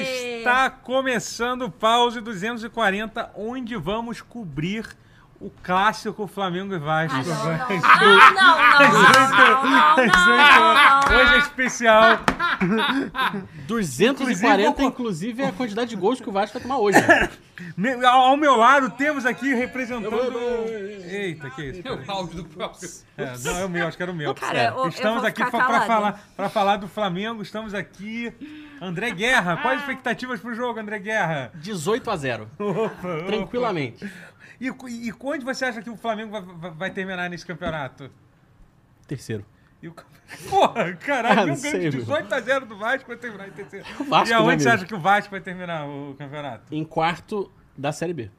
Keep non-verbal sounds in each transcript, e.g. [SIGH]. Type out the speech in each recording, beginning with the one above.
Está começando o Pause 240, onde vamos cobrir o clássico Flamengo e Vasco. Ah, não, não. Vai. Ah, não, não, não, não, Mas, Ah, não, então, não, Hoje é não. especial. 240, inclusive, é a quantidade de gols que o Vasco vai tomar hoje. né? [LAUGHS] Me- Ao ao meu lado temos aqui representando. Eita, que isso? É o áudio do próprio. É, não, é o meu, acho que era o meu. Ô, cara, eu- eu estamos vou aqui ficar para calada. falar, pra falar do Flamengo, estamos aqui. André Guerra, quais Ah. as expectativas pro jogo, André Guerra? 18 a 0. Tranquilamente. E, e, e onde você acha que o Flamengo vai- vai, vai terminar nesse campeonato? Terceiro. E o... Porra, caralho, Ah, meu não ganho sei, de meu. 18 a 0 do Vasco vai terminar em terceiro. O Vasco, e aonde né, você meu? acha que o Vasco vai terminar o campeonato? Em quarto da Série B.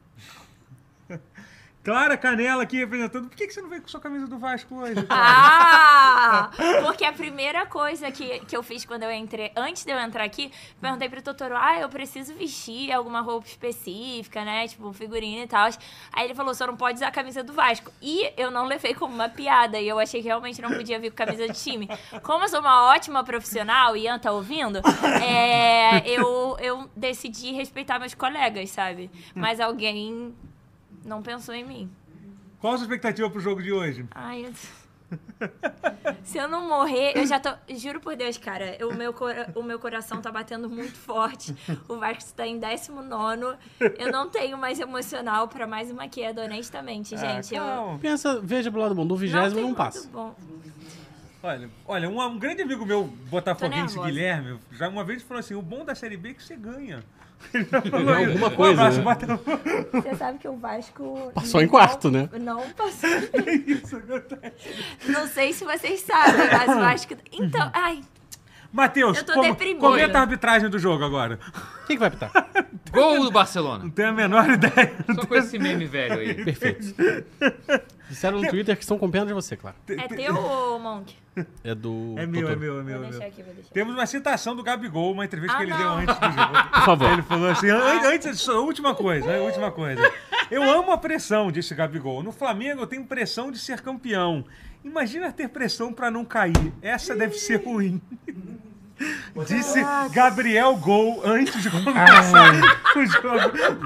Clara Canela aqui representando. Por que, que você não veio com sua camisa do Vasco [LAUGHS] hoje? Clara? Ah, porque a primeira coisa que, que eu fiz quando eu entrei, antes de eu entrar aqui, perguntei pro Totoro, ah, eu preciso vestir alguma roupa específica, né? Tipo, um figurino e tal. Aí ele falou, só não pode usar a camisa do Vasco. E eu não levei como uma piada, e eu achei que realmente não podia vir com camisa de time. Como eu sou uma ótima profissional, Ian tá ouvindo, é, eu, eu decidi respeitar meus colegas, sabe? Mas alguém não pensou em mim. Qual a sua expectativa pro jogo de hoje? Ai, eu... [LAUGHS] Se eu não morrer, eu já tô. Juro por Deus, cara. O meu, cora- o meu coração tá batendo muito forte. O Vasco tá em 19. Eu não tenho mais emocional pra mais uma queda, honestamente, gente. eu... Ah, calma. Pensa, veja pelo lado bom, do Não, vigésimo tem não, muito passa. Bom. Olha, olha um, um grande amigo meu, botafoguense nervosa. Guilherme, já uma vez falou assim: o bom da Série B é que você ganha. [LAUGHS] Ele já falou Ganha isso. alguma Um coisa, abraço, né? Botafogo. [LAUGHS] Você sabe que o Vasco. Passou em não- quarto, né? Não passou. Isso acontece. Não sei se vocês sabem, mas o Vasco. Então, ai. Matheus, Eu tô como- deprimida. comenta a arbitragem do jogo agora. Quem que vai pitar? Gol do Barcelona. Não tenho a menor [LAUGHS] ideia. Só com esse meme velho aí. Perfeito. Disseram no Twitter que estão com pena de você, claro. É teu, ô, Monk? É do. É meu, é Totoro. meu, é Vou meu. é meu. deixar aqui, vou deixar. Temos uma citação do Gabigol, uma entrevista Ah, que ele não. deu antes do jogo. Por Ele favor. falou assim, an- antes, só, última coisa, a última coisa. Eu amo a pressão, disse Gabigol. No Flamengo eu tenho pressão de ser campeão. Imagina ter pressão pra não cair. Essa deve ser ruim. Disse Gabriel Gol antes de começar o jogo.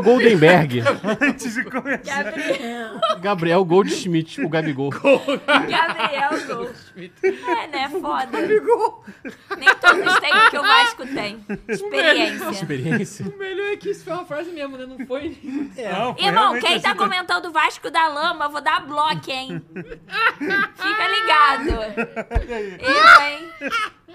[LAUGHS] Goldenberg. Antes de começar. Gabriel, Gabriel Goldschmidt, o Gabigol. Gabriel Gol. É, né? Foda. Nem todos têm o que o Vasco tem. assim, Experiência. Experiência. [LAUGHS] O melhor é que isso foi uma frase mesmo, né? Não foi. Não, foi Irmão, realmente quem tá assim. comentando o Vasco da Lama, vou dar bloco, hein? Fica ligado. Eu, hein?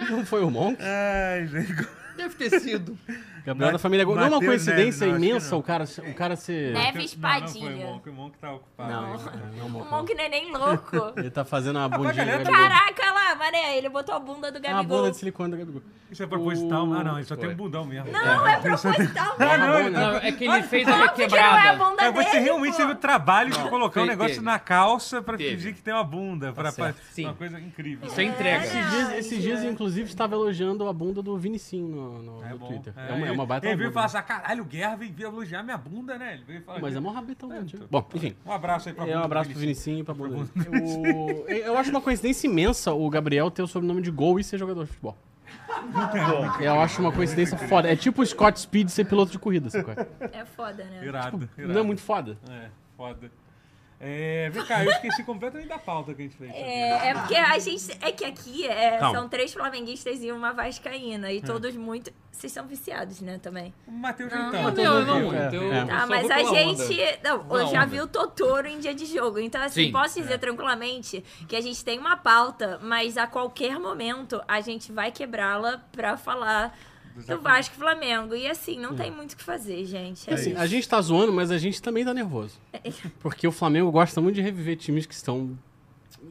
Não foi o Monk. Ai, gente. Deve ter sido. Gabriel da família Gol. Não é uma Mateus coincidência Neves, não, acho que imensa não. o cara, o cara ser. Não, não, Né? Teve foi o espadinha. Monk, o Monk tá ocupado. Não. aí. Não, um O Monk, não. Monk não é nem louco. Ele tá fazendo a bundinha galera do tá- Gabigol. Caraca, lá, mané, ele botou a Ah, bunda do A Gabigol. bunda de silicone do Gabigol. Isso é proposital? Ah, não, ele só Foi. tem um bundão mesmo. Não, é proposital Ah, mesmo. não, ele tá Não, é que ele fez ali a Óbvio que não é a quebrada. bunda É, dele, você realmente pô. teve o trabalho de colocar o teve, negócio teve. na calça pra Teve. fingir que tem uma bunda. Pra, pra, Tá certo. Sim. uma coisa incrível. né? Isso é entrega. Esses dias, esses dias, inclusive, estava elogiando a bunda do Vinicinho no, no- no Twitter. É, uma, é uma baita Ele veio bunda. falar assim, ah, caralho, o Guerra veio veio elogiar minha bunda, né? Ele veio falar... Mas é mó rabetão, gente. Bom, enfim. Um abraço aí pra É um bunda abraço do pro Vinicius. Vinicinho e pra bunda. dele. O- Eu, eu acho uma coincidência imensa o Gabriel ter o sobrenome de Gol e ser jogador de futebol. Eu acho uma coincidência foda. É tipo o Scott Speed ser piloto de corrida, sabe? qual é? É foda, né? Irado, irado. Não é muito foda? É, foda. É, vem cá, eu esqueci completamente da pauta que a gente fez. Uhum. É, é porque a gente. É que aqui é, Calma. são três flamenguistas e uma vascaína. Hum. E todos muito. Vocês são viciados, né, também? O Matheus Não, então. Não, né? não, eu não É, muito. Eu é. só Tá, vou mas a pela onda. gente. Não, Pela eu já onda. vi o Totoro em dia de jogo. Então, assim, Sim, é. posso dizer tranquilamente que a gente tem uma pauta, mas a qualquer momento a gente vai quebrá-la pra falar do Vasco e Flamengo. E assim, Hum. não tem muito o que fazer, gente. É Assim, isso. a gente tá zoando, mas a gente também tá nervoso. Porque o Flamengo gosta muito de reviver times que estão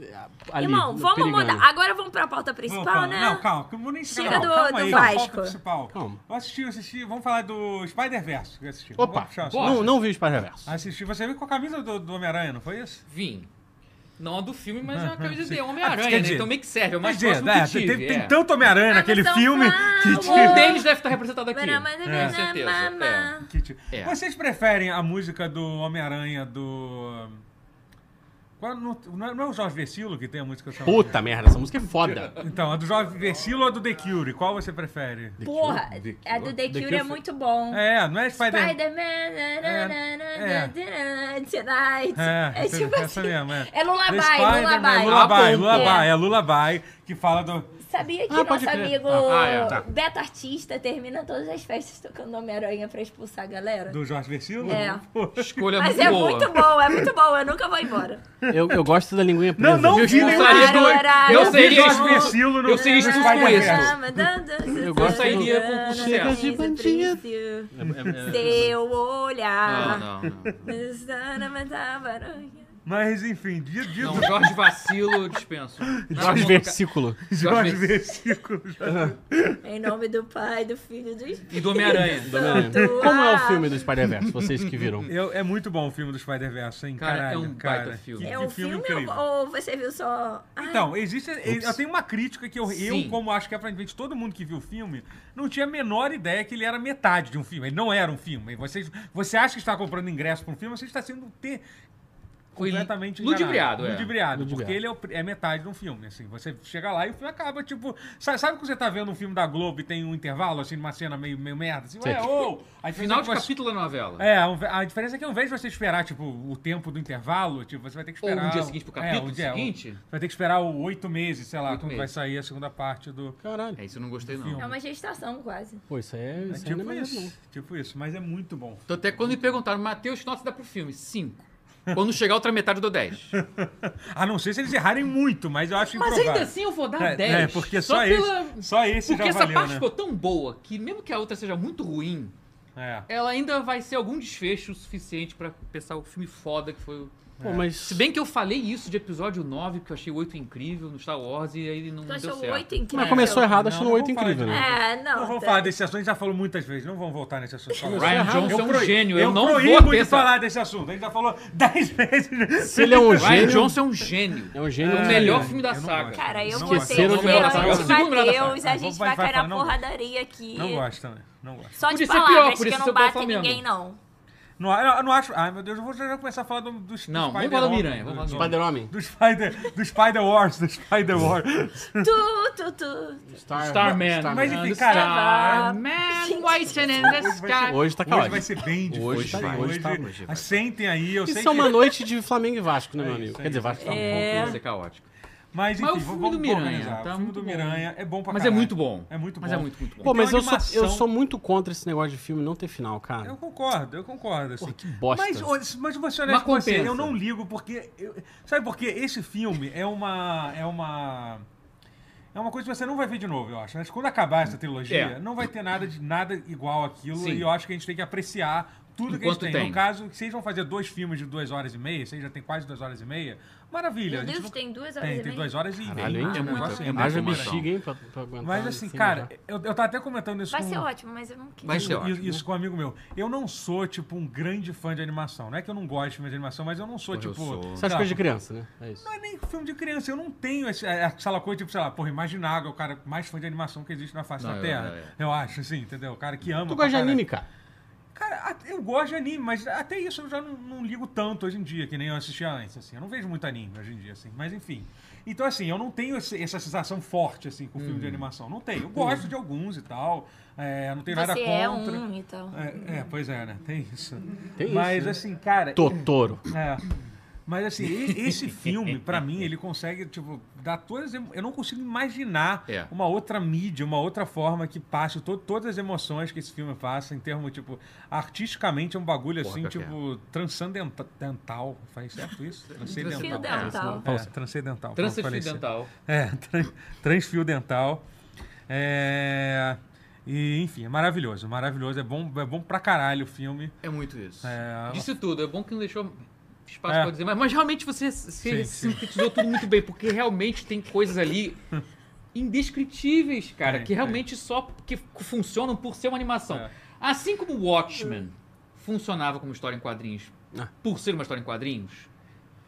é, ali, Irmão, vamos perigando. mudar. Agora vamos pra pauta principal, Vamos falar- né? Não, calma, que eu vou nem chegar lá. Chega do- calma do aí, calma, Vasco. pauta principal. Calma. Eu assisti, eu assisti, vamos falar do Spider-Verse que eu assisti. Opa, Vamos puxar o assunto. não, não vi o Spider Verso. Assisti, você veio com a camisa do, do Homem-Aranha, não foi isso? Vim. Não a do filme, mas é uma camisa sim. de Ah, quer Homem-Aranha, né? dizer- Então meio que serve. É o mais Quer dizer, próximo né, que tive. tem, tem é. tanto Homem-Aranha naquele São filme que Paulo! te, Um deles deve estar representado aqui. Maramana, Com certeza, é mamá. que te- É. Vocês preferem a música do Homem-Aranha do. Qual- não, não é o Jorge Vecilo que tem a música chamada? Puta merda, essa música é foda. Então, a do Jorge Vecilo ou a do The Cure? Qual você prefere? Porra, a do The Cure é Cure muito bom. É, não é Spider-Man. Spider-Man, É, nananana, tonight. É, É tipo essa assim. mesmo, é. É The Lullaby, Spider-Man, Lullaby. Lullaby, Ah, bom. Lullaby, é Lullaby, que fala do... Sabia que Ah, pode nosso crer. amigo Ah, ah, é, tá. Beto Artista termina todas as festas tocando Homem-Aranha pra expulsar a galera? Do Jorge Vecilo? É. [LAUGHS] Pô. Escolha Mas muito é boa. muito bom, é muito bom, eu nunca vou embora. Eu, eu gosto da linguinha presa. não viu? vi [LAUGHS] Eu nenhum sairia Claro, do- horário. Eu Eu vi seria Jorge expulso. Vecilo no eu seria expulso com é, Spider-Man. isso. Eu Eu gosto sairia com com Chega sucesso. de bandido. Seu É. Não, olhar. é, não, não. Mas, enfim, dito, dito Não, Jorge Vacilo eu dispenso. Nada Jorge contra o Versículo. Jorge Jorge Vecilo... Em nome do Pai, do Filho e do Espírito. ca- E [LAUGHS] do Homem-Aranha. Santo. Como é o filme do Spider-Verse? Vocês que viram. Eu- é muito bom o filme do Spider-Verse, hein? Cara, é Caralho, um cara. baita filme. Que- É que um filme, incrível. ou, ou você viu só. Ai, Então, existe. Eu tenho uma crítica que eu, eu, Sim. como acho que aparentemente todo mundo que viu o filme, não tinha a menor ideia que ele era metade de um filme. Ele não era um filme. Você, você acha que está comprando ingresso para um filme, você está sendo ter Foi completamente enganado. ludibriado, é. Ludibriado, Ludibriado. porque ele é, o pr- é metade de um filme, assim. Você chega lá e o filme acaba, tipo... Sabe, sabe quando você tá vendo um filme da Globo e tem um intervalo, assim, numa cena meio, meio merda? Assim, Sei. ué, ô! Aí tipo Final de você- capítulo da novela. é, um- a diferença é que ao invés de você esperar, tipo, o tempo do intervalo, tipo, você vai ter que Ou esperar... no dia seguinte pro é, capítulo o dia- seguinte. Vai ter que esperar o oito meses, sei lá, Oito quando vai meses. sair a segunda parte do... Caralho. É isso, eu não gostei Filme. não. É uma gestação quase. Pô, isso aí é, É isso aí não é tipo maneiro, isso, não. tipo isso, mas é muito bom. Então até quando me perguntaram, Matheus, que nota você dá pro filme? Cinco. Quando chegar a outra metade eu dou [LAUGHS] 10. A não ser se eles errarem muito, mas eu acho Mas improvável. ainda assim eu vou dar É, 10. é, porque só, esse, pela- só esse Porque já essa valeu, parte né? ficou tão boa que mesmo que a outra seja muito ruim, É. ela ainda vai ser algum desfecho suficiente pra pensar o filme foda que foi. o- É. Pô, mas. Se bem que eu falei isso de episódio 9, porque eu achei o 8 incrível no Star Wars e aí ele não Tu deu achou certo. oito incrível. Mas começou errado É. achando Não, não o oito vou falar incrível, de- né? É, não. Não vamos tá. falar desse assunto, a gente já falou muitas vezes, não vamos voltar nesse assunto. Ryan Johnson é um pro- gênio, eu, não vou proíbo ter de essa- falar desse assunto, a gente já falou [LAUGHS] dez vezes. Se ele é um Ryan gênio. Johnson é um gênio. É um gênio. o É, melhor é, filme da eu não saga. gosto. Cara, eu Não vou gosto. ser Terceiro o melhor da saga. Matheus, Segundo melhor da saga. a gente Vamos- vai vai falar, cair na não porradaria aqui. Não gosto também, não gosto. Só de Podia ser pior, palavras, por que isso não eu vou bate falar mesmo. ninguém, não. Não, eu, eu não acho. Ai, meu Deus, eu vou já começar a falar do, do Não, vamos Spider-Man, falar do Miranha, do- vamos falar do do- Spider-Homem. Do Spider, do Spider Wars, do Spider Wars. Tu, tu, tu. Star- Starman. Mas enfim, cara- Starman, White and the Hoje Sky. tá Hoje caótico. vai ser bem difícil. Hoje tá- hoje tá- hoje Mas Sentem aí, eu sei Isso é uma que... noite de Flamengo e Vasco, né, meu É amigo? isso Quer aí. dizer, Vasco tá É. Vai ser caótico. Mas enfim, Mas o vamos- filme do vamos Miranha, organizar. tá o filme muito do bom. Miranha é bom pra Mas é caralho. muito bom. É muito bom. Mas é muito, muito bom. Pô, mas Tem eu uma sou, eu animação. sou muito contra esse negócio de filme não ter final, cara. Eu concordo, eu concordo. Assim. Porra, que bosta. Mas, olha, mas vou ser Mas honesto com você, compensa. eu não ligo, porque. eu- sabe por quê? Esse filme é uma. É uma. É uma coisa que você não vai ver de novo, eu acho. Mas quando acabar essa trilogia, É. não vai ter nada, de, nada igual aquilo. Sim. E eu acho que a gente tem que apreciar tudo que a gente Enquanto tem. tem. No caso, se eles vão fazer dois filmes de duas horas e meia, se eles já tem quase duas horas e meia, maravilha. Meu a gente Deus, não- tem duas Tem, horas e tem meia? duas horas e Caralho, hein? meio. É um muito, negócio é assim. muito. Haja informação. bexiga, hein, pra, pra aguentar. Mas esse assim, filme cara, né? já. eu, eu tava até comentando isso Vai com... ser ótimo, mas eu não quero. Vai ser Isso- ótimo. Isso com um amigo meu. Eu não sou, tipo, um grande fã de animação. Não é que eu não gosto de filme de animação, mas eu não sou, Porra, eu tipo. sou. sei Você Isso é lá, coisa de criança, né? É isso. Não é nem filme de criança, eu não tenho esse, aquela coisa, tipo, sei lá, porra, Imaginário, é o cara mais fã de animação que existe na face Não, da eu- Terra. é, é. Eu acho, assim, entendeu? O cara que ama. Tu pra gosta de caralho. anime, cara? Cara, a- eu gosto de anime, mas até isso eu já não, não ligo tanto hoje em dia, que nem eu assistia antes, assim. Eu não vejo muito anime hoje em dia, assim. Mas enfim. Então, assim, eu não tenho esse- essa sensação forte, assim, com filme de animação. Não tenho. Eu gosto de alguns e tal. É, não tenho nada Você contra. é um e tal. É, é, pois é, né? Tem isso. Tem isso, Mas né? assim, cara. Totoro. É. Mas assim, e- esse filme, pra mim, ele consegue, tipo, dar todas. as emo- Eu não consigo imaginar É. uma outra mídia, uma outra forma que passe to- todas as emoções que esse filme passa, em termos, tipo, artisticamente é um bagulho Porra, assim, Café. tipo, transcendental. Faz certo isso? Fio Transcendental. dental. É, transcendental. Trança Falei de certo. dental. É, [LAUGHS] tran- transfio dental. É, e, enfim, é maravilhoso, maravilhoso. É bom, é bom pra caralho o filme. É muito isso. É. Disse tudo. É bom que não deixou espaço É. pra dizer. Mas, mas realmente você Sim, se- se sim. sintetizou tudo muito bem, porque realmente tem [LAUGHS] coisas ali indescritíveis, cara, Tem, que tem. realmente só que funcionam por ser uma animação. É. Assim como Watchmen funcionava como história em quadrinhos, Ah. por ser uma história em quadrinhos,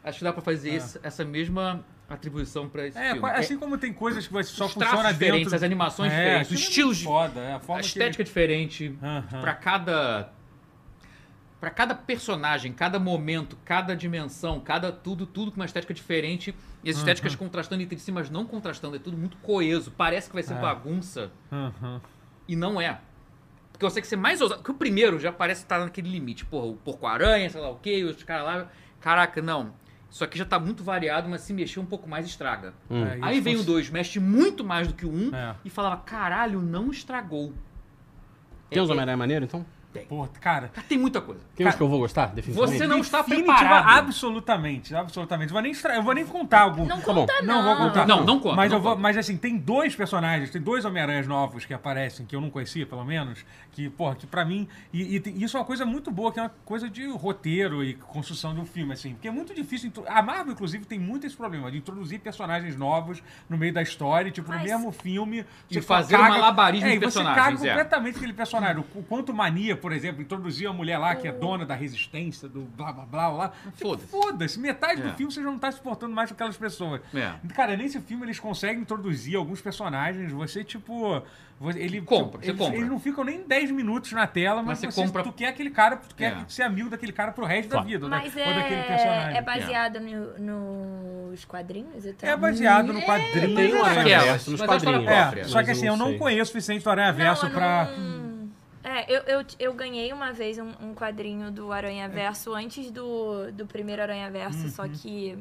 acho que dá pra fazer esse- essa mesma atribuição pra esse Ah. É, filme. assim como tem coisas que você só Os traços funciona diferentes, dentro. as animações É, diferentes, os aquilo é estilos muito foda, é a A forma que estética é diferente Aham. pra cada Pra cada personagem, cada momento, cada dimensão, cada tudo, tudo com uma estética diferente. E as Uhum. estéticas contrastando entre si, mas não contrastando. É tudo muito coeso. Parece que vai ser É. bagunça Aham. e não é. Porque você tem que ser mais ousado. Porque o primeiro já parece estar naquele limite. Porra, o porco-aranha, sei lá o quê, os caras lá. Caraca, não. Isso aqui já tá muito variado, mas se mexer um pouco mais estraga. Hum. É, e Aí se vem o fosse- 2, mexe muito mais do que o 1 um, É. e falava, caralho, não estragou. Tem uns Homem-Aranha maneiro, então? Pô, É, cara, Cara, Tem muita coisa. Tem uns que eu vou gostar, definitivamente. Você não está Definitiva- preparado. Absolutamente, absolutamente. Não Vou nem, extra- eu vou nem contar algum. Não bom. conta, não. Tá Não vou contar. Não, não conta, Mas, não eu vou, conta. mas assim, tem dois personagens, tem dois Homem-Aranhas novos que aparecem, que eu não conhecia, pelo menos, que, porra, que pra mim. E, e tem- isso é uma coisa muito boa, que é uma coisa de roteiro e construção de um filme, assim. Porque é muito difícil. intro- A Marvel, inclusive, tem muito esse problema de introduzir personagens novos no meio da história, e, tipo, no Mas- mesmo filme. tipo, E fazer um malabarismo de e você caga personagens, é. completamente aquele personagem. O, o quanto mania, por exemplo, introduzir a mulher lá, que é dona da resistência, do blá blá blá lá. Foda-se. Foda-se, metade É. do filme você já não tá suportando mais com aquelas pessoas. É. Cara, nesse filme eles conseguem introduzir alguns personagens, você tipo. você- ele, tipo, Compra, você eles, compra. eles não ficam nem 10 minutos na tela, mas, Mas você você compra- tu quer aquele cara, tu quer É. ser amigo daquele cara pro resto Claro. da vida, Mas né? Ou daquele é, personagem. é baseado no- nos quadrinhos então? e tal. É baseado no quadrinho. Tem um mas- Aranha aquela, Verso nos mas é uma história quadrinhos. própria. É, Mas só que assim, eu não sei. conheço o suficiente do Aranha Verso eu pra. não- É, eu, eu, eu ganhei uma vez um, um quadrinho do É. Aranha Verso antes do, do primeiro Aranha Verso, só que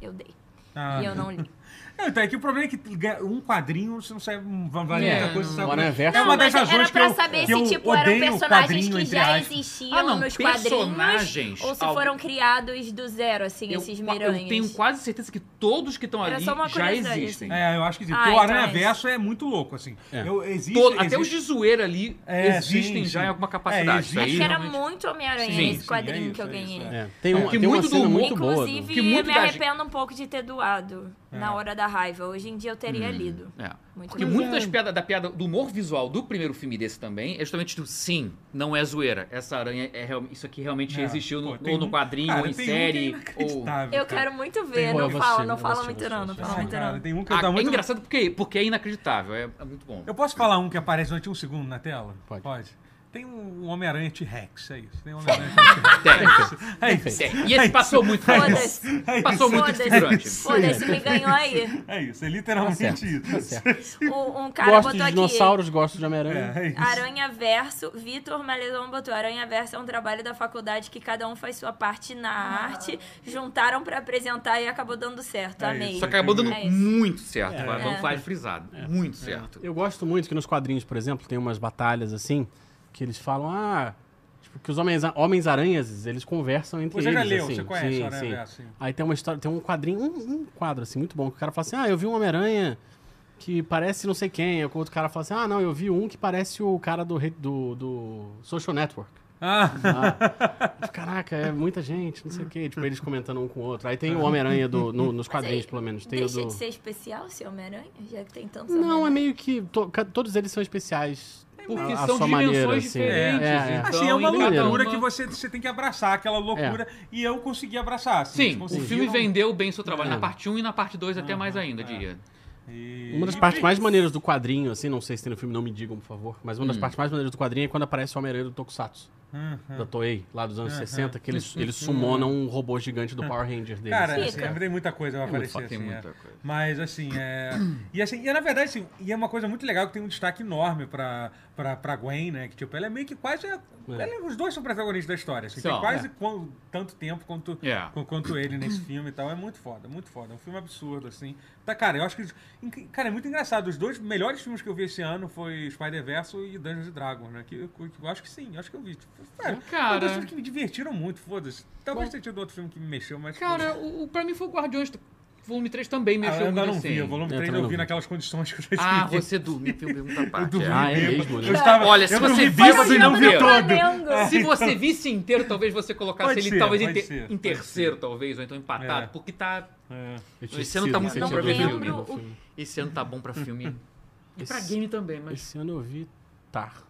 eu dei. Uhum. Ah. E eu não [LAUGHS] li. Não, então, é que o problema é que um quadrinho, você não sabe, não vale É, muita coisa. não- sabe? o Aranha-Verso- é uma Não, das mas razões era que pra eu, saber que eu se tipo, odeio eram personagens quadrinho, que entre já aspas. existiam Ah, não, nos personagens, quadrinhos ou se algo- foram criados do zero, assim, Eu, esses eu miranhas. tenho quase certeza que todos que estão Era ali só uma já curiosidade, existem. É, eu acho que sim. Ah, Porque o então Aranha é isso. Verso é muito louco, assim. É. Eu, existe, Todo- até existe- os de zoeira ali É, existem sim, já sim. em alguma É, capacidade. existe. Isso aí Acho que era realmente- muito Homem-Aranha Sim, esse sim, quadrinho é que eu isso, é isso, ganhei. É, tem É, uma, porque tem uma muito do cena humor- muito boa. do- Inclusive, Que muito me da gente- arrependo um pouco de ter doado É. na hora da raiva. Hoje em dia eu Hum. teria lido. É. Muito Porque bom. muito das piada, da piada do humor visual do primeiro filme desse também é justamente do sim, não é zoeira. Essa aranha é real, isso aqui realmente É, existiu no, pô, tem ou no um- quadrinho, cara, ou em tem um que é série. ou... inacreditável, Eu cara. quero muito Tem- ver, não eu vou fala, assistir, não eu vou fala assistir, muito eu não, vou não assistir. Ah, fala muito cara, não. tem um que eu Ah, tava É muito... engraçado porque, porque é inacreditável, é, é muito bom. Eu posso falar um que aparece durante um segundo na tela? Pode. Tem um Homem-Aranha T-Rex, é isso. Tem um Homem-Aranha [LAUGHS] T-Rex. Tem, [LAUGHS] É isso. É tem. E esse passou muito fácil. Foda-se. Passou muito de figurante. Foda-se, foda-se, me ganhou aí. É isso, é literalmente Tá certo, isso. tá certo. O- um cara Gosto de botou aqui. dinossauros, gosto de Homem-Aranha. [LAUGHS] É, é isso. Aranha Verso, Vitor Malezão botou. Aranha Verso é um trabalho da faculdade que cada um faz sua parte na arte, juntaram pra apresentar e acabou dando certo. É Amei. isso. Só acabou dando É isso. muito certo. É. Não É. faz frisado. Muito certo. Eu gosto muito que nos quadrinhos, por exemplo, tem umas batalhas assim, que eles falam, ah, tipo, que os homens, homens aranhas, eles conversam entre Você eles. já leu, assim. você conhece sim, o Aranha sim. Verso, assim? [LAUGHS] sim. Aí tem uma história, tem um quadrinho, um, um quadro assim, muito bom, que o cara fala assim, ah, eu vi um Homem-Aranha que parece não sei quem. Aí o outro cara fala assim, ah, não, eu vi um que parece o cara do, re- do, do Social Network. Ah, Ah, caraca, é muita gente, não sei o quê. Tipo, eles comentando um com o outro. Aí tem o Homem-Aranha do- no- nos quadrinhos, pelo menos. Tem o Deixa do... de ser especial, seu Homem-Aranha, já que tem tantos Não, é Homem-Aranha. meio que. to- ca- todos eles são especiais. Porque a- a são sua dimensões maneira, assim. diferentes. É, é. Então, assim, é uma em cada loucura uma- que você, você tem que abraçar aquela loucura e eu consegui abraçar. assim, eles Sim, o conseguiram. filme vendeu bem o seu trabalho. É. Na parte 1 e na parte 2 até mais ainda, diria. E- Uma das e- partes mais maneiras do quadrinho, assim, não sei se tem no filme, não me digam, por favor, mas uma das Hum. partes mais maneiras do quadrinho é quando aparece o Homem-Aranha do Tokusatsu, Uhum. da Toei, lá dos anos 60, [LAUGHS] que eles, eles sumonam um robô gigante do Power Ranger deles. Hum. Cara, Fica. assim, é, tem muita coisa pra muito aparecer. foda, assim, tem muita é. coisa. Mas, assim, [CLEARS THROAT] é... E, assim, e, na verdade, assim, e é uma coisa muito legal que tem um destaque enorme pra, pra, pra Gwen, né? Que, tipo, ela é meio que quase... a- ela- é, os dois são protagonistas da história, assim. São, tem quase quan- tanto tempo quanto, É. qu- quanto ele nesse filme e tal. É muito foda, muito foda. É um filme absurdo, assim. Tá, cara, eu acho que... inc- Cara, é muito engraçado. Os dois melhores filmes que eu vi esse ano foi Spider-Verse e Dungeons and Dragons, né? Que, que eu acho que sim, eu acho que eu vi. Tipo, cara, Cara. foram dois filmes que me divertiram muito, foda-se. Talvez tenha tido outro filme que me mexeu, mas... foda-se. Cara, o, o, pra mim foi o Guardiões do Volume 3 também Ah, mexeu eu muito ainda não assim. vi, o volume Eu 3 também eu não vi vi. naquelas condições que eu já Ah, escrevi. você dormiu, pergunta à [LAUGHS] Eu parte. dormi Ah, é bêbado. mesmo, né? Eu estava, Olha, se eu dormi você bêbado fosse e não o vi jogo do todo. Flamengo. É, Se você visse inteiro, talvez você colocasse Pode ele ser, talvez em, pode te- ser, em pode terceiro, ser. talvez, ou então empatado, É. porque tá. É. Eu tinha Esse ano esquecido, tá não sei se muito bom eu vi pra o lembro filme. Esse ano tá [LAUGHS] bom pra filme. E pra Esse- game também, mas. Esse ano eu vi Tar.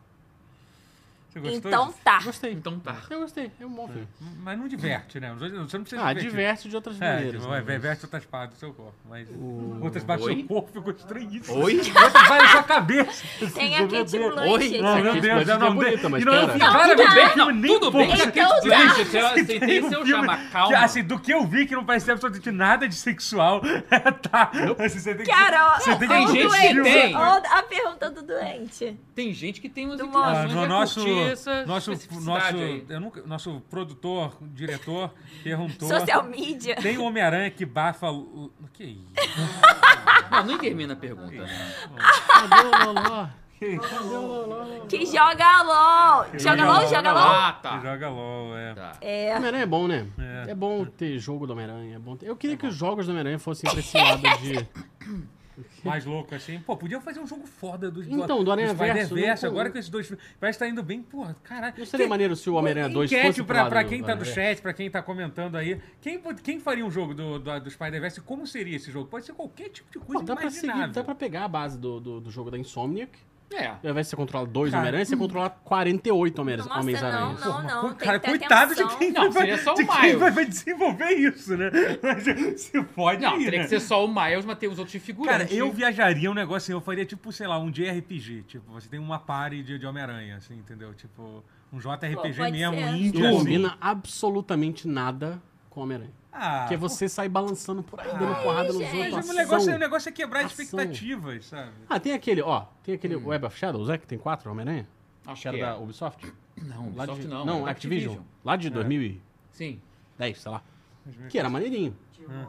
Você gostou Então disso? tá. Gostei. Então tá. Eu gostei. É um Hum. bom filme. Mas não diverte, né? Os outros- Você não precisa Ah, divertir. diverte de outras É, maneiras. tipo, né? vai- diverte outras partes do seu corpo. Mas outras partes do Oi? seu corpo ficou estranhíssimo. [LAUGHS] Oi? Vai na sua cabeça. Tem a Kate Meu Deus. Blanchett. Não, meu Kate Deus, eu tá Blanchett não é bonita, mas e não é um cara. filme- Não, cara, tudo não bem. tem filme nem Tudo pouco. bem, a Então Kate Blanchett, eu Tem aceitei um seu filme chamar, que, calma. assim, do que eu vi que não parecia absolutamente nada de sexual. [LAUGHS] tá. Assim, você tem que- Cara, você ó, tem tem ó, que- o gente doente. que tem. ó, a pergunta do doente. Tem gente que tem umas Do Ah, inclinações no a nosso, curtir essa nosso, nosso, especificidade aí. eu nunca- nosso produtor, diretor, [LAUGHS] perguntou. [LAUGHS] Social media. Tem o Homem-Aranha que bafa. O... o Que é isso? Não, nem termina a pergunta. né? Cadê o Loló? Que joga LOL. Joga LOL, joga LOL. Ah, Que tá. joga LOL, é. Tá. É. Homem-Aranha é bom, né? É. É. bom ter jogo do Homem-Aranha. É bom ter- Eu queria que os jogos do Homem-Aranha fossem pra esse lado de. Mais louco assim. Pô, podia fazer um jogo foda do Então, do Aranha Verso, Verso. né? Agora com esses dois filmes. Parece que tá indo bem, porra, caralho. um Não seria maneiro se o Homem-Aranha 2 Enquete fosse pro pra, lado pra do quem tá no Homem-Aranha. chat, pra quem tá comentando aí, quem, pod- quem faria um jogo do, do, do Spider-Verse? e Como seria esse jogo? Pode ser qualquer tipo de Pô, coisa dá pra, seguir, imaginável. dá pra pegar a base do, do, do jogo da Insomniac. É. Ao invés de você controlar dois Cara, hum. Homem-Aranha, você controlar 48 Homem- Nossa, não, Homens-Aranha. não, não. Tem Cara, que ter coitado atenção. de quem, Não, vai, seria só o de quem Miles. vai, vai desenvolver isso, né? [LAUGHS] Mas se pode Não, ir, teria né? que ser só o Miles, mas tem os outros de Cara, figurantes. eu viajaria um negócio assim, eu faria tipo, sei lá, um JRPG. Tipo, você tem uma party de, de Homem-Aranha, assim, entendeu? Tipo, um JRPG Pô, pode mesmo, ser. um Não índio, assim. combina absolutamente nada com o Homem-Aranha. Ah, Porque você sai balançando por aí, dando porrada nos gente. mas outros. o ação. negócio, é- o negócio é quebrar Ação. expectativas, sabe? Ah, tem aquele, ó. Tem aquele Web of Shadows, é? Que tem quatro Homem-Aranha? Acho Que era que é. da Ubisoft? Não, Lá Ubisoft de- não. Não, é da Activision. Lá de 2010, Sim. sei lá. Que era maneirinho.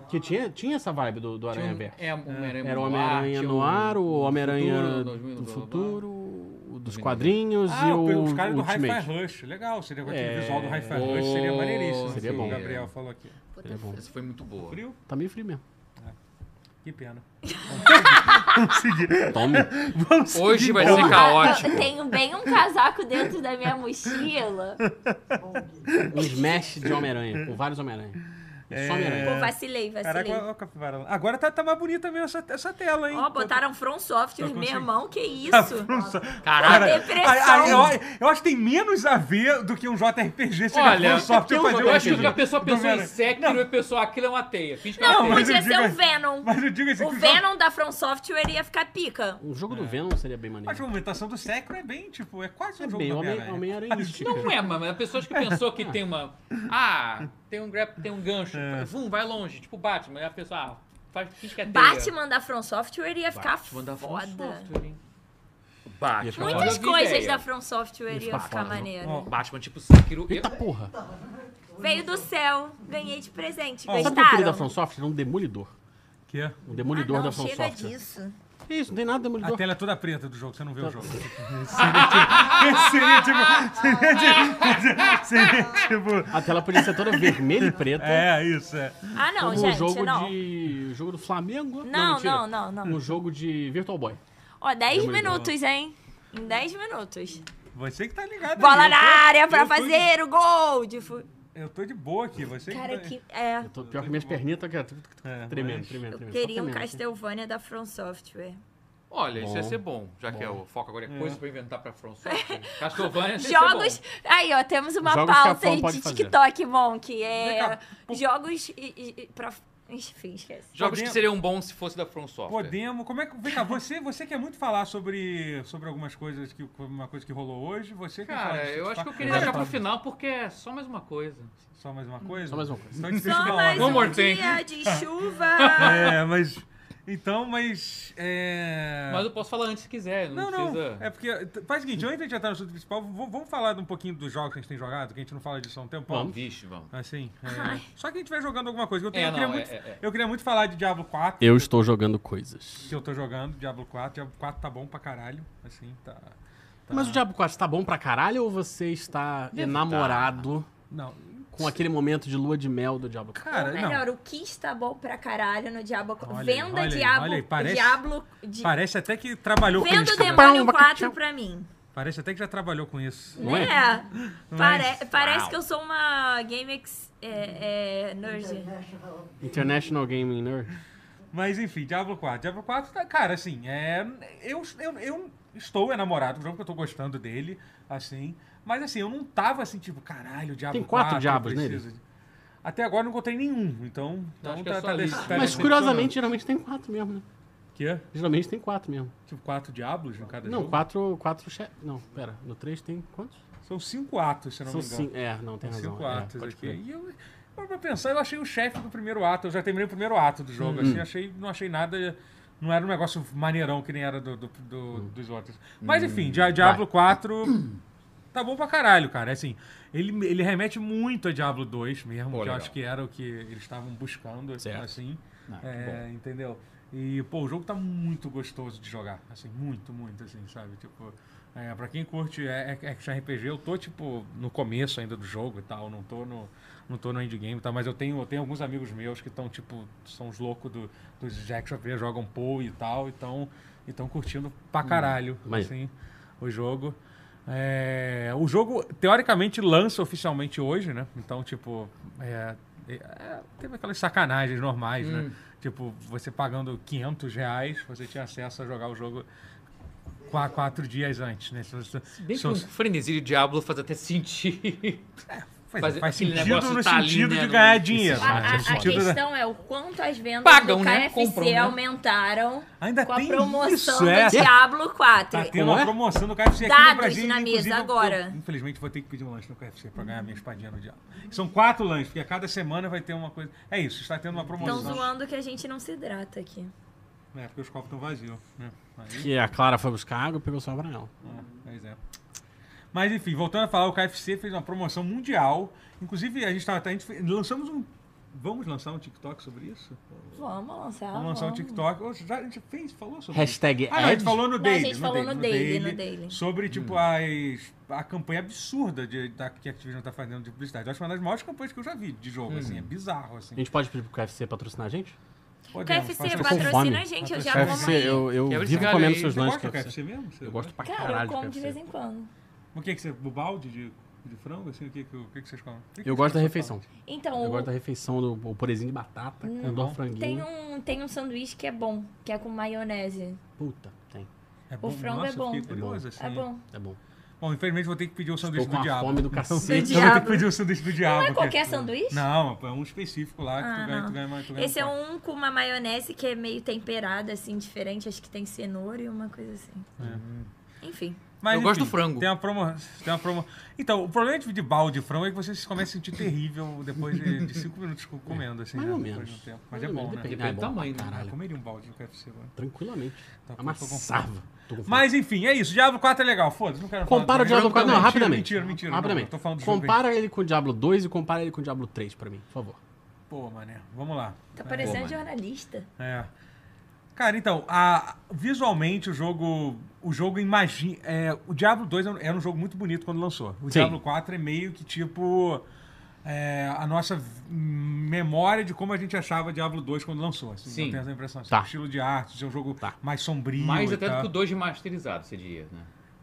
Que tinha, tinha essa vibe do, do Aranha Verso. É, Homem-Aranha Era o Homem-Aranha um no ar, o Homem-Aranha do futuro, o dos quadrinhos Ah, e o- o os caras do Hi-Fi Ultimate. Rush, legal, seria com aquele É. visual do Hi-Fi Rush, seria Pô, maneiríssimo. seria assim, bom. O Gabriel falou aqui. É bom. Essa foi muito boa. Frio? Tá meio frio mesmo. Que pena. Tome. Vamos Hoje seguir, vai então. ser caótico. Eu tenho bem um casaco dentro da minha mochila. Um smash de Homem-Aranha, com vários Homem-Aranha. É só Homem-Aranha. Pô, vacilei, vacilei. Caraca, ó, ó, capivara lá. Agora tá, tá mais bonita mesmo essa, essa tela, hein? Ó, botaram um From Software, Tô meu conseguindo. irmão, que isso? Caralho. Cadê? Depressão. eu, eu acho que tem menos a ver do que um JRPG se Olha, um software eu fazer Eu um acho que jogo a pessoa do pensou em Homem-Aranha. Sector e a pessoa aquilo é uma teia. Finge que é Não, uma teia. mas podia eu ser digo- o Venom. Mas eu digo assim, O que Venom da From Software ia ficar pica. Um jogo do Venom seria bem Acho que maneiro. a movimentação do Secro é bem, tipo, é quase um É jogo bem do Homem- Homem-Aranha. Homem-Aranhístico. Não é, mas a pessoa que pensou que tem uma. Ah, tem um grab, tem um gancho. É. Vum, vai longe. Tipo Batman. Aí a pessoa, ah, faz finge que é teia. Batman da From Software ia ficar Batman da From foda. Software, hein? Ia ficar Batman. foda. Muitas Olha a coisas ideia. da From Software iam ficar foda, maneiro. Ó, Batman tipo Sekiro. Eu- Eita porra. Veio do céu, ganhei de presente. Ó, Sabe o que eu queria da Gostaram? From Software? Um demolidor. [LAUGHS] Que é? Um Ah, demolidor não, da From chega Software. disso. Que Isso, não tem nada de A demolidor. tela é toda preta do jogo, você não vê o jogo. seria, tipo, [LAUGHS] seria, tipo, seria, tipo... seria, tipo- A tela podia ser toda vermelha e preta. É, isso, é. Ah, não, como um gente, jogo não. de. um jogo do Flamengo? Não, mentira. não, não, não. Um jogo de Virtual Boy. Ó, 10 Demolidor. minutos, hein? Em 10 minutos. Você que tá ligado Bola aí, eu na tô- área pra eu tô de- fazer o gol. De fu- Eu tô de boa aqui, você Cara, tá- que. É. Eu tô- pior que minhas perninhas tá tremendo, É, tremendo, mas- tremendo. Eu só queria um tremendo, assim. Castlevania da From Software. Olha, isso ia Bom. ser bom, já que é o foco agora é coisa pra inventar pra From [LAUGHS] Software. Castlevania ia ser Jogos. é bom. Aí, ó, temos uma Jogos que a pauta From aí de pode fazer. TikTok, Monk. É. Vem cá, pô. Jogos. e- e- e pra- Enfim, esquece. Jogos Podemos- que seriam bons se fosse da From Software. Podemos. Como é que. Vem cá, você, você quer muito falar sobre, sobre algumas coisas que. Uma coisa que rolou hoje. Você quer falar tipo, tá Cara, de eu Street acho que eu Fighter? queria deixar pro final porque é só mais uma coisa. Só mais Hum, uma coisa? Só mais uma coisa. Então a gente fez Só uma mais hora. One more um thing. dia de chuva. É, mas. Então, mas. É... Mas eu posso falar antes se quiser, Não, não, não. precisa. É porque. t- Faz o seguinte, antes de a gente entrar no assunto principal, v- vamos falar um pouquinho dos jogos que a gente tem jogado, que a gente não fala disso há um tempo. Vamos. Vixe, vamos. Assim. é, Só que a gente vai jogando alguma coisa. que Eu, tenho- eu É, queria não, muito, é, é, é. eu queria muito falar de Diablo 4. Eu estou jogando coisas. Que eu tô jogando, Diablo 4. Diablo 4 tá bom pra caralho. Assim, tá. tá- Mas o Diablo 4 tá bom pra caralho ou você está enamorado Não. com aquele momento de lua de mel do Diablo 4? Cara, Ou não. melhor, o que está bom pra caralho no Diablo. Olha aí, Venda olha aí, Diablo. olha aí, parece- Diablo. de- Parece até que trabalhou com Venda isso. o né? Demônio Pão, 4 bacachau. pra mim. Parece até que já trabalhou com isso. Não é? É. Pare- parece Uau. que eu sou uma GameX é, é, nerd. International Gaming Nerd. Mas enfim, Diablo 4. Diablo 4, tá- cara, assim, é, eu, eu, eu estou enamorado do jogo, porque eu tô gostando dele, assim. Mas assim, eu não tava assim, tipo, caralho, Diablo Tem quatro 4, diabos eu preciso de- Até agora eu não encontrei nenhum, então. então acho que tá, é só tá isso. dece- tá Mas decepcionando. curiosamente, geralmente tem quatro mesmo, né? Quê? Geralmente tem quatro mesmo. Tipo, quatro diabos em cada Não, jogo? quatro, quatro che... Não, pera. No três tem quantos? São cinco atos, se eu não São me engano. cinco. É, não, tem São razão. cinco é, atos pode aqui. crer. E eu, eu, pra pensar, eu achei o chefe do primeiro ato. Eu já terminei o primeiro ato do Hum, jogo. Assim, achei, não achei nada. Não era um negócio maneirão que nem era do, do- do- Hum. dos outros. Mas enfim, Dia- Diablo 4 tá bom pra caralho, cara. Assim, ele, ele remete muito a Diablo 2 mesmo, Pô, que eu legal. acho que era o que eles estavam buscando, Certo. assim. Ah, que É, entendeu? E, pô, o jogo tá muito gostoso de jogar. Assim, muito, muito, assim, sabe? Tipo, é, pra quem curte é, é- Action RPG, eu tô, tipo, no começo ainda do jogo e tal. Não tô no, não tô no endgame e tal. Mas eu tenho, eu tenho alguns amigos meus que estão, tipo, são os loucos do, dos Action RPG, jogam Poe e tal. Então, estão curtindo pra Hum, caralho, maneiro. assim, o jogo. É, o jogo, teoricamente, lança oficialmente hoje, né? Então, tipo, é, é, é, teve aquelas sacanagens normais, né? Tipo, você pagando 500 reais, você tinha acesso a jogar o jogo qua- quatro dias antes, né? Se você- Bem se que um você- frenesi de Diablo faz até sentido. faz, fazer faz aquele sentido negócio no tá ali, sentido né, de no- ganhar dinheiro. A, né? a- No a sentido da- questão é o quanto as vendas Pagam, do né? KFC Compram, né? aumentaram Ainda com a tem promoção isso, do é. Diablo 4. Tá tendo Como uma é? promoção do KFC aqui no Dados Brasil. na inclusive, mesa eu- agora. eu, infelizmente, vou ter que pedir um lanche no KFC pra ganhar minha espadinha no diabo. São quatro lanches, porque a cada semana vai ter uma coisa... É isso, está tendo uma Estão promoção. zoando que a gente não se hidrata aqui. É, porque os copos estão vazios, né? Aí- Que a Clara foi buscar água e pegou só pra ela. Ah, Pois é. Mas enfim, voltando a falar, o KFC fez uma promoção mundial. Inclusive, a gente tava. A gente fe- lançamos um. Vamos lançar um TikTok sobre isso? Vamos lançar. Vamos lançar um TikTok. Ô, já a gente fez, falou sobre isso. Hashtag Ah, não, a gente ad. falou no É. Não, a Daily. gente falou no Daily, no Daily. Sobre, tipo, Hum. as, a campanha absurda de, da, que a Activision tá fazendo de publicidade. Eu acho uma das maiores campanhas que eu já vi de jogo, assim. É bizarro, assim. A Hum. gente pode pedir pro KFC patrocinar a gente? O Podemos, KFC faça- com patrocina fome. patrocina a gente, eu já como KFC, aí. eu, eu Quebra esse vivo galho comendo aí. seus Você lanches gosta do KFC. KFC mesmo? Você Eu gosto pra Cara, eu caralho de como de vez KFC. em quando. O que é que você... O balde de, de frango, assim? O que, o que, que vocês comem? O que que Eu vocês gosto da comem? refeição. Então, Eu gosto da refeição do o purezinho de batata, bom. com do tem franguinho. um, tem um sanduíche que é bom, que é com maionese. Puta, tem. É O frango Nossa, é bom. eu fiquei curioso, assim. É bom. É bom. Bom, infelizmente vou ter que pedir o Tô sanduíche com do a diabo. fome do cacete. Eu vou ter que Diabo. pedir o sanduíche do diabo. Não é que qualquer sanduíche? Não, é um específico lá que Ah, tu ganha, não. tu ganha mais. Tu ganha Esse é mais. um com uma maionese que é meio temperada, assim, diferente. Acho que tem cenoura e uma coisa assim. É. Enfim. Mas, Eu gosto do frango. Tem uma promo... tem uma promo... Então, o problema de de balde de frango é que você se começa a sentir terrível depois de, de cinco minutos co- comendo, assim, Mais né? ou Depois menos. de um tempo. Mas Mais é ou bom, menos, né? depende. Depende Ah, do é bom tamanho, pra né? Ah, eu Caralho. comeria um balde no KFC agora. Tranquilamente. Tá, tô- Amassava. Tô com fome. Mas enfim, é isso. Diablo 4 é legal, foda-se, não quero falar Compara o do jogo. Diablo 4. Não, Mentira, rapidamente. Mentira, mentira. não, Rapidamente. eu tô falando do jogo aí. compara ele com o Diablo 2 e compara ele com o Diablo 3 pra mim, por favor. Pô, mané, vamos lá. Tá É. parecendo mano. jornalista. É. Cara, então, a- visualmente o jogo. O jogo imagina. o Diablo 2 era um- era um jogo muito bonito quando lançou. O Sim. Diablo 4 é meio que tipo. é, a nossa v- memória de como a gente achava Diablo 2 quando lançou. Assim, Sim. Eu tenho essa impressão. assim, Tá. O estilo de arte, ser um jogo Tá. mais sombrio. Mais e até do tal. que o 2 remasterizado, você diria, né?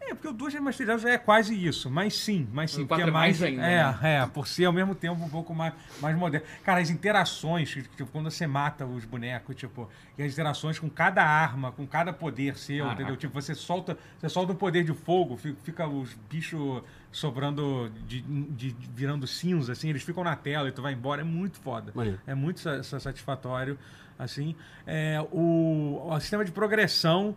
É, porque o 2 remasterizado já é quase isso, mas sim, mas sim. O porque quatro é mais ainda, É, né? é, por ser ao mesmo tempo um pouco mais, mais moderno. Cara, as interações, que, tipo, quando você mata os bonecos, tipo, e as interações com cada arma, com cada poder seu, Caraca. entendeu? Tipo, você solta, você solta um poder de fogo, fi- fica os bichos sobrando, de, de- de- virando cinza, assim, eles ficam na tela e tu vai embora, é muito foda. Maneiro. É muito sa- sa- satisfatório, assim. É, o, o sistema de progressão,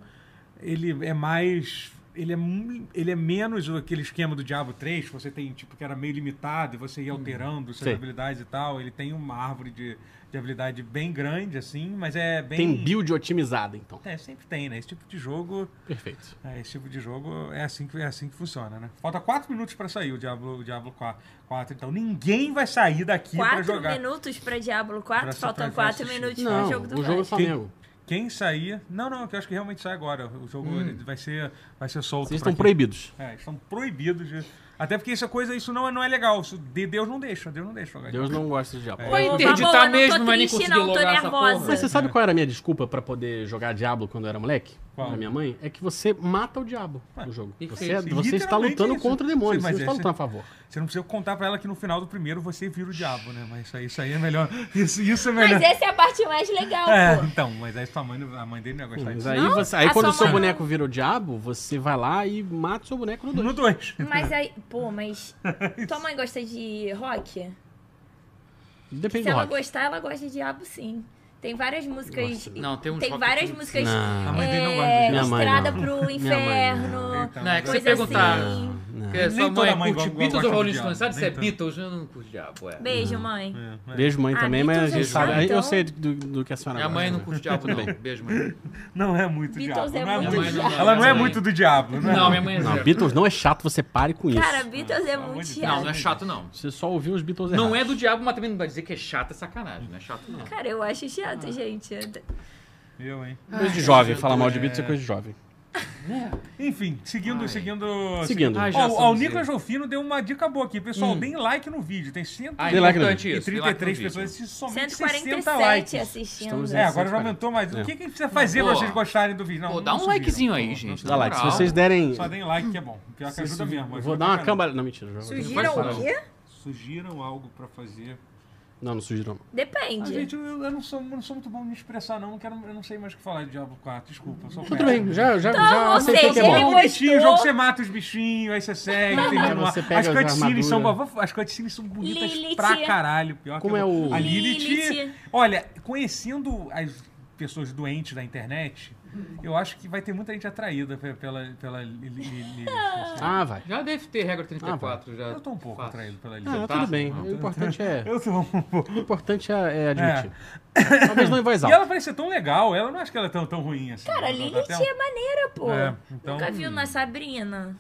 ele é mais... Ele é, mu- ele é menos aquele esquema do Diablo 3, que você tem, tipo, que era meio limitado e você ia alterando suas Sei. habilidades e tal. Ele tem uma árvore de, de habilidade bem grande, assim, mas é bem... Tem build otimizada, então. É, sempre tem, né? Esse tipo de jogo... Perfeito. É, esse tipo de jogo é assim que, é assim que funciona, né? Falta 4 minutos pra sair o Diablo, o Diablo 4, então ninguém vai sair daqui pra Quatro jogar. minutos pra Diablo Pra 4, só pra- faltam pra quatro assistir. minutos Não, pro é jogo do o jogo é do Vasco. Tá Flamengo. Quem sair. Não, não, que eu acho que realmente sai agora. O jogo vai, ser, vai ser solto. Vocês pra estão quem- proibidos. É, estão proibidos de, Até porque isso é coisa, isso não é, não é legal. Isso, de Deus não deixa, Deus não deixa jogar. Deus não gosta de Diablo. Vai É. Ô, interditar Babola, não tô mesmo, mas nem triste, conseguiu não, tô logar essa nervosa. porra. Mas você sabe qual era a minha desculpa pra poder jogar Diablo quando eu era moleque? Qual? Da minha mãe? É que você mata o diabo no jogo. e Você, é, fez- você está lutando literalmente contra isso. demônios, Sim, mas você não está esse- lutando a favor. Você não precisa contar pra ela que no final do primeiro você vira o diabo, né? Mas isso aí, isso aí é melhor. [LAUGHS] Isso, isso é melhor. Mas essa é a parte mais legal, É, pô. então, mas aí sua mãe, não- a mãe dele não ia gostar Mas disso. aí, Não, você- aí a quando o sua seu mãe- boneco vira o diabo, você vai lá e mata o seu boneco no dois. No 2. Mas aí, pô, mas [LAUGHS] tua mãe gosta de rock? Depende Se do ela rock. gostar, ela gosta de diabo, sim. Tem várias músicas. Não, tem uns rock várias que- músicas. Não. A mãe dele não gosta de é, diabo. Minha mãe Estrada não. pro Minha mãe não. inferno. Então, Não, agora- é que você Coisa perguntar assim. que a Nem sua toda mãe mãe curte go- Beatles gosta ou de Rolling diabo, Stones? Sabe se nem é tanto. Beatles? Eu não curto diabo, é. Beijo, mãe. É, é. Beijo, mãe, Ah, também, mas a Beatles gente é sabe. chato, Eu então. sei do, do que a senhora Minha mãe gosta, não né? curte diabo, não. Beijo, mãe. Não é muito Beatles diabo. é não é muito muito- diabo. Ela não é Minha mãe- muito do diabo, né? Não, minha mãe é Não, zero. Beatles não é chato, você pare com isso. Cara, Beatles é pelo amor muito de Deus. né? Não, não chato. é chato, não. Você só ouviu os Beatles Não errados. é do diabo, mas também não vai dizer que é chato, é sacanagem. Não é chato, não. Cara, eu acho Ah. chato, gente. Eu, hein? Coisa de jovem, falar mal de Beatles é coisa de jovem. Enfim, seguindo, Ai. seguindo. Seguindo. Ai, Ó, já o- ó, o somos Nicolas eles. Rufino deu uma dica boa aqui. Pessoal, deem like no vídeo. Tem Hum. 133 Ah, é Dê like no importante isso. dê like no vídeo. pessoas assistindo somente 60 likes. 147 assistindo. Estamos É, agora já aumentou mais. É. O que, que a gente precisa fazer pra Boa. vocês gostarem do vídeo? Não, Pô, não dá um subiram. likezinho aí, Não, gente. Dá Na like. Se moral. vocês derem. Só deem like que é bom. Pior que ajuda mesmo. Vou ajuda dar uma pra caramba. câmera. Não, mentira. já- Sugiram Pode o falar. quê? Sugiram algo pra fazer. Não, não sugiro. não. Ah, Depende. gente, eu, eu não, sou, eu não sou muito bom em me expressar, não. Eu, quero, eu não sei mais o que falar de Diablo 4. Desculpa. eu sou Tudo péssimo. bem, já, já, Então, já ou aceitei que seja, é É ele bom. um bichinho, gostou. jogo que você mata os bichinhos, aí você segue, tem que você pega As as cutscenes são, armaduras. bo- as cutscenes são bonitas Lilith. pra caralho. Pior Como que é o- A Lilith, Lilith. Olha, conhecendo as pessoas doentes da internet, eu acho que vai ter muita gente atraída pe- pela, pela Li- Li- Lilith. assim. Ah, vai. Já deve ter regra 34. já Eu tô um pouco fácil. atraído pela Lilith. Ah, Tá, tudo bem. não. O importante é, Eu tô um pouco. o importante é, é admitir. Talvez não em [LAUGHS] voz E alta. ela parece ser tão legal, ela não acho que ela é tão, tão ruim assim. Cara, Ela Lilith tá é até- maneira, pô. É, então- Nunca viu na Sabrina.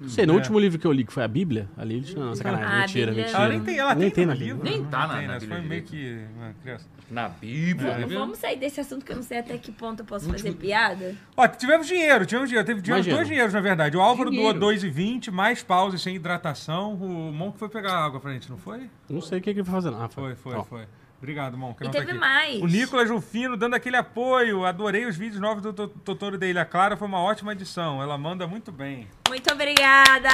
Não sei, no último livro que eu li, que foi a Bíblia, ali eles. Não, sacanagem. Ah, a mentira, Bíblia- mentira. Ela nem tem, ela nem tem no na livro. Bíblia. Nem não tá na- tem, na né? Foi Bíblia meio direito. que uma criança. Na Bíblia. É. tá vendo? Vamos sair desse assunto que eu não sei até que ponto eu posso fazer piada. Ó, tivemos dinheiro, tivemos dinheiro. Teve dinheiro, Mais dois dinheiro. dinheiros, na verdade. O Álvaro Dinheiro. doou 2,20, mais pausa e sem hidratação. O Monk foi pegar água pra gente, não foi? Não sei o que, que ele vai fazer. não. Ah, Foi, foi, Ó. foi. Obrigado, Monk. E não tá teve aqui. mais. O Nicolas Rufino dando aquele apoio. Adorei os vídeos novos do Tot- Totoro da Ilha Clara. Foi uma ótima edição. Ela manda muito bem. Muito obrigada!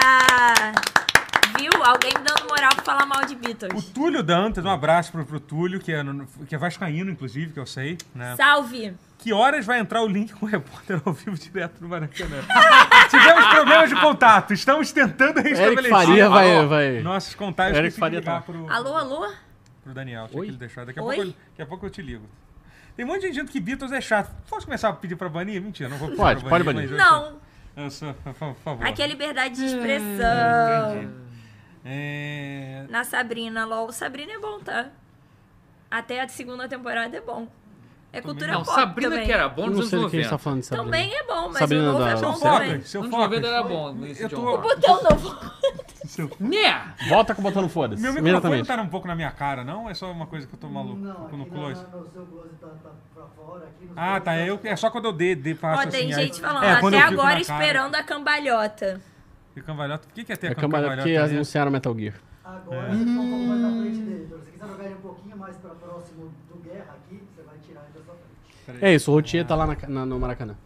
Viu? Alguém me dando moral pra falar mal de O Beatles. Túlio Dantas, um abraço pro, pro Túlio, que é, no- que é vascaíno, inclusive, que eu sei. Né? Salve! Que horas vai entrar o link com o repórter ao vivo direto do Maracanã? [LAUGHS] Tivemos problemas de contato. Estamos tentando Eric restabelecer. Faria vai. Alô. vai... Nossos contatos Eric consegui Faria ligar tá pro, Alô, alô? pro Daniel. Tinha Oi? que ele deixar. Daqui a, Oi? pouco eu, daqui a pouco eu te ligo. Tem um monte de gente que Beatles é chato. Posso começar a pedir pra banir? Mentira, não vou pedir Pode, pra pode mas banir. eu Não, sou- Eu sou, por favor. aqui é liberdade de expressão. É, Na Sabrina, LOL. Sabrina é bom, tá? Até a segunda temporada é bom. É cultura um Não, pop Sabrina também. que era bom Eu nos não anos sei do que a gente 90. tá Anos falando de Sabrina. Também é bom, mas Sabrina o novo da- é Seu bom Focas, também. seu Focas. 90 era bom. Esse Eu John tô- O Rock. botão [LAUGHS] novo. Seu- Né? Volta com o botão foda-se. Meu microfone não Imediatamente. tá um pouco na minha cara, não? É só uma coisa que eu tô maluco. Não, Fico no aqui close. na- no seu close tá, tá pra fora. Aqui no Ah, tá. Eu, é só quando eu dê, dê Ó, faço assim. tem aí- gente falando, É, quando até eu fico na agora cara, esperando a cambalhota. E cambalhota. O que que é ter É cam- cambalhota porque cambalhota? né? anunciaram Metal Gear. É. Agora você tá um pouco mais na frente dele. Então, se você quiser jogar ele um pouquinho mais pra próximo do Guerra aqui, você vai tirar ele da sua frente. É isso, o Rotier tá lá na ca- na- no Maracanã.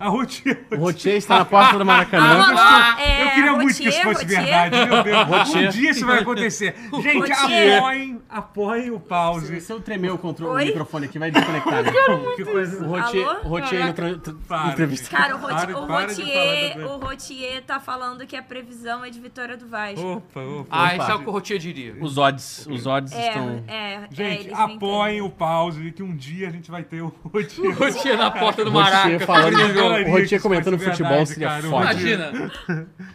A rotina. O Rotier [LAUGHS] está na porta do Maracanã. Alô, é, Eu queria muito que Rotier, isso fosse Rotier. verdade, meu Deus. Um Rotier. dia isso vai [LAUGHS] acontecer. Gente, Rotier. apoiem, apoiem o pause. Se eu tremer o controle Oi? do microfone aqui, vai desconectar. né? é Que coisa. O Rotier, Alô? o Rotier Caraca. no tra- tra- Para. entrevista. Cara, o, Roti- Para- o para de falar Rotier, da- o Rotier tá falando que a previsão é de vitória do Vasco. Opa, opa. Ah, isso é o que o Rotier diria. Os odds, os odds é, estão... é, é, Gente, eles não apoiem o pause, que um dia a gente vai ter o [LAUGHS] O roteiro. Rotier na porta do Rotier Maraca. falando, abrindo o o jogo. Rotier comentando Verdade, futebol seria cara, o foda. Rotier- é [LAUGHS] Imagina.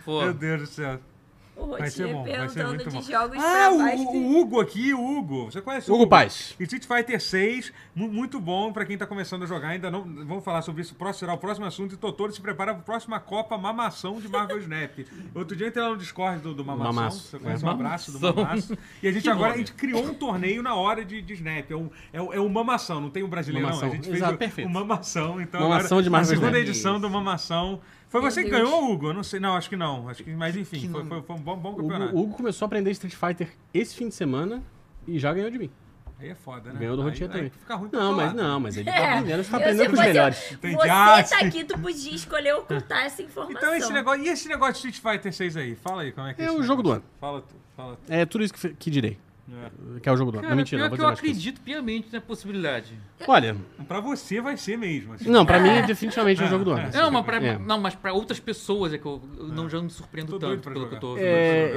Pô, Meu Deus do céu. entendem. O Vai ser Rotier bom, vai ser perguntando muito de bom. jogos Ah, pra o, Vasco. o Hugo aqui, o Hugo. Você conhece o Hugo Paz. E Street Fighter 6, mu- muito bom pra quem tá começando a jogar. Ainda não vamos falar sobre isso. Próximo será o próximo assunto. E Totoro se prepara para a próxima Copa Mamação de [LAUGHS] Marvel Snap. Outro dia eu entrei lá no Discord do, do Mamação. Mamaço, Você conhece é. o abraço do Mamação. Mamaço. E a gente agora a gente criou um torneio na hora de, de Snap. É um, é, um- é um Mamação, não tem um brasileiro, não. Mamação, A gente fez exato, o, perfeito. o Mamação. Então Mamação agora, de Marvel a segunda Snap. edição do Mamação. Foi Meu você que Deus. ganhou, Hugo? Eu não sei. Não, acho que não. Acho que, mas enfim, que foi, não- foi- foi um bom, bom O Hugo, campeonato. o Hugo começou a aprender Street Fighter esse fim de semana e já ganhou de mim. Aí é foda, né? Ganhou do Aí- Rotinha aí também. Fica ruim pro Não, teu mas lado. não, [LAUGHS] mas ele tá É. aprendendo, ele tá Eu aprendendo sei com os você- melhores. Tem você Ah, jazz. tá aqui, tu podia escolher ocultar essa informação. Então esse negócio, e esse negócio de Street Fighter 6 aí? Fala aí, como é que É esse o jogo do negócio? ano. Fala tu, fala tu. É tudo isso que, fe- que direi. É. Que é o jogo do ano. Cara, Não, mentira, pior não vou que dizer eu mais que isso. acredito piamente na possibilidade. Olha, Pra você vai ser mesmo. assim. não, pra mim definitivamente é o jogo do ano. Não, mas pra, É. não, mas pra outras pessoas é que eu, eu não, já não me surpreendo Tô doido tanto pra pelo que eu jogar. tô ouvindo.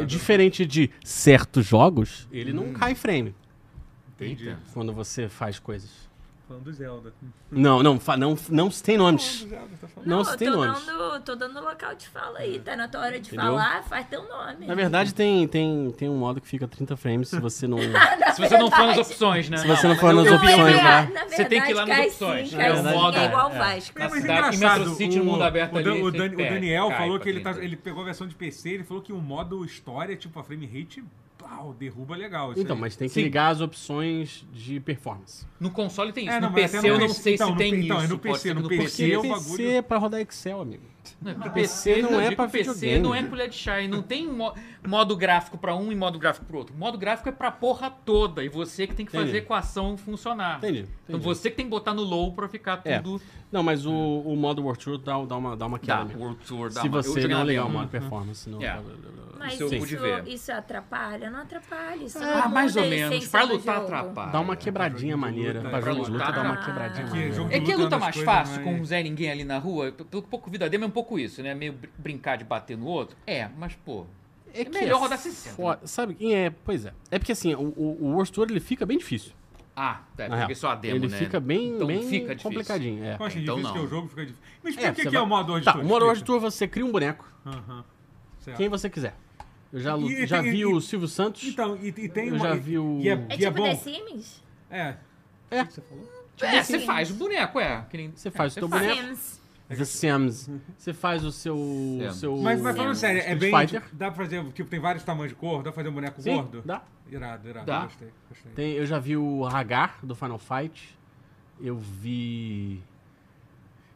É, diferente de certos jogos, ele Hum. não cai frame Entendi. quando você faz coisas. Falando do Zelda. Não, não, fa- não, não se tem nomes. Do Zelda, tá falando. Não, Não, se eu tem tô nomes. dando, um tô dando local de fala aí. Tá na tua hora de Entendeu? falar, faz teu nome. Na [LAUGHS] verdade, tem, tem, tem um modo que fica 30 frames se você não. Se você não for nas opções, né? Se você não for mas nas eu- Não, opções, é, lá. na Você tem que ir lá nas verdade, cai opções, sim, né? cai É sim, verdade. é igual É. Vasco. É, mas cidade, engraçado, Metro City, no mundo aberto o, Dan- ali, o, você Dan- o perde, Daniel cai falou pra que ele, tá- dentro. ele pegou a versão de PC, ele falou que o modo história, tipo a frame rate, pau, derruba legal. isso Então, aí. mas tem que Sim. ligar as opções de performance. No console tem isso. É, no não, mas PC até no eu não PC- sei então, se no tem P- então, isso. é no pode PC, ser que no PC Porque é um PC bagulho- é pra rodar Excel, amigo. Não, PC não é digo pra PC videogame. não é colher de chá. E não tem mo- modo gráfico pra um e modo gráfico pro outro. Modo gráfico é pra porra toda. E você que tem que fazer Entendi. a equação funcionar. Entendi, Então entendi. você que tem que botar no low pra ficar É. tudo... Não, mas o, o modo World Tour dá, dá uma, dá uma Dá, queda mesmo. World Tour, dá Se uma- eu você joguei não na ligar o demo. modo performance, não. É. Mas Isso eu pude isso, ver. isso atrapalha? Não atrapalha. Isso Ah, não mais muda ou a menos. essência Pra do lutar jogo. atrapalha. Dá uma quebradinha maneira. luta, Pra pra jogo de luta, lutar, dá uma tá. É quebradinha que maneira. jogo É que a Lutando luta as mais coisas, fácil né, mas- com o Zé Ninguém ali na rua, pelo pouco vida demo é um pouco isso, né? Meio br- brincar de bater no outro. É, mas pô. É, que melhor é rodar 60. fo- Sabe quem é? Pois é. É porque assim, o, o, o World Tour ele fica bem difícil. Ah, é, na porque real. só a demo, ele né? fica bem, Então bem fica difícil. complicadinho. É. Eu acho Então difícil não. que o jogo fica difícil. Me É, explica o que, você que é vai- o modo hoje Tá, o modo World explica. Tour você cria um boneco, Aham, certo. quem você quiser. Eu já, lu- E- já e- vi e- o Silvio Santos. Então, e, e tem Eu uma. já e- vi o- E é, É e é tipo The bom. Sims? É. É. O que você falou? É, você faz o boneco, é. que nem- Você é, faz o teu boneco. Sims. The Sims. Você faz o seu. o seu é Uhum. Mas, mas falando sério, é Street bem. Fighter. Dá pra fazer. Tipo, tem vários tamanhos de cor, dá pra fazer um boneco Sim, gordo? dá. Irado, irado. Dá. Gostei, gostei. Tem- eu já vi o Hagar do Final Fight. Eu vi.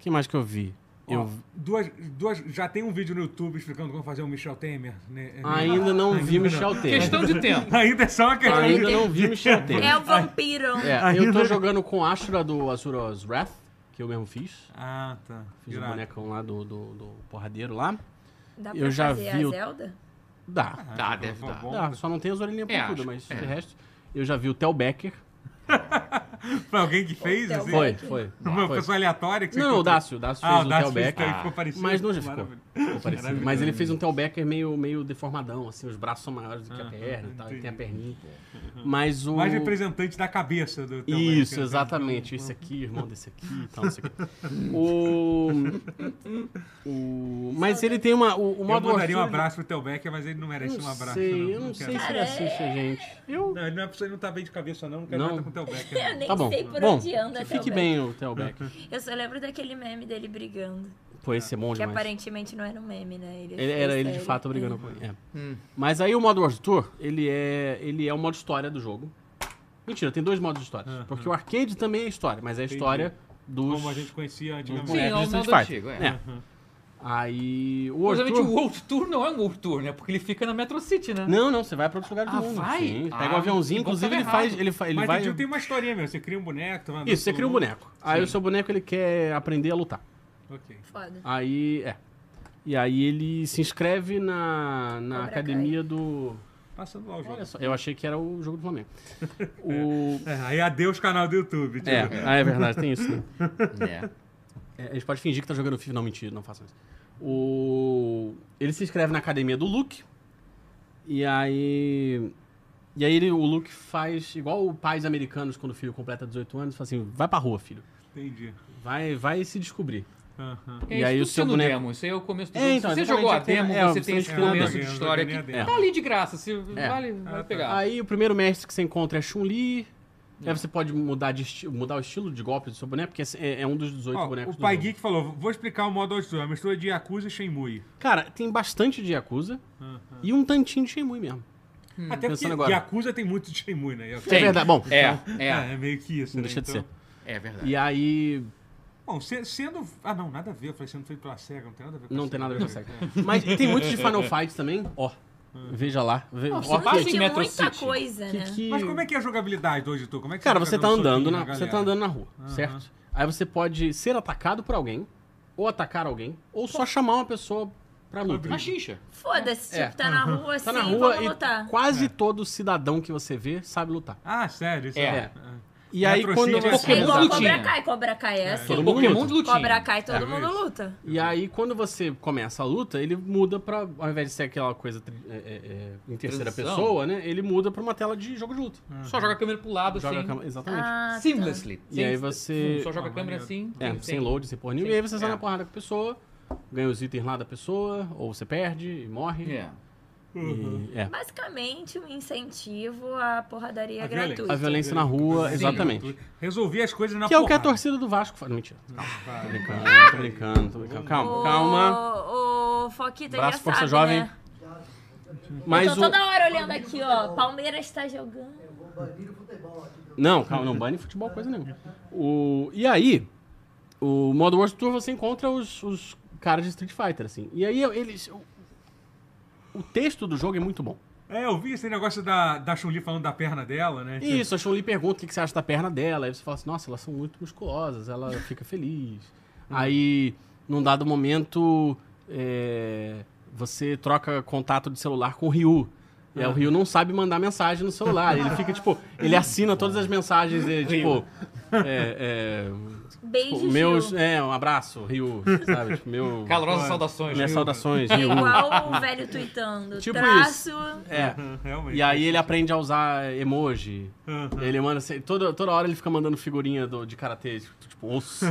Quem mais que eu vi? Ó, Eu duas, duas, já tem um vídeo no YouTube explicando como fazer um Michel Temer. Né? ainda não vi não. Michel Temer. Questão de [LAUGHS] [LAUGHS] tempo. Ainda é só uma questão. Ainda não vi Michel É Temer. o vampiro. É, eu tô jogando com a Ashura do Asuras Wrath, que eu mesmo fiz. Ah, tá. Fiz um o Irado. bonecão lá do, do, do porradeiro lá. Dá pra Eu já fazer vi a o- Zelda? Dá. Ah, Dá, então deve tá dar. bom. Dá, só não tem as orelhinhas É, pontudas, acho- mas é. de resto. Eu já vi o Tel Becker. Foi alguém que fez? Hotel Assim? Foi, Becker. foi. [LAUGHS] Uma foi. pessoa aleatória que você Não, não, o encontrou? Dácio. O Dácio fez Ah, o o Dácio Tel fez, Becker. tá, ficou parecido. Mas não já ficou. Maravilhoso. Ficou parecido. é Maravilhoso. Mas ele fez um Tel Becker meio, meio deformadão, assim, os braços são maiores do que a perna e tal, e entendi. tem a perninha. Mas o. Mais representante da cabeça do teu Isso, Becker. né? exatamente. Esse aqui, irmão desse [LAUGHS] aqui e tal, não sei o quê. O. o- Mas ele tem uma. O, o Eu modo mandaria um Arthur, abraço pro teu Becker, mas ele não merece Eu um não abraço. sei, não. eu não quero. sei se ele assiste a gente. Eu. Não, ele não é pessoa, ele não tá bem de cabeça, não. Não quero Não. nada com o teu Becker. Eu nem Tá bom. sei por Bom, onde anda. que fique Thelbeck. bem o Tel Becker. Eu só lembro daquele meme dele brigando. Pô, esse é bom Que demais. aparentemente não era um meme, né? Ele Ele- era fez ele de sério. Hum. fato brigando com ele. é. Hum. Mas aí o modo World Tour, ele é, ele é o modo história do jogo. Mentira, tem dois modos de história. Porque o arcade também é história, mas é a história dos. Ah, Como a gente conhecia dos antigamente. Sim, é o bonecos do modo Street Fighter. antigo, é. É. Aí. O World Obviamente o Tour. World Tour não é um World Tour, né? Porque ele fica na Metro City, né? Não, não, você vai pra outros lugares Ah, do mundo. vai? sim. Ah, Pega o aviãozinho, então inclusive tava ele faz. errado. Ele, fa- ele mas vai. um um- entendi, tem uma historinha mesmo. Você cria um boneco, tu vai andando Isso, você pelo cria um mundo. boneco. Aí o seu boneco ele quer aprender a lutar. Ok. É Foda. Aí. É. E aí ele se inscreve na, na Cobra Kai. academia do. Passando lá o jogo. Olha só, eu achei que era o jogo do [LAUGHS] Flamengo. O. É, aí adeus canal do YouTube. Tipo. É, ah, é verdade, tem isso. Né? É. É, a gente pode fingir que tá jogando FIFA. Não, mentira, não façam isso. O... Ele se inscreve na academia do Luke. E aí. E aí ele, o Luke faz igual os pais americanos quando o filho completa 18 anos, fala assim: vai pra rua, filho. Entendi. Vai, vai se descobrir. Aham. É, E aí isso o tudo seu no boneco- demo, isso aí é o começo do É, jogo. então, se você exatamente, jogou a é que tem- demo, é, você você tem esse tem a começo de demo. história Eu que ganhei a tá demo. ali de graça, É. se vale, Ah, vale tá. Hum. pegar. Aí o primeiro mestre que você encontra é Chun-Li. Aí você pode mudar, de esti- mudar o estilo de golpe do seu boneco, porque é, é um dos 18 Ó, bonecos o do Pai jogo. Geek falou, vou explicar o modo auditor, a mistura de Yakuza e Shenmue. Cara, tem bastante de Yakuza Aham. e um tantinho de Shenmue mesmo. Hum. Até porque pensando agora. Yakuza tem muito de Shenmue, né? Yakuza- É verdade, bom, É, É, é, é meio que isso, não né? deixa de Então- ser. é verdade. E aí, Bom, se- sendo. Ah, não, nada a ver. Eu falei sendo feito pela SEGA, não tem nada a ver com Não a tem SEGA. nada a ver [LAUGHS] com a SEGA. Mas e tem muitos de Final Fight também. Ó, veja lá. Ve- Nossa, ó, não que- existe Metro muita City. coisa, né? que- que- Mas como é que é a jogabilidade hoje, Tu? Como é que Cara, fica você tá dando andando soquinho na, na você tá galera? andando na rua, certo? Aí você pode ser atacado por alguém, ou atacar alguém, ou só chamar uma pessoa pra luta. Na xixa. Foda-se, É. tipo, tá na rua assim, Tá na rua vamos e lutar. quase É. todo cidadão que você vê sabe lutar. Ah, sério? Isso É. é. E Na aí trouxinha quando de você... É Pokémon igual lutinha. Cobra Kai, Cobra Kai é assim. Todo mundo Pokémon luta. de lutinha. Cobra Kai, todo É, mundo isso. luta. E aí quando você começa a luta, ele muda pra... Ao invés de ser aquela coisa tri- é, é, é, em terceira Transição. pessoa, né? Ele muda pra uma tela de jogo de luta. Tipo Só joga a câmera pro lado, Joga a assim. câmera... Exatamente. Ah, tá. Seamlessly. E Sem- aí você- Só joga a Ah, câmera maneiro. assim. É, sem load, sem porra nenhuma. Sim. E aí você sai É. na porrada com a pessoa, ganha os itens lá da pessoa, ou você perde e morre. É. E- é. tá. Basicamente, um incentivo à porradaria A violência. gratuita. A violência na rua, Sim. exatamente. Resolvi as coisas na Que é o que a porrada. torcida do Vasco faz. Não, mentira. Vai. Tô brincando, tô brincando, tô brincando. Calma, calma. O, o Foquita Braço, já força sabe, jovem. um. né? Mas Tô o. toda hora olhando aqui, ó. Palmeiras tá jogando. Eu vou banir o futebol aqui. do- Não, calma, não bane futebol, coisa nenhuma. O... E aí, o modo World Tour você encontra os, os caras de Street Fighter, assim. E aí eles. O, o texto do jogo é muito bom. É, eu vi esse negócio da, da Chun-Li falando da perna dela, né? Isso, a Chun-Li pergunta o que que você acha da perna dela. Aí você fala assim, nossa, elas são muito musculosas, ela fica feliz. Aí, num dado momento, é, você troca contato de celular com o Ryu. E aí o Ryu não sabe mandar mensagem no celular. Ele fica, tipo, ele assina todas as mensagens, é, tipo... É, é, Beijo, tipo, Gil. meus, é, um abraço, Ryu, sabe? Tipo, meu, Calorosas saudações. né? minhas viu? saudações, É Ryu. igual o velho tweetando. Tipo traço. É. Tipo, Realmente. E aí ele aprende a usar emoji. Uhum. Ele manda assim, toda, toda hora ele fica mandando figurinha do- de karatê, tipo, osso.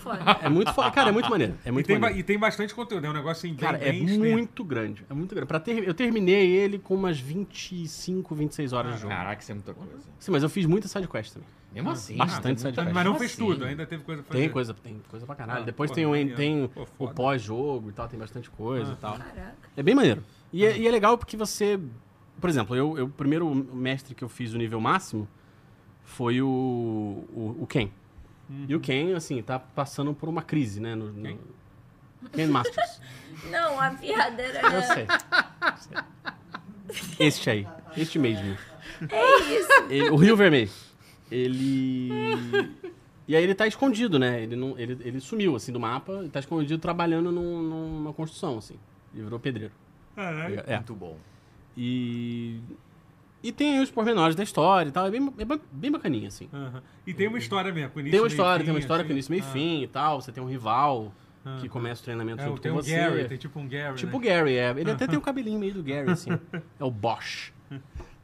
Foda. É muito foda. Cara, é muito maneiro. É E muito tem, ba- maneiro. e tem bastante conteúdo, é um negócio assim, bem, Cara, é bem extenso. muito grande. É muito grande. Pra ter, eu terminei ele com umas 25, 26 horas de jogo. Caraca, isso é muita coisa. Sim, mas eu fiz muita sidequest também. Mesmo Ah, assim. Bastante cara, sidequest. Mas não Como fez assim? tudo, ainda teve coisa pra Tem fazer. coisa, tem coisa pra caralho. é. Ah, Depois pô, tem, o, maneiro. tem Pô, o foda. pós-jogo e tal, tem bastante coisa e tal. Caraca. É bem maneiro. E, é, e é legal porque você. Por exemplo, eu, eu- o primeiro mestre que eu fiz o nível máximo foi o, o, o Ken. E o Ken, assim, tá passando por uma crise, né? No, no- Quem? Ken Masters. Não, a piada era. Eu sei. Este aí. Este mesmo. É isso. Ele- o Rio Vermelho. Ele. E aí ele tá escondido, né? Ele, não, ele, ele sumiu, assim, do mapa. Ele tá escondido trabalhando num- numa construção, assim. Ele virou pedreiro. Caralho. É. Muito bom. E. E tem aí os pormenores da história e tal. É bem, é ba- bem bacaninha, assim. Aham. E tem uma história mesmo, com início, Tem uma Ah, meio e história, fim, tem uma história assim. com início, meio e Ah. fim e tal. Você tem um rival que Aham. começa o treinamento É, junto tem com um você. Gary, tem tipo um Gary. Tipo o né? Gary, é. Ele até tem o cabelinho meio do Gary, [LAUGHS] assim. É o Bosch.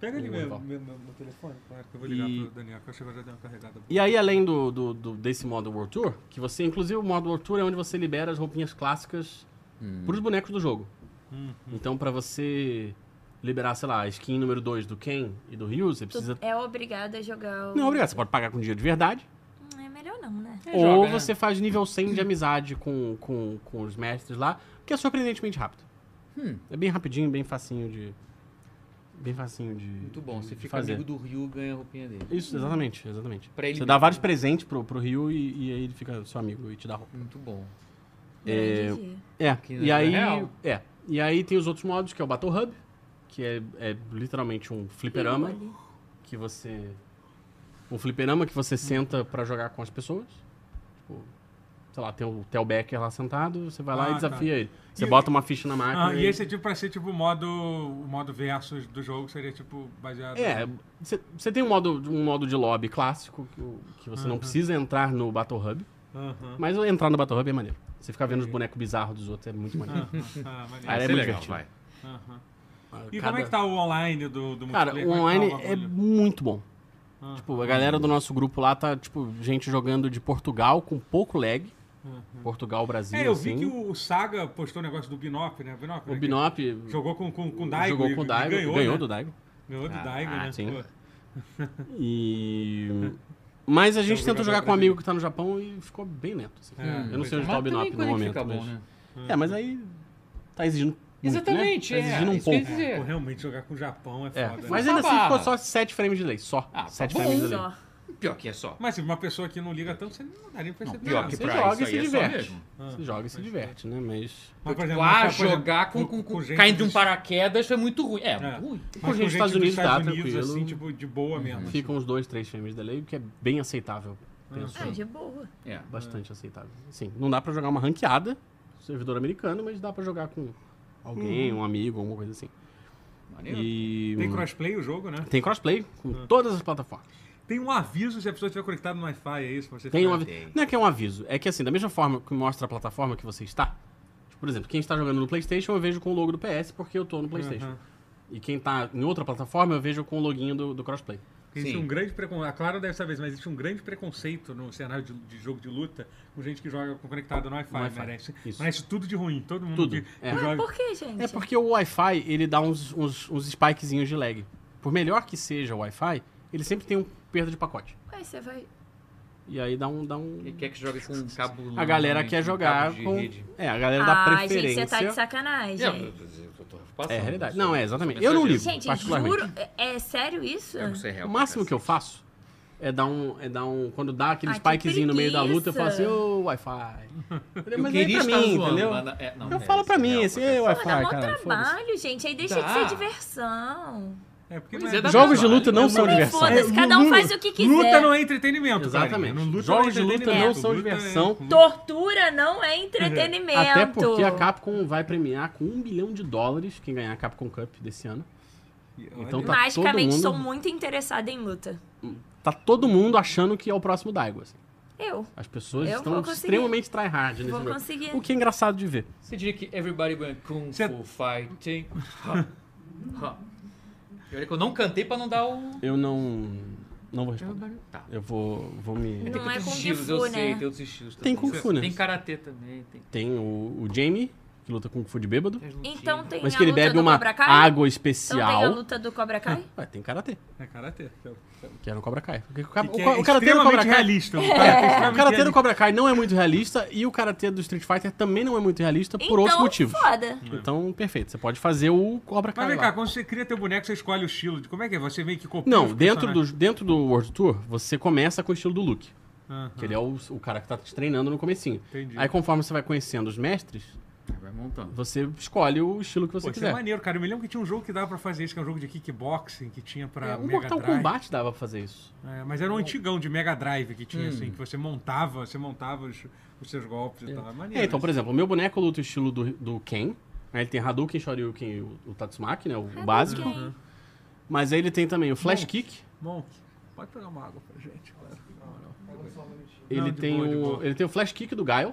Pega ali o meu, rival. meu, meu, meu telefone, claro, que eu vou ligar E- pro Daniel, que eu acho que eu já dei uma carregada. boa. E aí, além do, do- do- desse modo World Tour, que você, inclusive, o modo World Tour é onde você libera as roupinhas clássicas pros bonecos do jogo. Hum. Então, pra você liberar, sei lá, a skin número 2 do Ken e do Ryu, você precisa. Tu é obrigado a jogar o. Não, obrigado, você pode pagar com dinheiro de verdade. Hum, É melhor não, né? É, Ou joga, né? você faz nível 100 de amizade com, com, com os mestres lá, que é surpreendentemente rápido. Hum. É bem rapidinho, bem facinho de. Bem facinho de. Muito bom. de Você fica amigo do Ryu ganha a roupinha dele. Isso, exatamente, exatamente. Pra ele você mesmo. né? dá vários presentes pro, pro Ryu e, e aí ele fica seu amigo e te dá roupa. Muito bom. É, Grande dia. É, Que e é aí. real. É. E aí tem os outros modos, que é o Battle Hub, que é, é literalmente um fliperama Hum. Olha. que você. Um fliperama que você senta pra jogar com as pessoas. Tipo, sei lá, tem o Theo Becker lá sentado, você vai lá Ah, e desafia ele. Você E- bota uma ficha na máquina. Ah, e e- esse é tipo pra ser tipo o modo, o modo versus do jogo, seria tipo baseado. É, você você tem um modo, um modo de lobby clássico, que, o- que você não precisa entrar no Battle Hub, Aham. mas entrar no Battle Hub é maneiro. Você fica vendo os bonecos bizarros dos outros, é muito maneiro. Aham. Ah, maneiro. Cara, é Isso muito legal, divertido. vai. Aham. E Ah, como cada- é que tá o online do, do Cara, multiplayer? o Como online que tá é bagulho? muito bom. Ah. Tipo, a galera do nosso grupo lá tá, tipo, gente jogando de Portugal com pouco lag. Portugal, Brasil, É, eu assim. vi que o o Saga postou o negócio do Binop, né? Binop, O Binop Jogou com, com, com o Daigo. jogou e- com o e Daigo, ganhou, Ganhou, né? [LAUGHS] do Daigo. Ganhou do Ah, Daigo, né? sim. Pô. É E... um Mas a gente Jogo tentou do jogar com um Brasil. amigo que tá no Japão e ficou bem lento. assim. É, eu não sei Mas onde tá o também Binop no quando é que momento. fica bom, mas- né? É, mas aí tá exigindo muito, Exatamente, né? é. Tá exigindo um isso que eu ia pouco. dizer. Tá Pô, realmente jogar com o Japão é, É, foda. mas né? ainda assim Barra. ficou só 7 frames de delay, só. Ah, tá 7 bom. frames de delay. Só. Pior que é só. Mas se uma pessoa que não liga tanto, você não assim. daria pra perceber. pior nada. que Você pra joga isso e se aí é só diverte. mesmo. Ah. Você joga e se diverte, né? Mas. Mas, por exemplo, Ah, mas, por exemplo, jogar com, com, com- gente caindo de um dos- paraquedas foi muito ruim. É, É. muito ruim. mas com com gente gente dos Estados Unidos, dá, tá tranquilo. assim, tipo, de boa mesmo. Ficam uns dois, três frames de delay, o que é bem aceitável. Penso Ah, de boa. É. bastante aceitável. Sim, não dá pra jogar uma ranqueada, servidor americano, mas dá pra jogar com alguém, um amigo, alguma coisa assim. Maneiro. E Uhum. Tem crossplay o jogo, né? tem crossplay com todas as plataformas. Tem um aviso se a pessoa estiver conectada no Wi-Fi, é isso? Pra você Tem um ficar- avi- Não é que é um aviso, é que assim, da mesma forma que mostra a plataforma que você está, tipo, por exemplo, quem está jogando no PlayStation eu vejo com o logo do PS porque eu tô no PlayStation. Aham. E quem tá em outra plataforma eu vejo com o loginho do, do crossplay. Porque Existe Sim. um grande preconceito. A Clara deve saber, isso, mas existe um grande preconceito no cenário de, de jogo de luta com gente que joga conectada no Wi-Fi. No Wi-Fi, Merece, isso. merece tudo de ruim. Todo mundo Tudo, que, que é. joga. Por que, gente? É porque o Wi-Fi ele dá uns, uns, uns spikezinhos de lag. Por melhor que seja o Wi-Fi, ele sempre tem um perda de pacote. Ué, você vai. E aí dá um. Dá um... E quer que jogue com um cabo A galera quer jogar com... com. cabo de rede. É, a galera dá Ah, gente, preferência. você tá de sacanagem. É, eu- eu- eu tô passando, É a realidade. sou- Não, é exatamente. sou Eu não mensageiro. ligo, Gente, particularmente. juro. É, é sério isso? Eu não sei real. O máximo que eu faço é dar um. É dar um quando dá aquele Ai, Ah, que spikezinho no meio da luta, eu falo preguiça. assim, ô Wi-Fi. Eu é, Mas aí queria pra estar mim, zoando, entendeu? mas na- é, não, Eu é, falo pra isso é mim, real, assim, acontece. "Ei, Pô, dá Wi-Fi, mó cara. foda-se." trabalho, gente. Aí deixa de Dá. ser diversão. É, porque Pois não é, dá Jogos de trabalho. luta não Eu são também diversão. foda-se. cada um faz o que quiser. Luta não é entretenimento. Exatamente. Clarinha. Não, luta Jogos de não é luta não entretenimento. são Luta é- diversão. Tortura não é entretenimento. Uhum. Até porque a Capcom vai premiar com um bilhão de dólares quem ganhar a Capcom Cup desse ano. Então tá Magicamente, todo sou mundo- muito interessada em luta. Tá todo mundo achando que é o próximo Daigo, assim. Eu. As pessoas Eu estão vou conseguir. extremamente tryhard nesse Vou jogo. conseguir. O que é engraçado de ver. Você diria que everybody went kung Você- fu fighting. E olha que eu não cantei pra não dar o... Eu não. Não vou responder. Tá. Eu vou, vou me. Não é outros Kung estilos, Fu, eu né? sei, tem outros estilos Tem também. Kung Fu, né? Tem Karatê também, tem... Tem o, o Jamie, que luta com o Fu de bêbado. tem as Então lutinhas. é. tem Mas a que ele luta bebe do uma Cobra Kai? água Então tem a especial. luta do Cobra Kai? Ué, tem karatê, É karatê. que é no Cobra Kai. Porque o, ca- Que o que ca- é o karatê do Cobra extremamente Kai. [LAUGHS] realista. O karatê é O extremamente karatê do realista. Cobra Kai não é muito realista e o karatê do Street Fighter também não é muito realista [LAUGHS] por então, outros motivos. foda. Então, perfeito. Você pode fazer o Cobra Kai. É. Mas vem lá. cá, quando você cria teu boneco, você escolhe o estilo. de Como é que é? Você meio que né? copia Não, os dentro do, personagens. dentro do World Tour, você começa com o estilo do Luke. Aham. Que ele é o, o cara que tá te treinando no comecinho. Ah. Entendi. Aí conforme você vai conhecendo os mestres, Vai montando. você escolhe o estilo que você Pô, isso é quiser. maneiro, cara. Eu me lembro que tinha um jogo que dava pra fazer isso, que é um jogo de kickboxing, que tinha pra É, o Mega Mortal Drive. Kombat dava pra fazer isso. É, mas era um antigão de Mega Drive que tinha, assim, que você montava, você montava os, os seus golpes e tal. É maneiro. É, então, né? por exemplo, o meu boneco luta o estilo do, do Ken. Aí ele tem Hadouken, Shoryuken e o, o Tatsumaki, né? O básico. Hadouken. Mas aí ele tem também o Flash Kick. Monk, pode pegar uma água pra gente, claro. Ele, de tem boa, de o, boa. é ele tem o Flash Kick do Gaile.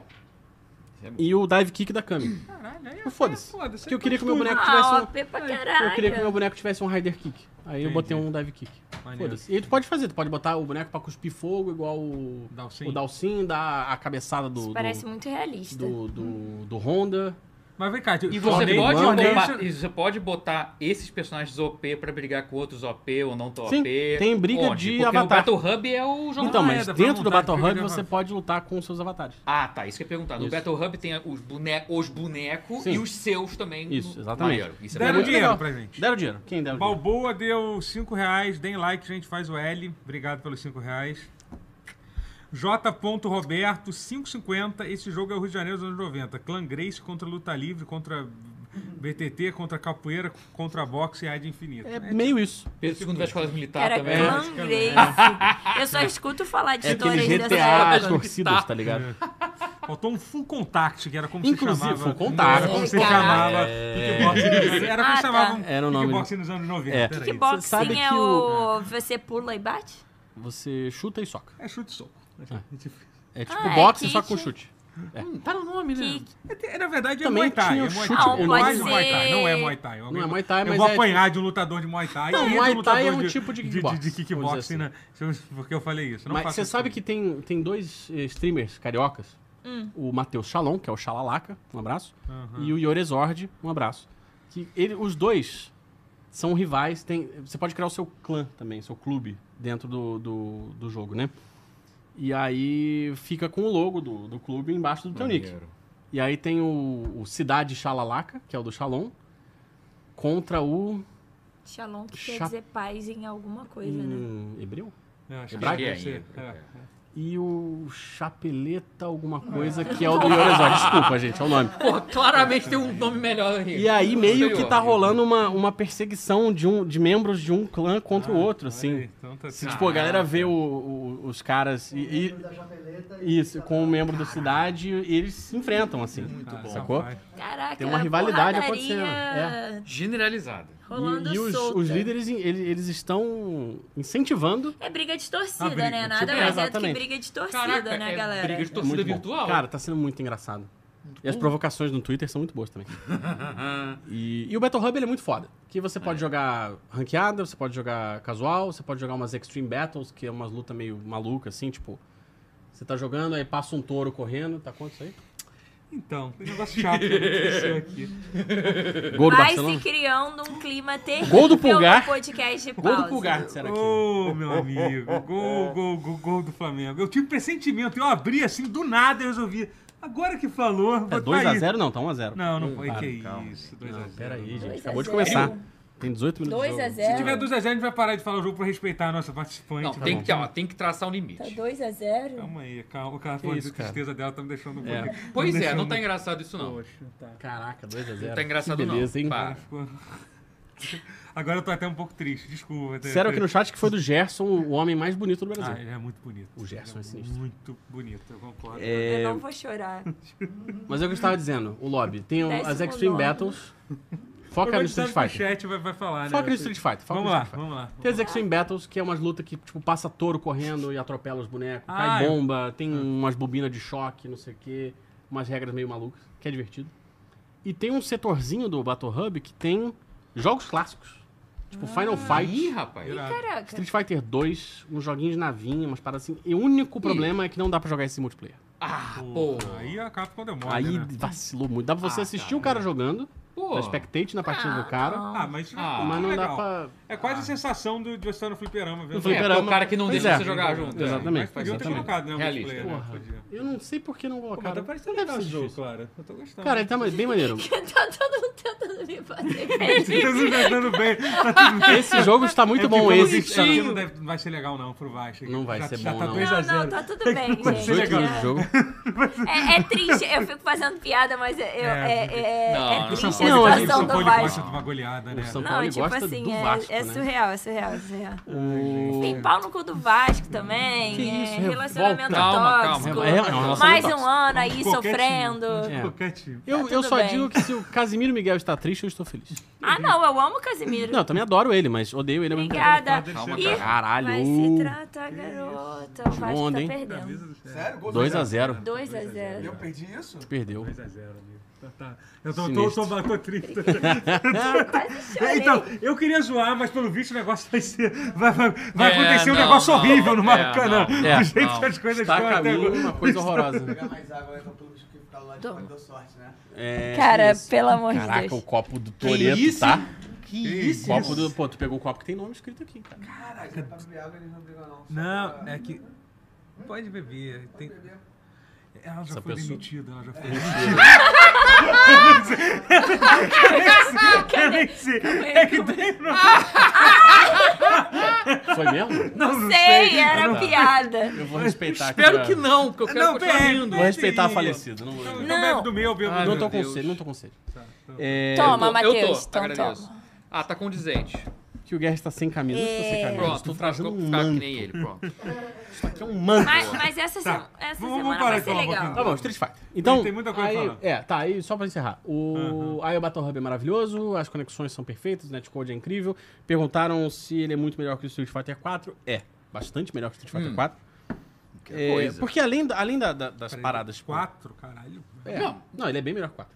E o Dive Kick da Kami. Caralho, aí Mas Foda-se. foda-se, Porque eu aí queria que o meu boneco tivesse Ah, um... OP pra Eu queria que o meu caralho. boneco tivesse um Rider Kick. Aí eu Entendi. botei um Dive Kick. Maneiro. Foda-se. E aí tu pode fazer, tu pode botar o boneco pra cuspir fogo, igual o Dalsin. o Dalsin, dá a cabeçada do, Isso do, parece muito realista. do, do, do Honda. Mas vem cá, E eu- você torneio- pode, torneio- ocupar- e você pode botar esses personagens OP pra brigar com outros OP ou não tão Sim, OP? tem briga Onde? de Porque avatar. o Battle Hub é o jogo... Então, Ah, mas é, dá pra dentro do montar, Battle fica Hub legal. você pode lutar com os seus avatares. Ah, tá. Isso que eu ia perguntar. No Isso. Battle Hub tem os, bone... os bonecos Sim. e os seus também. Isso, exatamente. Maneiro. Isso é Deram maneiro. dinheiro legal. pra gente. Deram dinheiro. É Quem deram dinheiro? Balboa deu 5 reais, deem like, gente, faz o L. Obrigado pelos 5 reais. J. Roberto, 5,50. Esse jogo é o Rio de Janeiro dos anos 90. Clã Grace contra Luta Livre, contra BTT, contra Capoeira, contra Boxe e Área de Infinito. É meio isso. Pedro II vai escolas militar Era também. Clan Grace. é [LAUGHS] Eu só escuto falar de né? É aqueles histórias dessa GTA época. as torcidas, tá É. ligado? Faltou um full contact, que era como se Inclusive, chamava. full contact. Era como se Caraca. chamava. kickboxing. Era como Ah, se tá. chamava Era o nome É. kickboxing nos anos 90. É. era isso. Kickboxing Você sabe é que o... Você pula e bate? Você chuta e soca. É chute e soco. É tipo Ah, é boxe, kick. só com chute. É. Hum, tá no nome, né? Que... É, Na verdade, é Também Muay Thai. tinha É o Muay chute, Thai. o é nome. mais um Muay Thai. Não é Muay Thai. Alguém- Não é Muay Thai, Eu mas vou é apanhar de um lutador de Muay Thai. Não, e de Muay lutador Thai é um tipo de kickboxing, De, de vamos kickboxing, dizer né? Porque eu falei isso. Não Mas faço você isso. sabe que tem, tem dois eh, streamers cariocas. O Matheus Shalom, que é o Xalalaca, um abraço. E o Yorezord, um abraço. Que ele, os dois são rivais. Tem, você pode criar o seu clã também, seu clube, dentro do, do, do jogo, né? E aí fica com o logo do, do clube embaixo do teu é nick. E aí tem o, o Cidade Xalalaca, que é o do Shalom, contra o... Shalom que Cha- quer dizer paz em alguma coisa, né? Hum, hebreu? É, acho Hebraico? que deve ser. É, é. É. E o Chapeleta alguma coisa, que é o do Yorezog. Desculpa, gente, é o nome. Pô, claramente tem um nome melhor aí. E aí meio Superior. que tá rolando uma, uma perseguição de, um, de membros de um clã contra o outro, Olha aí, assim. então tá- Se, tipo, a galera vê o- o- os caras e, e- Da chapeleta e- isso, com o membro da cidade, e eles se enfrentam, assim. Muito bom. Sacou? Rapaz. Caraca, Hum. Tem uma rivalidade porradaria acontecendo, [LAUGHS] Generalizada. Rolando E, e os, solta. os líderes, eles, eles estão incentivando É briga de torcida, Ah, briga. né? Nada É, mais é do que exatamente. briga de torcida, Caraca, né, é galera? briga de É torcida muito bom. virtual. Cara, tá sendo muito engraçado. e as provocações no Twitter são muito boas também. e, e o Battle Hub ele é muito foda. Que você É. pode jogar ranqueada, você pode jogar casual, você pode jogar umas Extreme Battles, que é umas lutas meio maluca, assim, tipo. Você tá jogando, aí passa um touro correndo, tá quanto [LAUGHS] isso aí? Então, tem um negócio chato que aconteceu aqui. Gol do Vai Barcelona? se criando um clima terrível Gol do no Pulgar. podcast de Gol do pausa. Pulgar, será que? Ô, meu amigo, gol, gol, gol, gol do Flamengo. Eu tive pressentimento, eu abri assim, do nada eu resolvi. Agora que falou, É vou tá aí. 2x0? Não, tá 1x0. Não, não foi. Para, Que calma. isso, 2 a Não, 0. peraí, gente. 2 a Acabou de 0. começar. Tem 18 minutos. de jogo. 2 a Se tiver 0 2 a 0 a gente vai parar de falar o jogo pra respeitar a nossa participante. Não, tá tem bom? que, ó, tem que traçar um limite. Tá 2 a 0 Calma aí, calma. O cara Que falou isso, de tristeza dela, tá me deixando um É. pouquinho- Pois me é, não deixando- tá engraçado isso não. Caraca, 2x0. Não tá engraçado que beleza, não. hein? Para. Ficou- Agora eu tô até um pouco triste, desculpa. Disseram aqui no chat que foi do Gerson, o homem mais bonito do Brasil. Ah, ele é muito bonito. O Ele Gerson é sinistro. É, Muito bonito, eu concordo. Eu não vou [LAUGHS] chorar. Mas é o que eu estava dizendo, o lobby. Tem o- as Décimo Extreme nono. Battles. O Foca no Rogério Street do Fighter. chat vai, vai falar, Foca né? no Street Fighter. Foca Vamos no lá, Street Fighter. vamos lá. Tem as Extreme Battles, que é umas lutas que, tipo, passa touro correndo e atropela os bonecos, Ah, cai eu- bomba, tem umas bobinas de choque, não sei o quê, umas regras meio malucas, que é divertido. E tem um setorzinho do Battle Hub que tem jogos clássicos. Ah. Tipo, Final Ih, Fight, rapaz. tá Irado. Caraca. Street Fighter 2, uns joguinhos de navinha, umas paradas assim. E o único problema é que não dá pra jogar esse multiplayer. Ah, pô. Pô, aí a Capcom deu mole, Aí né? tá. vacilou muito. Dá pra você Ah, assistir cara, o cara jogando, Pô. dar spectate na partida do cara, Ah, mas, Ah, mas não dá legal. pra... Ah. É quase a sensação do, de você estar no fliperama, viu? No É, fliperama. porque o cara que não Pois deixa é. você jogar junto. né? Exatamente. Mas podiam ter exatamente. colocado, né? Realista. Realista. Né? Porra. Podia. Eu não sei por que não Pô, mas tá colocaram. parecendo Deve legal o ser jogo, difícil. cara. Eu tô gostando. [LAUGHS] Cara, ele tá bem [LAUGHS] maneiro. [LAUGHS] Tá todo mundo tentando me fazer [LAUGHS] Vocês feliz. estão jogando bem. Tá tudo bem. Esse jogo está muito É bom, porque esse. o Vasco Não deve- não vai ser legal, não, pro Vasco. Não vai Já- ser já bom, tá não. 2 a Não, 0. não, tá tudo bem, Vai ser gente. legal. minutos de jogo. Tá É, é triste, eu fico fazendo piada, mas eu, é, É, é, não, é não, O São triste Paulo, Não, a a gente, situação São do Paulo Vasco. gosta de uma goleada, né? O São Paulo Não, ele tipo gosta assim, do é, Vasco, é né? surreal, é surreal, é surreal. O- Tem pau no cu do Vasco também, Que é, isso, revolta. relacionamento Calma, calma. tóxico. É, é uma relação mais um tóxica. ano aí Qualquer sofrendo. time, É. Qualquer time. Eu, Tá eu tudo só bem. digo que se o Casimiro Miguel está triste, eu estou feliz. Ah, não, eu amo o Casimiro. Uhum. Não, eu também adoro ele, mas odeio ele ao mesmo tempo. Obrigada. Calma, Ih, cara. Caralho. uh, Vai se tratar, garota. O Vasco Onda, hein? tá perdendo. Sério? Gol do 2x0. 2 a Zé? 0 Eu perdi isso? Perdeu. 2x0, amigo. Tá, tá. Eu tô, tô, Sinistro. tô, tô, tô [LAUGHS] triste. [LAUGHS] então, eu queria zoar, mas pelo visto o negócio vai ser. Vai, vai, vai É, acontecer um não, negócio não, horrível no é, Maracanã. não, é, do jeito não. que as coisas Está a estão até caminho agora. uma coisa horrorosa. Pegar mais água, né? Então, pelo que ficar lá de Toma. fora deu sorte, né? É, Cara, isso. pelo amor de Caraca, [LAUGHS] Deus. o copo do Que Toreto, isso? tá? Que isso? Copo do... Pô, tu pegou o copo que tem nome escrito aqui, cara. Cara, já pra beber água eles não brigam, não. Só Não, pra- é que. Pode beber. Tem... Ela já Essa foi pessoa- É demitida, ela já foi demitida. Quer nem ser. [LAUGHS] É que Ah, tem. Não, Foi mesmo? não Sei, Eu era não- piada. Eu vou respeitar aqui Espero pra- que não, porque eu quero Não, continuar bem, rindo. Vou respeitar a Sim. falecida. Não, vou- Então Não. bebe do meu, bebe do Ah, meu. não tô com Deus. sede, não tô com sede. Tá, tá. É, Toma, eu Matheus. tô, Então agradeço. toma. Ah, tá condizente. que o Guerra está sem camisa. Eu estou É. sem camisa. eu Pronto, tá, estou trajando vou um ficar que manto. nem ele, pronto. Isso aqui é um manto. Mas, mas essa, Tá. se- essa Vamos- vamos semana parar vai de ser falar um legal. pouquinho. Tá bom, Street Fighter. Então, Tem muita coisa aí, pra falar. É, tá, aí só pra encerrar. O, Aí o Battle Hub é maravilhoso, as conexões são perfeitas, o netcode é incrível. Perguntaram se ele é muito melhor que o Street Fighter 4. É, bastante melhor que o Street Fighter Hum. 4. É, coisa. Porque além, da- além da- da- das Peraí, paradas... tipo, Quatro, caralho. É, não. ele é bem melhor que o 4.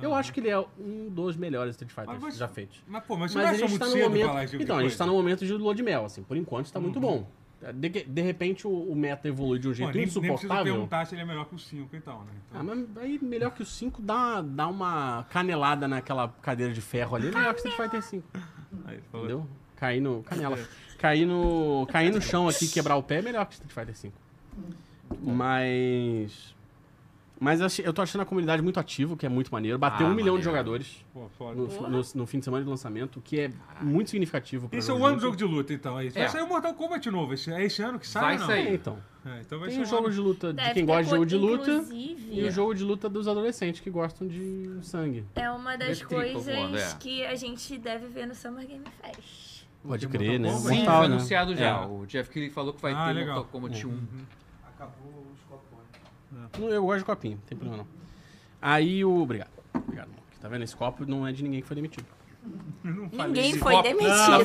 Eu acho que ele é um dos melhores Street Fighters Mas você- já feitos. Mas, pô, mas você Mas a não achou gente muito tá no cedo momento. falar tipo de Uhum. Então, a gente tá no momento de lua de mel, assim. Por enquanto tá muito bom. De, que- de repente o, o meta evolui de um jeito nem, nem preciso insuportável. perguntar se ele é melhor que o 5, então, né? Então, Ah, mas aí melhor que o 5 dá, dá uma canelada naquela cadeira de ferro ali. é Melhor que o Street Fighter 5. aí, ele falou, Entendeu? Cair no. Canela. Cair no. Cair no chão aqui, quebrar o pé é melhor que o Street Fighter 5. Mas. Mas eu achei- eu tô achando a comunidade muito ativa, o que é muito maneiro. Bateu Ah, um milhão de maneiro. jogadores Pô, foda. no, fi- no- no fim de semana de lançamento, o que é muito significativo. pra Esse é jogo o de ano do luta. jogo de luta, então, é isso. É. Vai sair o Mortal Kombat novo. Esse, é esse ano que sai Vai ou não? sair. É, então. É, então vai Tem ser o um jogo ano- de luta de Deve quem ter gosta de co- jogo de luta Inclusive, e o jogo de luta dos adolescentes que gostam de sangue. é uma das Eletrico coisas voando, é. que a gente deve ver no Summer Game Fest. Pode Tem crer, né? Mortal Sim, Kombat. Mortal, foi né? anunciado já. É. O Jeff Kelly falou que vai Ah, ter um legal. Mortal Kombat 1. Acabou os copões. Não, Eu gosto de copinho, não tem problema não. Aí o. Obrigado. Obrigado, Monk. Tá vendo? Esse copo não é de ninguém que foi demitido. Ninguém isso. foi Ó, Ah, a demitido,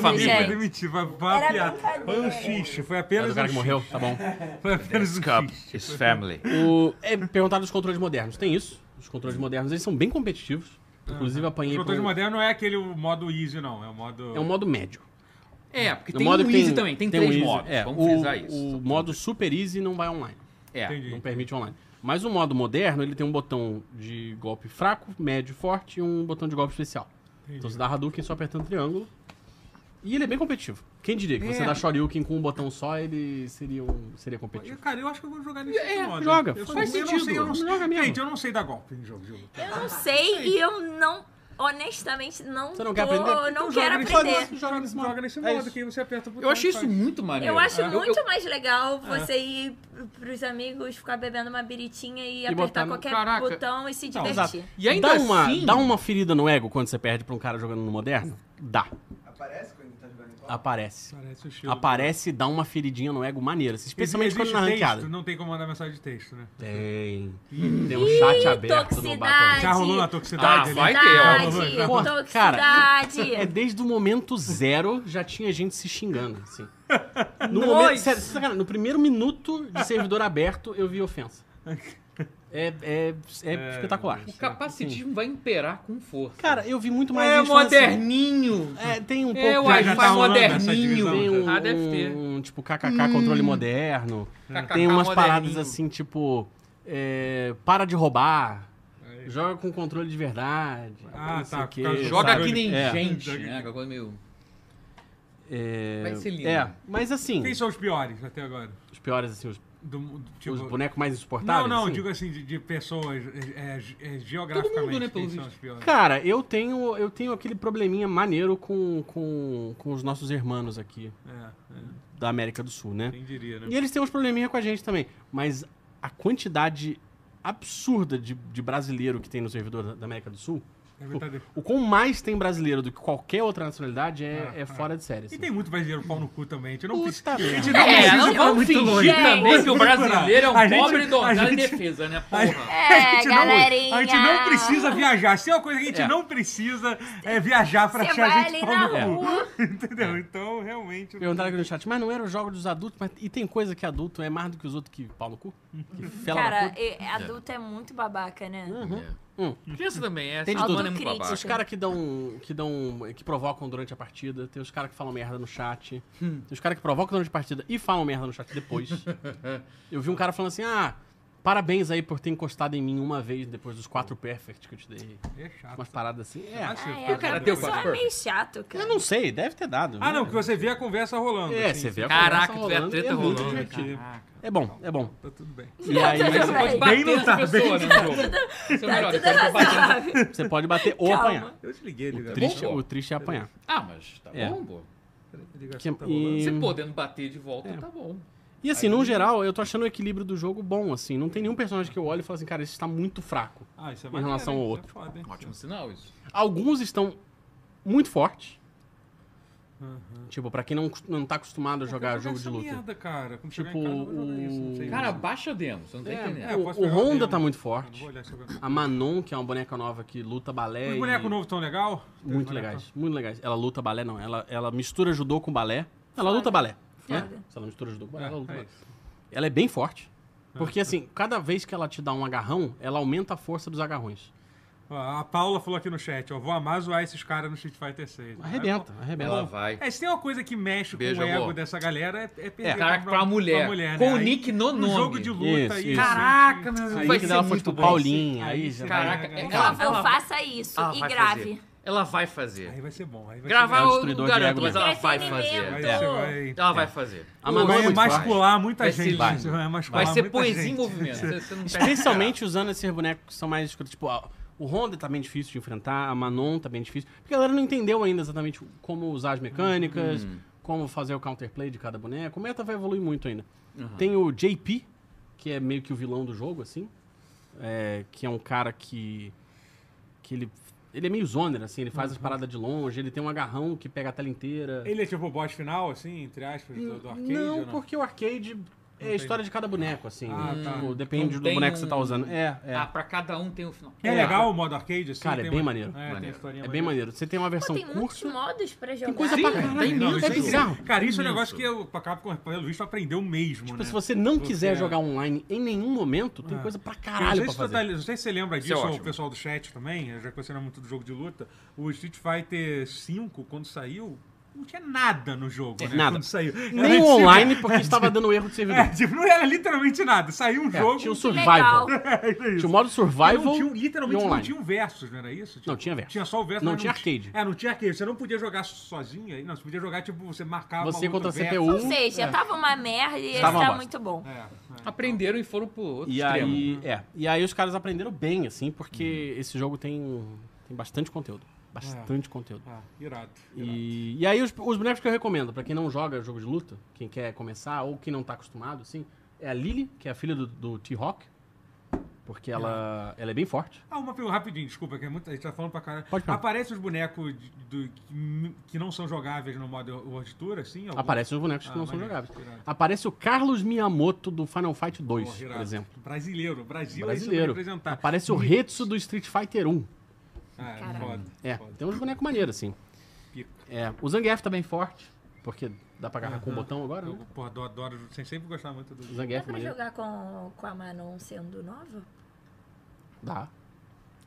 família foi gente. demitida. Foi uma é Era piada. brincadeira. Foi um xixi. Foi É apenas do cara que um morreu? Tá bom. xixi. Foi apenas um xixi. is family. O, é, perguntaram dos controles modernos. Tem isso. Os controles modernos, eles são bem competitivos. Inclusive, O apanhei pra controle um- moderno não é aquele modo easy, não. É o modo... É um modo médio. É, porque Hum. No tem modo o que Easy também, tem, um três easy. modos. É, Vamos o, frisar isso. O modo super easy não vai online. É. Entendi. Não permite online. Mas o modo moderno, ele tem um botão de golpe fraco, médio, forte e um botão de golpe especial. Então você dá Hadouken só apertando triângulo. E ele é bem competitivo. Quem diria que você É. dá Shoryuken com um botão só, ele seria, um, seria Eu, competitivo. cara, eu acho que eu vou jogar nesse É, modo. joga. Eu sou- Faz eu Não sentido. sei, eu não sei. Joga mesmo. Gente, eu não sei dar golpe em jogo de luta. Eu não sei e eu não, honestamente, não Você não quer tô- aprender? não Então quero joga nesse- aprender. Joga nesse modo. Joga nesse É modo isso. que você aperta o botão. Eu achei e isso faz. muito maneiro. Eu acho Ah, eu- muito eu- mais legal você ir pros amigos, ficar bebendo uma biritinha e, botar apertar no- qualquer Caraca. botão e se Não, divertir. E ainda dá Então, uma, assim... dá uma ferida no ego quando você perde pra um cara jogando no moderno? Dá. Aparece quando ele tá jogando em copo? Ah. Aparece. Parece o shield. Aparece e dá uma feridinha no ego maneira. assim, Especialmente quando Existe na texto, ranqueada. Não tem como mandar mensagem de texto, né? Tem. Tem um chat aberto no batom. toxicidade. Já rolou na Ah, toxicidade vai ali. ter, ó. Toxicidade, Vai, vai. toxicidade. É desde o momento zero já tinha gente se xingando, assim. No, Nós. momento, sério, sem sacanagem, no primeiro minuto de servidor aberto, eu vi ofensa. É, é, é espetacular. O capacitismo vai imperar com força. Cara, eu vi muito mais é gente falando assim, moderninho. é, tem um é o pouco... Já- já Wi-Fi tá rolando essa moderninho. divisão, Tem um, ah, deve ter. Hum. um, tipo KKK controle moderno. KKK tem umas moderninho. paradas assim, tipo... é, para de roubar. Aí. Joga com controle de verdade. É. Ah, não sei tá, o quê. por causa do Joga Sabe? que nem É. gente, Joga que- né? Aquela coisa meio... É, Vai ser lindo. É, mas assim, Quem são os piores até agora? os piores, assim, os, Do, do- tipo- os bonecos mais Não, insuportáveis? não, assim? digo assim, de, de pessoas é, é, é, geograficamente. Todo mundo, né, pelo quem são visto. os piores? Cara, eu tenho, eu tenho aquele probleminha maneiro com, com, com os nossos irmãos aqui É, é, da América do Sul, né? quem diria, E né? eles têm uns probleminha com a gente também. Mas a quantidade absurda de, de brasileiro que tem no servidor da- da América do Sul, É verdade. o quão mais tem brasileiro do que qualquer outra nacionalidade é, É, é fora de série. E assim. tem muito brasileiro pau no cu também. A gente não precisa. Puta merda. não É, precisa não ir vamos muito fingir longe. também que Vamos o brasileiro é procurar. um A gente- pobre dotado a em gente- defesa, né? [LAUGHS] Porra. a gente não- galerinha. a gente não precisa viajar. Se é uma coisa que a gente É. não precisa é viajar pra Você achar vai a gente ali pau na no rua. cu. [LAUGHS] Entendeu? Então, realmente. Perguntaram aqui no chat, mas É. não era o jogo dos adultos, mas e tem coisa que adulto é mais do que os outros que pau no cu? Que fela no Cara, cu? e- adulto é muito babaca, né? Uhum. Hum. Criança também é. Tem de essa tudo. banda é muito Autocrítica. Os babaca. caras que dão. que dão. que provocam durante a partida, tem os caras que falam merda no chat. Tem os caras que provocam durante a partida e falam merda no chat depois. Eu vi um cara falando assim, ah, parabéns aí por ter encostado em mim uma vez depois dos quatro perfect que eu te dei. É chato. Umas paradas assim. Ah, É. sim, Ah, é, porque agora cara deu o pessoal quatro é meio chato, cara. Eu não sei, deve ter dado. Ah, não, que você vê a conversa rolando. É, assim. você vê a Caraca, tu vê conversa a rolando, treta é muito rolando. divertido. Caraca. É bom, é bom. Tá tudo bem. E aí Você pode Bem bater não tá nessa pessoa, né, no jogo. Isso é o melhor, você Tá pode bater nessa- você pode bater ou Calma. apanhar. Eu desliguei a O ligação. triste, o triste é apanhar. Ah, mas tá É. bom, pô. A ligação tá rolando. E... Você podendo bater de volta, tá bom. E assim, no geral, eu tô achando o equilíbrio do jogo bom, assim. Não tem nenhum personagem que eu olho e falo assim, cara, esse está muito fraco. Ah, isso é Em maneiro, relação hein? ao Isso outro. É foda, hein? Ótimo sinal isso. Alguns estão muito fortes. Aham. Tipo, pra quem não, não tá acostumado a É, jogar jogo de essa luta. Merda, cara. Quando Tipo, chegar em casa, eu vou jogar isso, não sei. Cara, baixa demo, você não tá É, entendendo. eu o, posso o pegar É. o Honda demo. tá muito Eu não forte. vou olhar isso agora. A Manon, que é uma boneca nova que luta balé. Os É, e- bonecos novos tão legal? Os Muito bonecos- legais, muito legais. Ela luta balé, não. Ela, ela mistura judô com balé. Ela luta balé. né? Foda. Se ela mistura judô com balé, É, ela luta é balé. isso. Ela é bem forte. Porque assim, cada vez que ela te dá um agarrão, ela aumenta a força dos agarrões. Ó, a Paula falou aqui no chat, ó, vou amar zoar esses caras no Street Fighter 6. Arrebenta, Ela arrebenta. vai. É, se tem uma coisa que mexe Beijo, com o ego amor. dessa galera, é, é perder Caraca, pra Tá mulher. né? Com o Aí, nick no um nome. jogo de luta Isso, e... isso. Caraca, meu Deus. Aí vai que ser dela foi muito tipo bom. Paulinha, aí já Sim. vai- Caraca, Vai, é- Por ela, favor, ela- faça isso ela e vai grave. fazer. Ela vai fazer. Aí vai ser bom. Aí vai Gravar É o eu não destruidor de garanto, ego mas mesmo. ela Vai ser vai ser, fazer. elemento. bom. Aí você vai... Ela vai fazer. A Manu é Vai muito forte. mascular muita Vai ser gente. lindo. isso Vai, mascular Vai ser muita poesia em gente. movimento. Você- você não perde Especialmente usando esses bonecos que são mais escuros. Tipo, a- o Honda tá bem difícil de enfrentar, a Manon tá bem difícil. Porque a galera não entendeu ainda exatamente como usar as mecânicas, como fazer o counterplay de cada boneco. O meta vai evoluir muito ainda. Tem o JP, que é meio que o vilão do jogo, assim. é, que é um cara que. que ele. Ele é meio zoner, assim, ele faz as paradas de longe, ele tem um agarrão que pega a tela inteira. Uhum. Ele é tipo o boss final, assim, entre aspas, do, do arcade? não, ou não? porque o arcade é a história de cada boneco, assim. Ah, né? tá. Tipo, depende Então do tem boneco que você tá um- usando. É, é. Ah, pra cada um tem um final. É legal o modo arcade, assim? Cara, é tem bem uma- maneiro. É, tem uma Maneiro. historinha É bem maneiro. Você tem uma Pô, versão tem muitos curta. modos pra jogar. Tem coisa Sim, pra tem caralho. imenso. é bizarro. Cara, isso é um Imenso. negócio que eu, a Capcom, pelo visto, aprendeu mesmo, Tipo, né? se você não quiser Você- jogar online em nenhum momento, Ah. tem coisa pra Eu caralho não, sei pra se fazer. tu tá- não sei se você lembra Isso é disso, o ótimo. pessoal do chat também, já que você não é muito do jogo de luta. O Street Fighter V, quando saiu, não tinha nada no jogo, É, né? nada. Quando saiu. Era, Nem tipo, [LAUGHS] online, porque estava dando erro de servidor. é, tipo, não era literalmente nada. Saiu um É, jogo. [LAUGHS] é, tinha o Que survival. legal. Tinha o modo survival não tinha, e literalmente não online. tinha um versus, não era isso? Tipo, Não, tinha versus. Tinha só o versus. Não mas tinha arcade. É, não tinha arcade. Você não podia jogar sozinha. Não, você podia jogar, tipo, você marcava Você uma luta contra a versus. CPU. Ou seja, tava uma merda e esse Hum, é. Tava uma tá bosta. muito bom. É, é. Aprenderam e foram pro outro E extremo. aí, né? é. E aí os caras aprenderam bem, assim, porque Hum. esse jogo tem, tem bastante conteúdo. Bastante conteúdo. Ah, irado. irado. E, e aí os, os bonecos que eu recomendo, pra quem não joga jogo de luta, quem quer começar ou quem não tá acostumado, assim, é a Lily, que é a filha do, do T-Hawk, porque ela, ela é bem forte. Ah, uma pergunta rapidinho, desculpa, que é muito, a gente tá falando pra caralho. Pode falar. Aparece os bonecos de- do- que, que não são jogáveis no modo World Tour, assim? algum? Aparecem os bonecos que Ah, não são maneiro, jogáveis. irado. Aparece o Carlos Miyamoto do Final Fight 2, Porra, por irado. exemplo. Brasileiro, Brasil Brasileiro. é isso pra representar. Aparece o Retsu do Street Fighter 1. Ah, Caralho. foda. É, foda. tem uns bonecos maneiros, assim. Pica. É, o Zangief tá bem forte, porque dá pra agarrar com o botão agora, Eu, né? porra, adoro, adoro, sem sempre gostar muito do... O Dá Zangief pra maneiro. jogar com, com a Manon sendo nova? Dá.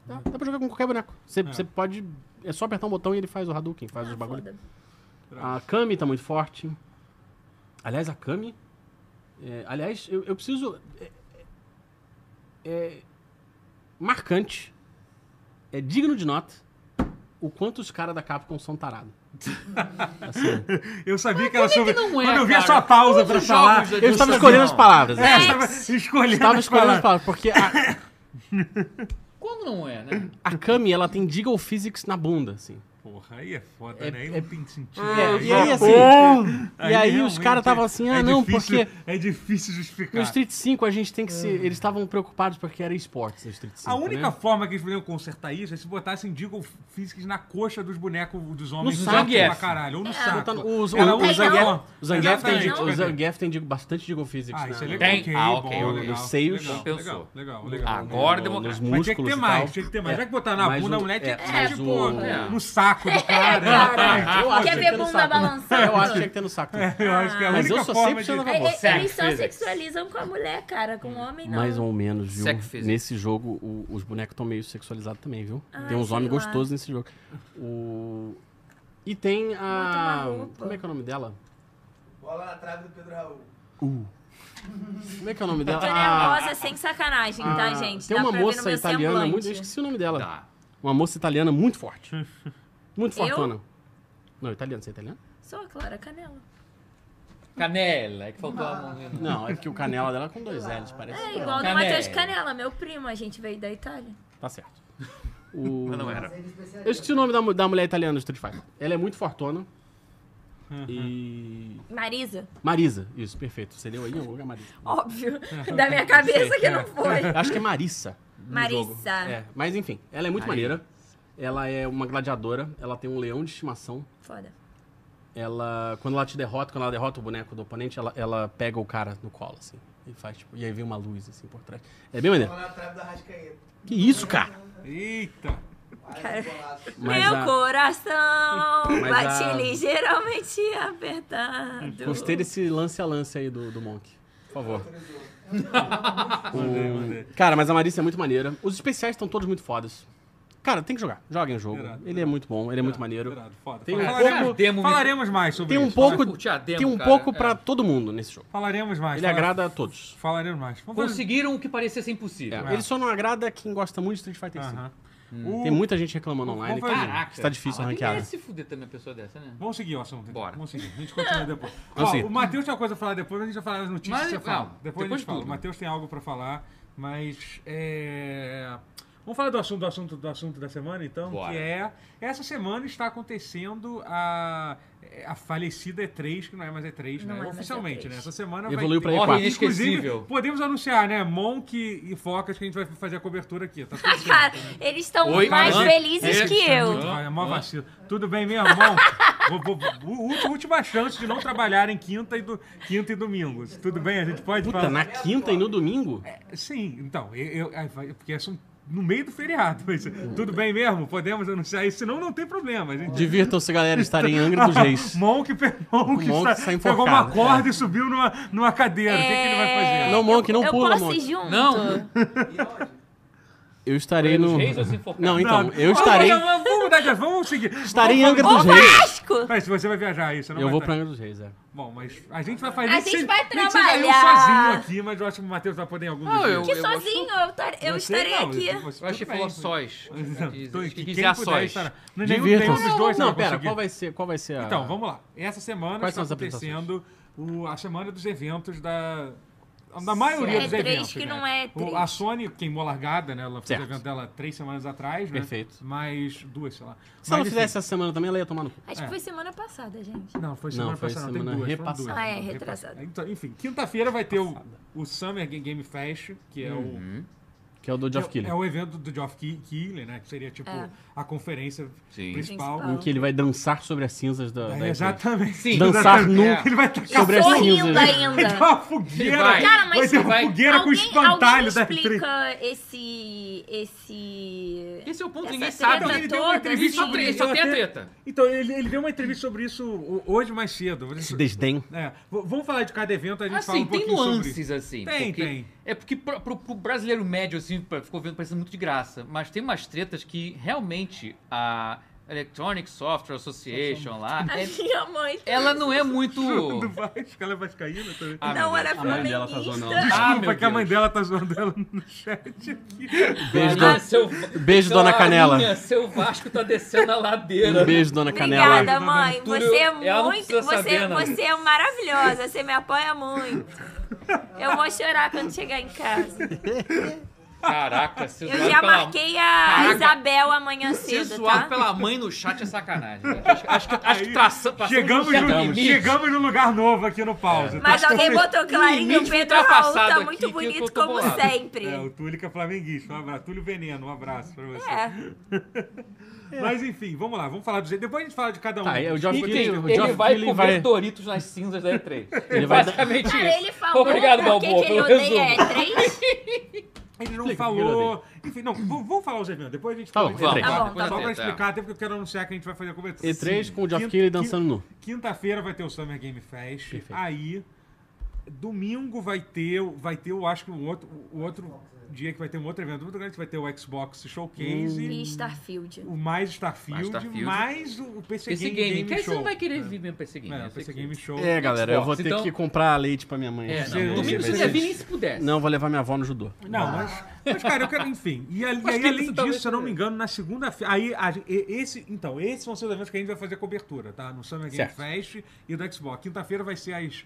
Dá, dá pra jogar com qualquer boneco. Você você pode... É só apertar um botão e ele faz o Hadouken, faz os Ah, bagulho. foda. A Kami tá muito forte. Aliás, a Kami. é, aliás, eu, eu preciso. É, é marcante. É digno de nota o quanto os caras da Capcom [LAUGHS] são tarados. Assim, Eu sabia que era sobre... não é, Quando eu vi a cara? sua pausa Todos pra os falar... jogos da eu estava Disney escolhendo não. as palavras. É, assim. estava escolhendo, [LAUGHS] Estava as escolhendo as palavras. palavras, porque a, Quando não [CLEARS THROAT] é, né? a Kami ela tem Deagle Physics na bunda, assim. Porra, aí é foda, É- né? Aí é- não tem sentido. É, Aí- e aí, assim. aí e aí os realmente caras estavam assim, ah, não, difícil- porque. É difícil justificar. No Street 5 a gente tem que ser. Eles estavam preocupados porque era esportes no Street 5. A única né? forma que eles poderiam consertar isso é se botassem Deagle Physics na coxa dos bonecos dos homens No saco Zangief. pra caralho, ou no saco. Botar no- O, o, Era o um- Zangief, era um- o Zangief tem, Exatamente, digo- o cadê? Zangief tem digo, bastante Digo Physics. Ah, isso é né? legal. Tem? ok, Ah, bom, ok, ok. legal, Os seios legal, compensou. Legal, legal. Agora No- democrático. Nos Mas tinha que músculos ter e mais, tal. tinha que ter mais. É. Já que botar na Mas bunda, o- a mulher tinha é, que mas ser, tipo, o- é. no saco do [LAUGHS] cara. Caraca. Ah, Eu acho Quer que ver tem no bunda saco. né? balançando? Eu acho que tinha que ter no saco. Eu acho que é a Mas única eu sou forma 100% de... a É, favor. é, eles só Sex physics. sexualizam com a mulher, cara, com o homem não. Mais um. ou menos, viu? Sex physics. Nesse jogo, o- os bonecos estão meio sexualizados também, viu? Ah, tem uns sei homens lá. gostosos nesse jogo. O... E tem uma a. roupa. Como é que é o nome dela? Bola na trave do Pedro Raul. Uh. Como é que é o nome dela? Tô A- nervosa sem sacanagem, tá, a- gente? Ah, Tem Dá uma pra ver no moça meu italiana semblante. muito. Eu esqueci o nome dela. Tá. Uma moça italiana muito [LAUGHS] forte. Muito Eu? fortona. Não, italiano, você é italiano? Sou a Clara Canela. Canela, é que faltou a mãozinha. Não, é porque o canela dela é com dois L's, parece. É igual do Canela. Matheus Canela, meu primo, a gente veio da Itália. Tá certo. O- Mas não era. Ele Eu esqueci o nome da, mu- da mulher italiana do Street Fighter. Ela é muito fortona. Uhum. E. Marisa, Marisa, isso, perfeito. Você deu aí em algum lugar, Marisa? óbvio. [LAUGHS] Da minha cabeça que não foi. Acho que é Marissa. [LAUGHS] no Marissa. jogo. É, mas enfim, ela é muito maneira. Ela é uma gladiadora, ela tem um leão de estimação. Foda. Ela. Quando ela te derrota, quando ela derrota o boneco do oponente, ela, ela pega o cara no colo, assim. E faz, tipo, e aí vem uma luz assim por trás. É bem maneiro. Bola na trave da Rascaeta. Que isso, cara? Eita. Quase golaço. Mas meu a- coração [LAUGHS] Mas bate a- ligeiramente apertado. Gostei desse lance a lance aí do, do Monk. Tá Por favor. [LAUGHS] O- Cara, mas a Marissa é muito maneira. Os especiais estão todos muito fodas. Cara, tem que jogar. Joguem o jogo. Irado, ele é muito bom, ele é muito maneiro. Irado, foda. Tem um falaremos, pouco- Demo- falaremos mais sobre Tem um isso. pouco, curtir a demo, tem um cara, pouco é. pra todo mundo nesse jogo. Falaremos mais. Ele fala- agrada a todos. Falaremos mais. Vamos fazer- Conseguiram o que parecia ser impossível. É, Ele só não agrada quem gosta muito de Street Fighter V. Aham. O- Hum. Tem muita gente reclamando online Vamos fazer- que está difícil Ah, mas ranquear. né? Tem que se fuder também uma pessoa dessa, né? Vamos seguir o assunto. então. Bora. Vamos seguir. A gente [LAUGHS] continua depois. Vamos Ó, seguir. o Matheus tem uma coisa pra falar depois, mas a gente vai falar as notícias Mas, que você fala. não, Depois, a depois gente de fala. tudo. né? O Matheus tem algo pra falar, mas é... Vamos falar do assunto, do assunto, do assunto da semana, então, Bora. que é... Essa semana está acontecendo a, a falecida E3, que não é mais E3, Não é né? mais Oficialmente, E3. né? Essa semana Evoluiu pra vai... ter- Corre E4. Inclusive, inesquecível. podemos anunciar, né? Monk e Focas, que a gente vai fazer a cobertura aqui. Tá [LAUGHS] tudo certo, Cara, né? eles estão Oi, mais cara. felizes É, que eu. Olha, mó vacilo. Tudo bem, meu irmão? [LAUGHS] Vou- vou- vou- última, última chance de não trabalhar em quinta e, do, quinta e domingo. Tudo bem? A gente pode Puta, falar? na quinta e no domingo? Sim, então. Eu, eu- ai, vai- porque é só no meio do feriado. mas tudo bem mesmo? Podemos anunciar isso? Senão não tem problema. A gente... Divirtam-se, galera, de estarem em [LAUGHS] Angra dos Reis. Monk, pe- Monk, Monk está- está enforcado, pegou uma é. corda e subiu numa, numa cadeira. O que, que ele vai fazer? Não, Monk, não É, eu pula, posso Monk. ir junto? [LAUGHS] Não. Eu estarei no. Reis ou se enforcar? Não, então, Não. eu Vamos- estarei. Vamos, vamos mudar de assunto, vamos seguir. Estarei em Angra Ô, dos Reis. Vasco! Mas você vai viajar aí, você não Eu vai vou estar- pra Angra dos Reis, é. Bom, mas a gente vai fazer A nem que gente seja- vai nem que seja eu trabalhar. sozinho aqui, mas eu acho que o Matheus vai poder em algum Não, dos eu- dias. Que sozinho eu, tar- eu Você estarei não, aqui. você- Eu acho que tudo falou bem, sós. mas- Então, Diz- que Quem quem quiser puder sós. estará. Nenhum- Nenhum Divirtam-se. um dos dois Não, vai pera, conseguir. qual vai ser, qual vai ser a. Então, vamos lá. Essa semana Quais está são as apresentações? acontecendo o- a semana dos eventos da... Da maioria É dos três eventos. que né? não é O- três. a Sony queimou a largada, né? Ela fez o Certo. evento dela três semanas atrás, né? Perfeito. Mas duas, sei lá. Se ela Mas, fizesse enfim, essa semana também, ela ia tomar no cu. É. Acho que foi semana passada, gente. Não, foi semana Não, foi passada, não, tem semana duas. foram repassada. duas. Ah, é, retrasada. Então, enfim, quinta-feira vai ter o, o Summer Game Fest, que é o Uhum. Que é o do Geoff É- É Keighley. o evento do Geoff Ke- Keighley, né? Que seria tipo É. a conferência Sim. principal. Principal. Em que ele vai dançar sobre as cinzas da. É, da E3. exatamente. Sim. Dançar nu Exatamente. Ele vai tacar É sobre sobre as Tô cinzas. rindo Vai ter Tá ainda. uma fogueira. Ele vai. Cara, mas vai ter uma vai- fogueira com alguém, alguém espantalho me da E3. explica esse... esse... Esse é o ponto, essa ninguém treta sabe. Então, ele deu uma toda, entrevista Só, assim. sobre tre- só Eu tem a até- treta. Então, ele, ele deu uma entrevista sobre isso o- hoje mais cedo. Esse desdém. Um É, v- vamos falar de cada evento, a gente fala Assim, um tem pouquinho sobre nuances, isso. assim. Tem, porque- tem. É porque pro, pro- pro brasileiro médio, assim, pra- ficou vendo, parecendo muito de graça. Mas tem umas tretas que realmente a Electronic Software Association lá, A [LAUGHS] é- minha mãe... ela não é muito... Do Vasco, ela é vascaína também. Ah, não, meu era A mãe dela tá zoando flamenguista. ela. Ah, Desculpa meu que a mãe Deus. dela tá zoando ela no chat aqui. Beijo, Ah, dona, seu- beijo, seu dona Canela. Larinha, Seu Vasco tá descendo a ladeira. Um beijo, dona Canela. Obrigada, mãe. Túlio, Você é ela não muito. precisa Você, saber, não. você é maravilhosa. Você me apoia muito. Eu vou chorar quando chegar em casa. Caraca, se Eu já marquei a Caraca. Isabel amanhã Ser cedo, zoado tá? pela mãe no chat é sacanagem. né? Acho, acho que, acho que traça- passamos Chegamos, um certo no, limite. chegamos num lugar novo aqui no É. pause. Mas Tá- alguém botou Clarinho e o limite Pedro Raul ultrapassado tá aqui, muito que eu tô bonito como bolado. sempre. É, o Túlio que é flamenguista. Um abraço. Túlio Veneno, um abraço pra você. É. Mas enfim, vamos lá, vamos falar dos. Depois a gente fala de cada um. Tá, é o Geoff E tem- Keighley. o ele Geoff vai Keighley comer Doritos nas cinzas da E3. Ele vai dar- Basicamente Cara, isso. ele falou Obrigado, por que Balboa, que ele pelo odeia é resumo. E3. Ele não Explica, falou. Enfim, não, v- vamos falar os eventos. Depois a gente Tá fala bom, os eventos. tá bom, tá Só bom. pra explicar, até porque eu quero anunciar que a gente vai fazer a cobertura. E3 Sim. com o Geoff Quinta- Keighley dançando nu. Quinta-feira vai ter o Summer Game Fest. Perfeito. Aí, domingo vai ter, vai ter, eu acho que um outro, o outro dia que vai ter um outro evento muito grande, vai ter o Xbox [LAUGHS] E Hum. Showcase, Starfield. o mais Starfield, Mais Starfield. mais o PC Esse Game, game, Game que aí você Show. não vai querer vir mesmo pra esse game. É, né? o PC Esse Game Show. É, galera, eu vou Xbox, ter então- que comprar leite pra minha mãe. É, Sim, não, domingo Vai você ser ia difícil. vir nem se pudesse. Não, vou levar minha avó no judô. Não, mas, mas, cara, eu quero, enfim. E, ali- Mas aí, que além isso disso, talvez se eu não seja. me engano, na segunda-feira. Aí, a gen- e- esse, então, esses vão ser os eventos que a gente vai fazer cobertura, tá? No Summer Game Certo. Fest e do Xbox. Quinta-feira vai ser às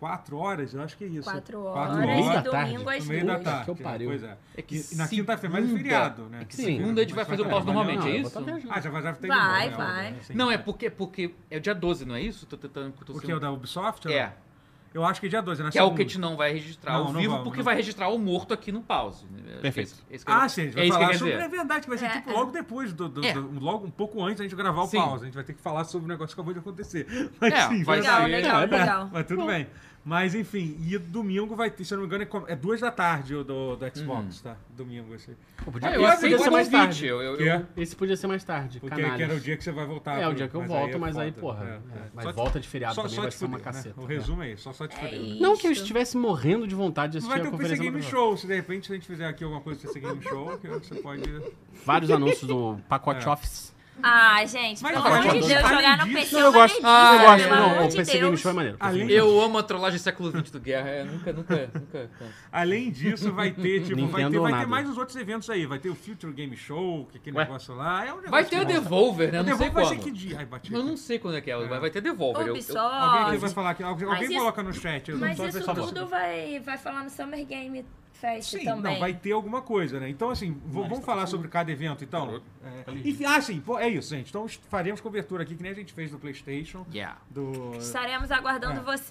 4 horas, eu acho que é isso. Quatro Quatro horas horas. e domingo às No meio da duas. tarde. que eu pariu. Pois é. É que E- e na segunda- quinta-feira, mas é feriado, né? É que Sim. segunda a gente vai Mas fazer o vai pause trabalhar. normalmente, Não, é eu isso? vou até ajudar. Ah, já vai, já ter Vai, de novo, vai. Assim, Não, é porque, porque é o dia 12, não é isso? Tô tentando... Tô O que é o sendo- da Ubisoft? ou É. não? Eu acho que é dia 12, na Que é o segunda. que a gente não vai registrar Não, ao não vivo, vamos, porque não. vai registrar o morto aqui no pause. Acho que é Perfeito. isso. É isso que eu- Ah, sim, a gente vai é isso que eu falar quero sobre. É dizer. verdade, que vai ser É, tipo é. logo depois, do, do- É. do- logo um pouco antes da gente gravar o Sim. pause. A gente vai ter que falar sobre o negócio que acabou de acontecer. [LAUGHS] Mas É, sim, vai verdade. ser- Legal, legal, É, legal. Mas tudo bem. Mas enfim, e domingo vai ter, se eu não me engano, é com- é duas da tarde o do, do Xbox, tá? Domingo, assim. Pô, podia- Ah, esse eu acho que podia eu ser vou mais convite, tarde. Uhum. eu- eu- Que é? Esse podia ser mais tarde, Porque que era o canalhas. dia que você vai voltar. É, o pro- dia que eu mas volto, aí é mas aí, foda. porra. É, é, é. Mas Só- volta de feriado só, também só vai te ser uma fuder, né? caceta. O né? resumo é isso. Só só te É fudendo. isso. Não que eu estivesse morrendo de vontade de Não assistir vai ter a o PC conferência. Game do- Show. Se de repente a gente fizer aqui alguma coisa do PC Game Show, que você pode. [LAUGHS] Vários anúncios do pacote É. Office. Ah, gente, Mas pelo eu amor de gosto. Deus, Além jogar no disso- PC Não, é eu uma gosto. delícia, Ah, eu gosto. pelo Não, amor o de PC Game Deus. Show é maneiro. Além Game Show. Eu amo a trollagem do século XX do Guerra. é, [LAUGHS] nunca, nunca, nunca. canso. Além disso, vai ter, tipo, vai Nintendo ter, ou vai ter nada. mais os outros eventos aí. Vai ter o Future Game Show, que é aquele Ué? negócio lá. É um negócio Vai ter a que- Devolver, né? O Não sei Devolver vai ser quando. que dia? Ai, bati. Eu não sei quando é que é, mas vai ter Devolver. Eu- eu- Alguém aqui vai Ubisoft. falar aqui. Alguém Mas alguém isso- coloca no chat. eu não Mas tô isso acessando. tudo vai, vai falar no Summer Game Fest Sim, também. não, vai ter alguma coisa, né? Então, assim, v- tá vamos falar sobre cada evento, então? É, e, ah, sim, pô, é isso, gente. Então est- faremos cobertura aqui, que nem a gente fez do Playstation, Yeah. do... Estaremos aguardando É. É isso,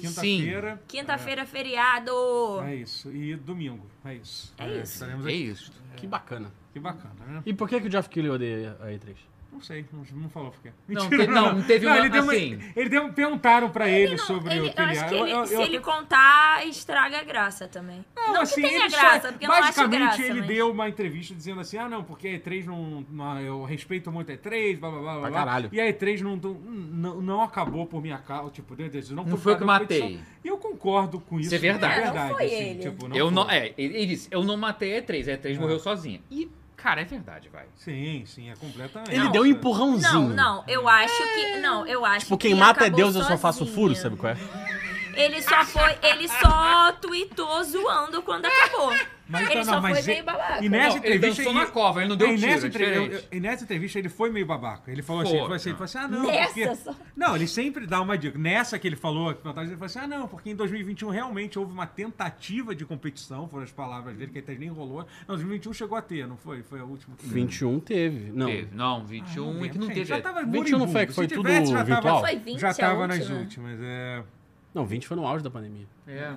vocês. quinta-feira. Quinta-feira, feriado. É isso, e domingo, é isso. É isso. estaremos É aqui. isso. assim, Que bacana. Que bacana, né? E por que, que o Jeff Keighley odeia a E3? Não sei, não, não falou por quê. Não, te- não, teve uma- ele deu assim. ele deu- perguntaram pra ele, Ele não- sobre ele- o que eu acho que ele- eu- se eu- ele contar, estraga a graça também. Não, que tenha assim, ele só- é graça, porque eu não acho basicamente graça. ele mas- deu uma entrevista dizendo assim, ah não, porque a E3 não, não- eu respeito muito a E3, blá blá blá blá. Pra blá. caralho. E a E3 não, não, não- não acabou por minha causa, tipo, né, desse- não, Não por foi eu causa que da competição. matei. E eu concordo com isso. Isso é verdade. de É, não foi assim, ele. tipo, eu foi. não, é, ele, ele disse, eu não matei a E3, a E3 Ah. morreu sozinha. E, cara, é verdade, vai. Sim, sim, é completamente. Ele Não, deu um cara. Não, empurrãozinho. não, eu acho que. Não, eu acho Tipo, que. quem mata é acabou Deus, eu só faço sozinho. furo, sabe qual é? Ele só foi. Ele só tweetou zoando quando acabou. Mas ele então, só não, mas foi ele- meio babaca. E nessa Não, ele entrevista dançou na cova, ele não deu e tiro, nessa é entrevista- diferente. eu- eu- E nessa entrevista ele foi meio babaca. Ele falou assim, Foi, ele falou assim, ele falou assim, ah não, Nessa porque... só. Não, ele sempre dá uma dica. Nessa que ele falou, que vantagem, ele falou assim, ah não, porque em 2021 realmente houve uma tentativa de competição, foram as palavras dele, que até nem rolou. Não, 2021 chegou a ter, não foi? Foi a última. que teve. 21 teve. Não. Teve. Não, Ah, 21 é que não Gente, teve. Já tava 21 não foi, moribundo. foi Se tudo tivesse, já virtual? Tava, Foi 20 já a tava nas última. últimas. É, Não, 20 foi no auge da pandemia. É.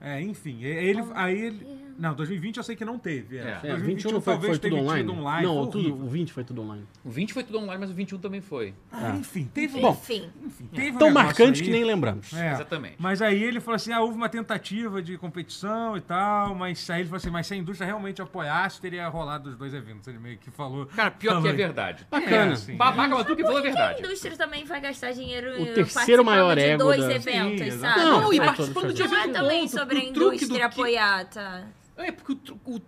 é, enfim, é, ele, aí ele... Não, 2020 eu sei que não teve. É. É, É, 2021 21 não foi, talvez foi tudo tenha tido online? online, Não, foi tudo, horrível. o 20 foi tudo online. O 20 foi tudo online, mas o 21 também foi. Ah, enfim, teve um Enfim. Enfim, teve um é. Tão negócio marcante aí. que nem lembramos. É. Exatamente. Mas aí ele falou assim: ah, houve uma tentativa de competição e tal, mas aí ele falou assim: mas se a indústria realmente apoiasse, teria rolado os dois eventos. Ele meio que falou. Cara, pior falou que é aí. verdade. É, Bacana. assim, Babaca, mas tudo que falou é Porque a verdade. indústria também vai gastar dinheiro O em terceiro participando maior de ego dois da- eventos, Sim, sabe? exatamente. Não, e Não, participando de Ah, Não é evento também um outro, sobre a o truque do indústria que- apoiar, tá? É, porque o, tru- o-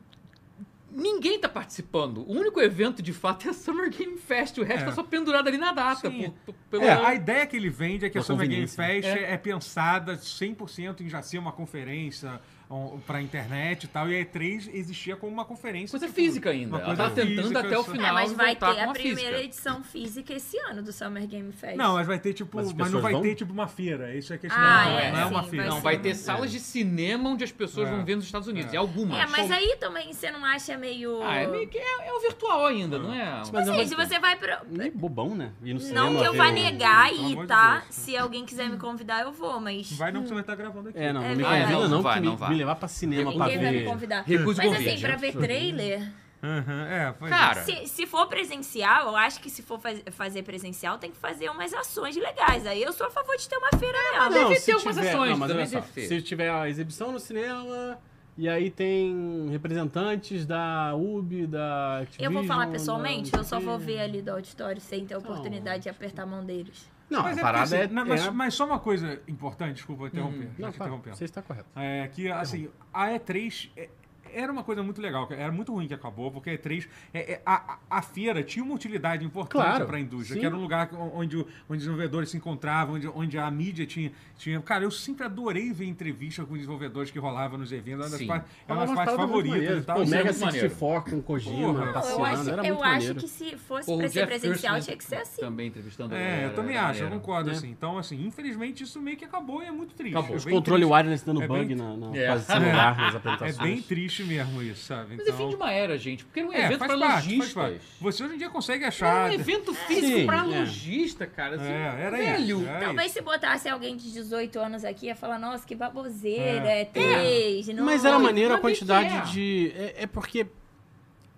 ninguém tá participando. O único evento, de fato, [LAUGHS] é a Summer Game Fest. O resto É. tá só pendurado ali na data. Sim. por- por- pelo- É, a ideia que ele vende é que a Uma Summer Game Fest conveniência. né? é. é pensada 100% em já ser uma conferência um, pra internet e tal, e a E3 existia como uma conferência. Coisa tipo, física ainda. uma Ela coisa tá tentando física, até o só- final. É, mas vai ter voltar com a uma primeira física. edição física esse ano do Summer Game né? Fest. Não, mas vai ter tipo. Mas Mas, as não pessoas vai vão? ter tipo uma feira. Isso é questão. Ah, não, é, não é uma sim, feira. Não, Sim. vai ter salas de cinema onde as pessoas É. vão ver nos Estados Unidos. E algumas. É, mas aí também você não acha meio. um Ah, é, meio que é, é o virtual ainda, não é? Mas eu Assim, vou- se você vai pro. Ih, bobão, né? Ir no cinema Não que eu ver vá o- negar Pelo e amor de tá? Deus. Se alguém quiser me convidar, eu vou, mas. Vai não, que você vai estar gravando aqui. É, não, É não me verdade. convida não, Não vai, que não me, vai. me levar pra cinema pra Ninguém vai me ver. convidar. Recuso Mas convite, assim, pra né? ver trailer, Aham, é, foi. Cara, se, se for presencial, eu acho que se for faz- fazer presencial, tem que fazer umas ações legais. Aí eu sou a favor de ter uma feira mesmo. Deve se ter algumas tiver- ações, não, mas também olha só, deve ter. Se tiver a exibição no cinema, e aí tem representantes da UB, da Eu vou falar Activision, pessoalmente, da- eu só vou ver ali do auditório sem ter a oportunidade de apertar a mão deles. Não, Mas, a é parada porque, é... assim, não, mas, é- Uhum. mas só uma coisa importante, desculpa interromper. já Não, te fala, Tá interrompendo. você está correto. É, que, assim, a E3 é- era uma coisa muito legal, era muito ruim que acabou, porque a E3, é- é- a, a- a feira tinha uma utilidade importante Claro, para a indústria, sim. que era um lugar onde, o- onde os desenvolvedores se encontravam, onde, onde a mídia tinha, tinha... Cara, eu sempre adorei ver entrevista com os desenvolvedores que rolava nos eventos, era uma das Sim. partes, era Rolava É uma das umas partes paradas muito favoritas e maneiras. tal. Pô, Isso Mega era- muito maneiro. 64 com Kojima, tá Porra, Não, eu Passeando, acho, passeando, era eu muito acho maneiro. que se fosse Pô, o pra ser Jeff né? Então, presencial, Gerstmann tinha que ser assim. Também entrevistando ele, É, eu era- também era acho, eu maneiro. concordo, É. assim. Então, assim, infelizmente isso meio que acabou e é muito triste. Acabou. É Os bem controle triste. wireless dando É bug bem- na, na É. fase de celular, nas É apresentações. bem triste mesmo isso, sabe? Mas é fim de uma era, gente, porque era um evento pra então. É, faz lojistas. Você hoje em dia consegue Era um achar. evento físico Sim, pra é. lojista, cara. Assim, É, era velho. isso. era Talvez isso. se botasse alguém de 18 anos aqui, ia falar, nossa, que baboseira, é, três, não... Mas era maneiro a pra mim que quantidade é. de... É, é porque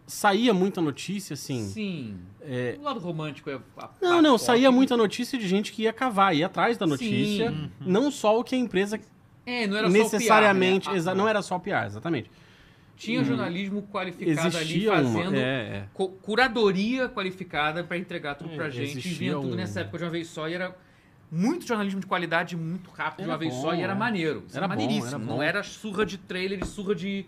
saía muita notícia, assim... Sim. É. O lado romântico é. a- a Não, não, parte saía forte. muita notícia de gente que ia cavar, ia atrás da notícia. Uhum. Sim. Não só o que a empresa É, não era só o PR, necessariamente. né? A- exa- não era só o PR, exatamente. Tinha jornalismo qualificado ali Existia fazendo. uma. É, é. co- curadoria qualificada pra entregar tudo É, pra gente. E existia vinha tudo um- nessa época de uma vez só e era. muito jornalismo de qualidade, muito rápido, de Era uma vez bom, só, e era é. maneiro. Isso Era bom, era maneiríssimo. era bom. não era surra de trailer e surra de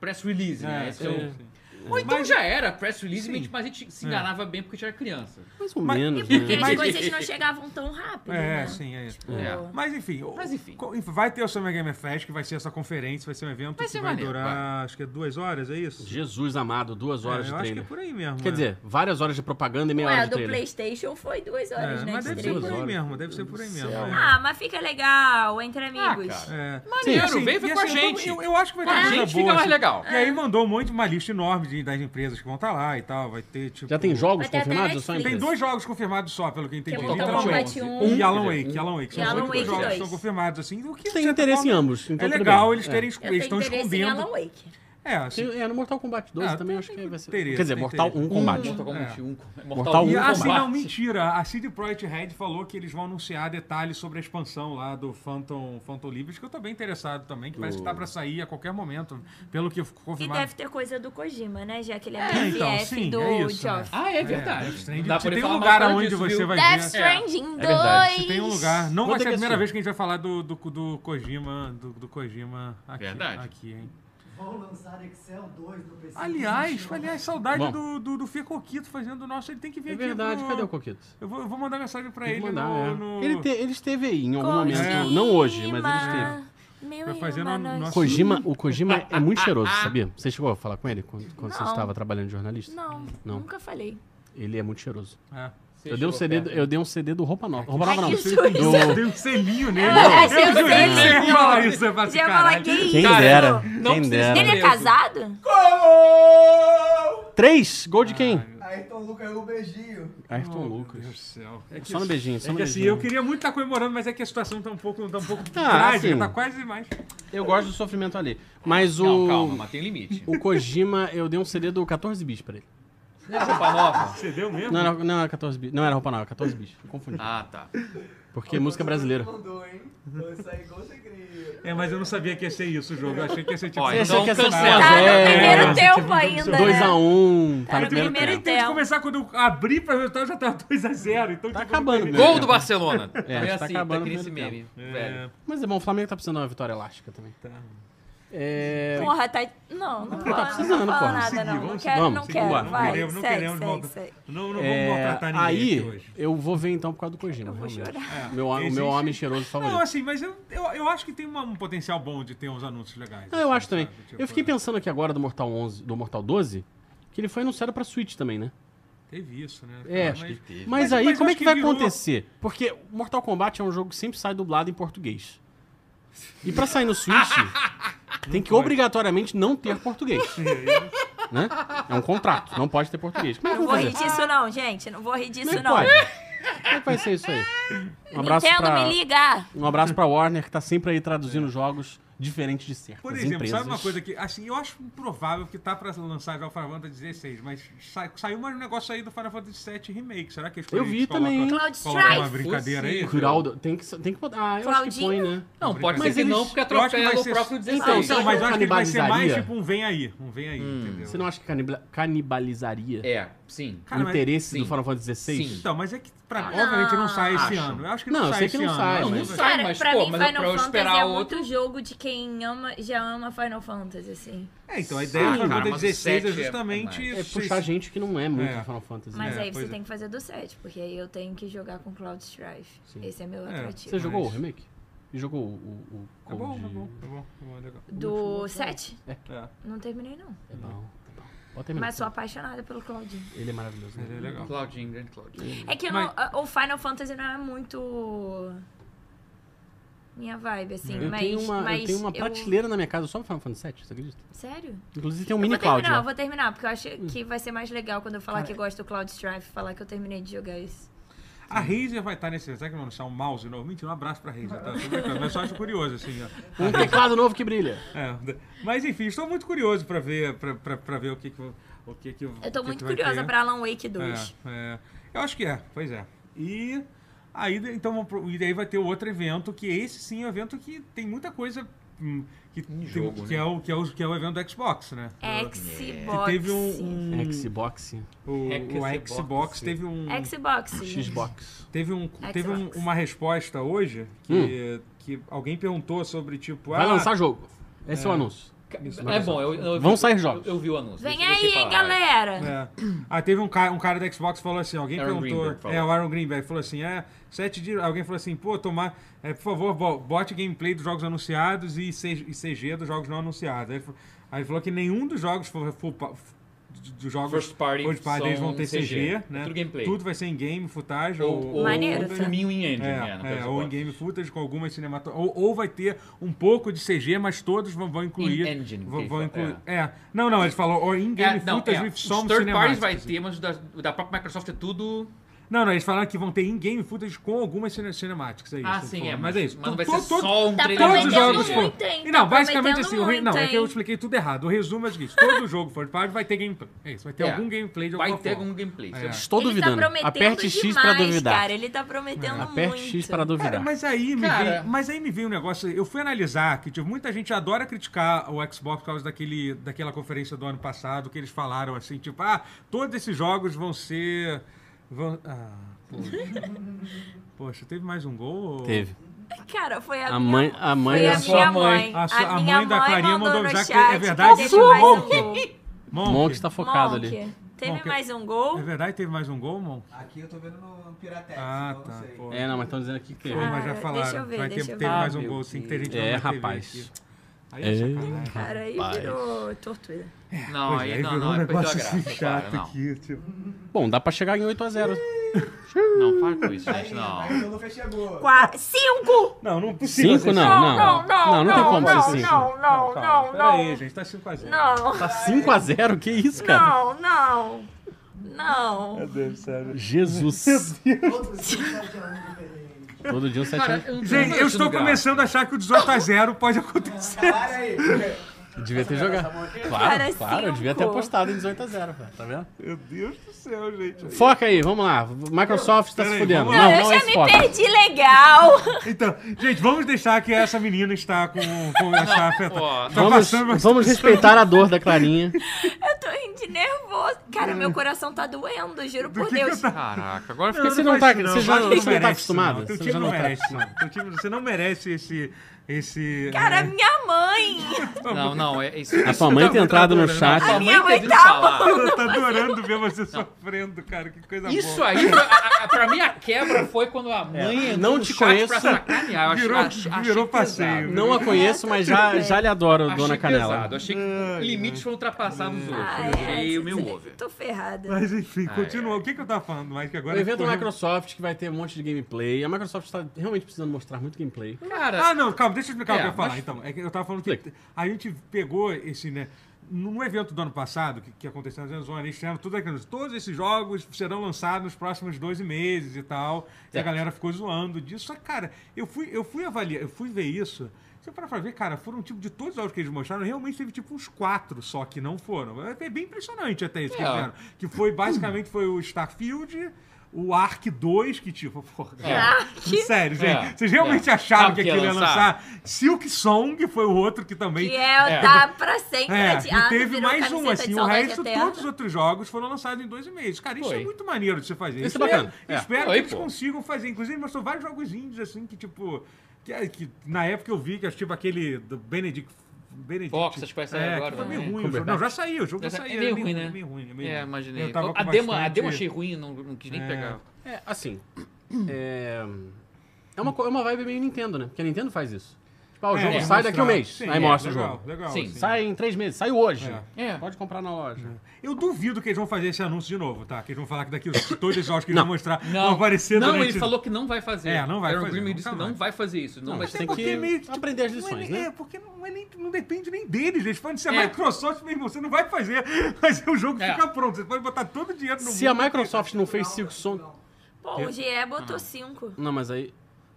press release, né? É, Esse é o- sim, sim. Ou então já era press release, Sim. mas a gente É. se enganava bem porque a gente era criança. Mais ou Mas- menos, E porque né? as Mas- coisas não chegavam tão rápido, É, né? sim, é isso. Tipo, É. Mas enfim, o- Mas, enfim. co- vai ter o Summer Game Fest, que vai ser essa conferência, vai ser um evento Vai que ser vai maneiro, durar, acho que é duas horas, é isso? Jesus amado, duas É, horas de eu acho que é trailer. por aí mesmo. Quer é. dizer, várias horas de propaganda e meia Ué, a hora de do trailer. Playstation foi duas É, horas, né? mas de deve ser trailer. por aí horas, mesmo, meu deve ser Deus por do aí mesmo. céu. é. Ah, mas fica legal, entre amigos. cara. É. Maneiro, vem, vem e assim, com a eu tô- gente. Eu, eu acho que vai ter Com a coisa gente boa, fica mais assim. legal. É. E aí mandou um monte, uma lista enorme de- das empresas que vão estar lá e tal. Vai ter, tipo... Já tem jogos Vai ter até confirmados? É só Netflix. empresa? Tem dois jogos confirmados só, pelo que eu entendi. Que é o Mortal literalmente. Hum? Kombat Um 1. e Alan Quer dizer, Wake. E Alan Wake. E São Alan os únicos Wake jogos que 2. estão confirmados, assim. O que, de Tem certa interesse forma, em ambos, então é tudo legal bem. eles É. terem... Eu Eles estão tenho interesse em Alan escondendo. Wake. É, assim... Tem- É, no Mortal Kombat 12 Ah, também acho que vai ser. interesse, Quer dizer, tem Mortal interesse. Hum. 1 Kombat. Mortal Kombat 1, Mortal um um E assim, Kombat. não, mentira. A CD Projekt Red falou que eles vão anunciar detalhes sobre a expansão lá do Phantom, Phantom Liberty, que eu tô bem interessado também, que parece que tá pra sair a qualquer momento, pelo que ficou E confirmado. deve ter coisa do Kojima, né? Já que ele é, É, BFF então, sim, do é isso, Geoff. Ah, é verdade. Death Stranding, Dá se pra ele tem um falar lugar bastante onde disso, você viu? vai ver. Death É, Stranding 2. verdade. Se tem um lugar. Não Vou vai ter ser a que primeira assistir. vez que a gente vai falar do, do, do Kojima, do, do Kojima aqui, Verdade. aqui, hein? Vão lançar Excel 2 no PC. um. Aliás, aliás, saudade Bom. do, do, do Fê Coquito fazendo o nosso. Ele tem que vir É aqui. verdade, pro- cadê o Coquito? Eu vou, eu vou mandar mensagem pra Tem que ele mandar, no- é. no- Ele, te- ele esteve aí em algum Kojima, momento. Não hoje, mas ele esteve. Meu Vai fazer irmão, no- nós- nosso- Kojima, o Kojima é muito cheiroso, sabia? Você chegou a falar com ele quando, quando você Não. estava trabalhando de jornalista? Não, Não. nunca falei. Ele é muito cheiroso. É. Eu dei, um CD, do- eu dei um CD do Roupa Nova. Roupa Nova Ai, não. que susto. Eu Do... dei um selinho nele. Ah, seu eu jurei que você ia selinho. falar isso. Eu falei assim, Já ia falar, caralho. que isso? Quem dera, não quem precisa dera. nem- Ele é casado? Gol! Três, gol de quem? Ayrton Lucas é um beijinho. Ayrton Meu Lucas. Deus do céu. Só no beijinho, só É no que assim, beijinho. eu queria muito estar comemorando, mas é que a situação tá um pouco, tá um pouco Ah, trágica, assim. tá quase mais. Eu gosto do sofrimento ali. Mas o. Não, calma, mas tem limite. O Kojima, eu dei um CD do 14 bis pra ele. Não é roupa nova? Você deu mesmo? Não, não, não era 14 bis. Não era roupa, não, era 14 bis. Eu Confundi. Ah, tá. Porque é música brasileira. Mandou, hein? Então isso aí, gol você cria. É, mas eu não sabia que ia ser isso o jogo. Eu achei que ia ser tipo. Ó, Você então quer ser cancela. Tá no É, primeiro é, tempo ainda, né? 2x1, tá Era no o primeiro primeiro tempo. tem que começar quando eu abri pra ver o resultado, já tava 2x0. Então, Tá tipo, acabando, não tem- né? Gol do Barcelona. É, Foi tá assim, acabando tá o criando esse primeiro meme. É, Velho. Mas é bom, o Flamengo tá precisando de uma vitória elástica também. Tá. um. É, Porra, tá. Não, não fala, não precisando, fala porra. nada, não. Não Vamos seguir, quero, vamos não seguir. quero. Vamos não lá. Vai, queremos, não segue, queremos segue, maltratar- segue. Não, não é, vamos maltratar ninguém aí aqui hoje. É, eu vou ver então por causa do Kojima. Eu vou realmente. chorar. Meu, o Existe- meu homem cheiroso Não, favorito. assim, mas eu, eu, eu acho que tem uma- um potencial bom de ter uns anúncios legais. Ah, eu assim, acho também. sabe? Tipo, Eu fiquei pensando aqui agora do Mortal 11, do Mortal 12, que ele foi anunciado pra Switch também, né? Teve isso, né? É, Cara, acho mas- que teve. Mas, aí, mas eu como é acho que, vai virou- acontecer? Porque Mortal Kombat é um jogo que sempre sai dublado em português. E pra sair [LAUGHS] no Switch, tem que obrigatoriamente não ter português. [LAUGHS] né? É um contrato, não pode ter português. Como é que Não eu vou vou rir fazer? disso, não, gente. Não vou rir Como é disso, que não. pode? Como é que vai ser isso aí? Um abraço, Nintendo, pra, me liga. um abraço pra Warner, que tá sempre aí traduzindo jogos diferentes de certas É. Por exemplo, empresas. sabe uma coisa que, assim, eu acho improvável que tá pra lançar já o Final Fantasy XVI, mas sa- saiu mais um negócio aí do Final Fantasy VII Remake. Será que eles Eu vi colocam- também. Cloud colocam uma Strife. brincadeira aí? Geraldo, tem que, tem que botar. Ah, eu acho que põe, Claudinho? né? Não, pode Mas ser que é eles- não, porque Eu acho que vai atropela o ser- próprio 16. Então, Então, mas eu acho que ele vai ser mais Canibalizaria? Hum. tipo um vem aí. Um vem aí, entendeu? Você não acha que canibla- canibalizaria É, sim. Cara, o mas- interesse sim. do Final Fantasy XVI? Sim. Então, mas é que, pra, Hum. Ah, obviamente, não sai esse acho. ano. Eu acho que Não, não, eu sai sei esse que não ano. sai, Não, mas- não sai. Cara, mas, pra pô, mim, mas é Final pra eu Fantasy esperar é outro. muito jogo de quem ama, já ama Final Fantasy, assim. É, então a ideia Sim, do Final cara, Fantasy mas o XVI é sete é- justamente... é É isso, puxar isso. gente que não é muito É. Final Fantasy. Mas né? É, aí você pois é. tem que fazer do 7, porque aí eu tenho que jogar com Cloud Strife. Esse é meu É, Você atrativo. jogou o mas- remake? E jogou o, o, o Tá bom, Code- tá bom, tá bom. tá bom, legal. Do 7? É, Não terminei, não. É bom, tá bom. Pode terminar. Mas sou apaixonada pelo Claudinho. Ele é maravilhoso. ele é Né? legal. Claudinho, grande Claudinho. É que eu Mas- não- a- o Final Fantasy não é muito. Minha vibe, assim. Eu, mas, tenho uma, mas eu tenho uma eu- prateleira na minha casa só pro Final Fantasy VII, você acredita? Sério? Inclusive tem um Eu mini vou terminar, Cloud lá. eu vou terminar, porque eu acho que vai ser mais legal quando eu falar que eu gosto do Cloud Strife, falar que eu terminei de jogar isso. A Razer vai estar nesse... Será que vão anunciar um mouse novo? Mentira, um abraço pra Razer, tá? Tô brincando, mas só acho curioso, assim, ó. Um teclado novo que brilha. É, mas enfim, estou muito curioso para ver, pra, pra, pra ver o que que... O que que Eu tô o que muito que vai curiosa ter. pra Alan Wake 2. É, é. Eu acho que é, pois é. E aí, então, vamos pro- e daí vai ter outro evento, que esse sim é um evento que tem muita coisa hum, que, tem- jogo, que né? é o, que, é o, que é o evento do Xbox, né? É, Xbox. Que teve um. um- Xbox, o, o Xbox. Xbox teve um. Xbox. gente. Xbox. Teve, um, teve um- Xbox. uma resposta hoje que, que alguém perguntou sobre tipo. Hum. Vai ah, lançar jogo. Esse é, o anúncio. É bom, eu, eu- eu- Vão sair jogos. Eu, eu vi o anúncio. Vem eu aí, sei hein, falar. galera. É. Ah, teve um cara, um cara da Xbox falou assim, alguém Aaron perguntou. Greenberg falou. É, o Aaron Greenberg falou assim, é, sete dias. Alguém falou assim, pô, tomar. é, por favor, bo- bote gameplay dos jogos anunciados e C- e CG dos jogos não anunciados. Aí ele, fa- aí ele falou que nenhum dos jogos for, for, pa- dos jogos First party first party, eles são vão ter CG, CG, né? É tudo gameplay. vai ser em game, footage Ou, ou, ou Maneiro, um tá? filminho em engine, né? no é, é, PS4. ou em game footage com algumas cinematográficas. Ou, ou vai ter um pouco de CG, mas todos vão, vão incluir. In engine, vão, que vão ele fala, incluir. É. Não, não, ele falou ou in game É, não, footage é, with os some third cinemáticas. parties vai ter, mas o da, o da própria Microsoft é tudo... Não, não, eles falaram que vão ter in game footage com algumas cine cinemáticas. É isso, ah, eles sim, é. falaram. Mas é isso. Mas não vai To- ser to- to- só um Tá trailer. Todos os prometendo jogos muito, foram. hein? E Tá não, basicamente prometendo assim, o re- não, muito, é que eu hein? expliquei tudo errado. O resumo é o seguinte: todo jogo third party vai ter gameplay. É isso, vai ter É, algum gameplay de alguma Vai ter forma. algum gameplay. É. Estou Ele tá duvidando. prometendo Aperte X demais, pra duvidar. É, cara. Ele tá prometendo Aperte muito. X pra duvidar. Cara, mas aí, me Cara. veio, mas aí me veio um negócio. Eu fui analisar que tipo, muita gente adora criticar o Xbox por causa daquele, daquela conferência do ano passado que eles falaram assim, tipo, ah, todos esses jogos vão ser. Vão... Ah, poxa. [LAUGHS] Poxa, teve mais um gol? Teve. Cara, foi a, A minha mãe, a mãe Foi da a sua minha mãe. A sua- a minha mãe da Clarinha mandou no já que- é chat verdade teve isso, mais um Monk? gol. Monk. Monk tá focado Monk, ali. Teve Monk. mais um gol. É verdade, teve mais um gol, Monk? Aqui eu tô vendo no Piratex, Ah, então tá. não sei. pô. É, não, mas estão dizendo aqui que teve. Pô, mas já Cara, falaram. Ah, deixa eu ver, vai ter, deixa eu teve ver. mais Ah, um meu gol, sim, que tem gente É, na TV rapaz. aqui. Aí é, É. sacanagem. Cara, aí Rapaz. virou tortura. Não, Pois é, aí não, virou não, um aí perdeu a negócio graça. assim chato Cara, não. aqui, tipo. Bom, dá pra chegar em 8x0. Não, para com isso, Aí, gente, não. aí o Lucas chegou. Qua... Cinco! Não, não é possível. 5 não, assim. não. não, não, não, tem não, como não, ser assim. 5. não, não, não, Peraí, não, gente, tá 5 a 0 não, Tá 5x0? Que isso, cara? não, não, não. Meu Deus, sério. Jesus. Todos os filmes tá estão um tirando diferente. Todo dia um 7 Cara, eu não tô Gente, eu achando estou graça. começando a achar que o 18 a 0 pode acontecer. Para aí. Devia ter jogado. Cara, Claro, claro. Eu devia ter cinco. apostado em 18x0, velho. Tá vendo? Meu Deus do céu, gente. Foca aí, vamos lá. Microsoft tá se Peraí, fudendo. vamos Não, eu não é já esse me foco. perdi legal. [LAUGHS] Então, gente, vamos deixar que essa menina está com, com essa afetada. Ó, Tá Vamos, passando, mas- vamos respeitar a dor da Clarinha. Eu tô indo de nervoso. Cara, meu coração tá doendo, juro por Deus. Caraca, agora Não, fica... você não não tá- faz isso, você não. já- Acho que você não tá merece, acostumado, não. Teu você time já não não tá merece, não. Teu time- Você não merece esse... esse Cara, é, minha mãe. Não, não, é isso. A sua mãe tem entrado no chat. Sua minha mãe tem tá falar. [LAUGHS] é ela tá adorando ver você sofrendo, cara. Que coisa Isso é- boa. aí, a- a- pra mim, a quebra foi quando a mãe entrou não no te chat conheço. pra sacanear. Eu achei- Virou- achei- achei virou pesado. passeio. Não a conheço, mas já, já lhe adoro, Achei Dona Canela. pesado, achei que né? limites foram ultrapassados hoje. Ai, Achei é, o meu tô- over. Tô ferrada. Mas enfim, continua. O que, que eu tava falando mais que O agora... é evento da ficou- Microsoft, que vai ter um monte de gameplay. A Microsoft tá realmente precisando mostrar muito gameplay. Cara, Ah, não, calma, deixa eu explicar o É, que eu ia falar. mas- Então, é que eu tava falando que Explica. a gente pegou esse, né? Num evento do ano passado, que, que aconteceu na Zona, eles disseram tudo aquilo. Todos esses jogos serão lançados nos próximos 12 meses e tal. E a Certo. galera ficou zoando disso. Só que, cara, eu fui, eu fui avaliar, eu fui ver isso. Você para pra ver, cara, foram tipo de todos os jogos que eles mostraram, realmente teve tipo uns quatro só que não foram. É bem impressionante até isso que eles É. fizeram. Que foi basicamente foi o Starfield, o Ark 2, que tipo, [LAUGHS] porra. Sério, gente. É. Vocês realmente acharam Sabe que o que ia aquilo ia lançar? Silk Song foi o outro que também. Que é, tá pra sempre É, adiado, e teve virou mais um, camiseta de assim, o saudade resto, eterna. todos os outros jogos foram lançados em 12 meses. Cara, isso Foi. é muito maneiro de você fazer. Isso é bacana. Eu, É. Espero Oi, que pô. eles consigam fazer. Inclusive, mostrou vários jogos indies, assim, que tipo... Que, que na época eu vi que, tipo, aquele do Benedict... Benedict Fox, acho que vai sair é, agora, Que foi meio né? ruim. o jogo. Cumberbatch. Não, já saiu. O jogo já, Já sa- saiu. é meio era ruim, né? meio ruim, é meio é, ruim. imaginei. Eu tava A com é. demo, a bastante- demo achei ruim, não, não quis nem pegar. É, assim. [COUGHS] É, é, uma, co- é uma vibe meio Nintendo, né? Porque a Nintendo faz isso. Tipo, ah, o É, jogo é, sai daqui a um mostrar. mês. Sim, aí é, mostra legal, o jogo. Legal, Sim, assim. Sai em três meses, sai hoje. É. É. Pode comprar na loja. Eu duvido que eles vão fazer esse anúncio de novo, tá? Que eles vão falar que daqui os todos os jogos que eles Não. vão mostrar vão Não, aparecer não durante... ele falou que não vai fazer. É, não vai Aaron fazer, Greenberg nunca disse que não mais. vai fazer isso. Não, vai Mas ser. tem tem porque assim que meio, tipo, aprender as não é lições, nem- né? É, porque não, é nem, não depende nem deles. Eles falam, se a É. Microsoft mesmo, você não vai fazer, [LAUGHS] mas o jogo É. fica pronto. Você pode botar todo o dinheiro no Se a mundo. Microsoft não fez Silk Song. Ah. Pô, o GE botou cinco. Não, mas aí.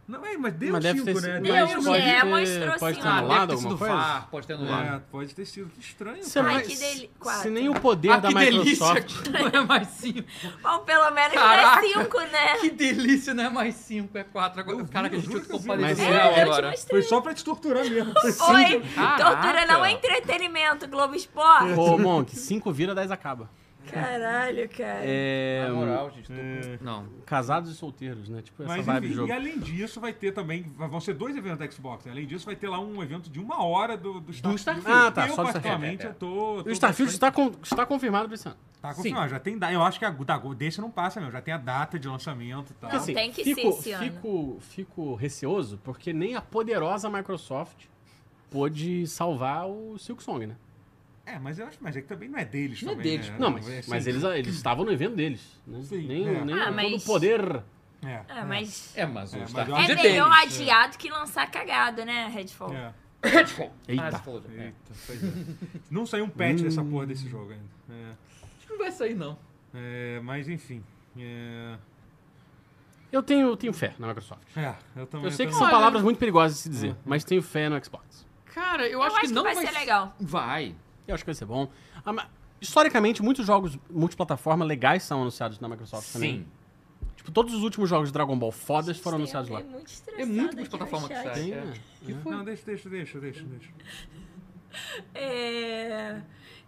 Não, é, mas deu Mas deve cinco, ter né? sido- Deu Mas um pode- é, ter- mostrou pode sim. ter Ah, deve anulado ter alguma sido coisa? tá VAR, pode ter anulado. É, pode ter sido. Que estranho. Se, cara. Ai, é mais- que deli- se quatro. nem o poder Ah, da que delícia! Microsoft... que [LAUGHS] Não é mais 5. Bom, pelo menos Caraca. não é cinco, né? Que delícia, não é mais 5, é 4. Agora, Eu vi, caraca, a eu gente juro que eu ficou vi. falando Mas isso é, real É, eu te agora. mostrei. Foi só pra te torturar mesmo. Foi Oi, cinco. tortura não é Caraca. entretenimento, Globo Esporte. [LAUGHS] Ô, Monk, 5 vira, 10 acaba. Caralho, cara. É, Na moral, gente, tô... É. com- Não. casados e solteiros, né? Tipo, essa Mas vibe enfim, é do jogo. e além disso, vai ter também. Vão ser dois eventos da Xbox. né? Além disso, vai ter lá um evento de uma hora do, do Starfield. Ah, tá, Eu, só do Starfield. particularmente, É, é, é. eu tô. tô O Starfield tá- bastante- está, con- está confirmado pra esse ano. Tá confirmado, já tem da- Eu acho que a da, desse não passa mesmo, já tem a data de lançamento e tal. Porque, assim, tem que fico, ser esse ano. fico, fico receoso porque nem a poderosa Microsoft pôde salvar o Silk Song, né? É, mas eu acho, mas é que também não é deles Não é também, deles. né? Não, mas, assim, mas eles, eles estavam no evento deles. Né? Sim, nem é. nem Ah, todo mas- o poder. É, Ah, mas É, mas É, mas o eu Starfield acho é é que- melhor deles. adiado que lançar cagado, né, Redfall? é. Ah, Eita. você falou já. É. Eita, pois é. Não saiu um patch dessa porra desse jogo ainda. É, Acho que não vai sair, não. é, mas enfim. É, Eu tenho, eu tenho fé na Microsoft. é, eu também. Eu sei que também- são Olha- palavras muito perigosas de se dizer, mas tenho fé no Xbox. Cara, eu, Eu acho, que não vai, vai, ser legal. Vai. Eu acho que vai ser bom. Ah, mas, historicamente, muitos jogos multiplataforma legais são anunciados na Microsoft também. Sim. Tipo, todos os últimos jogos de Dragon Ball fodas foram anunciados lá. É muito estressado É muito aqui no multiplataforma que chat. sai. Tem, É. né? Que foi? Não, deixa, deixa, deixa, deixa, deixa. É...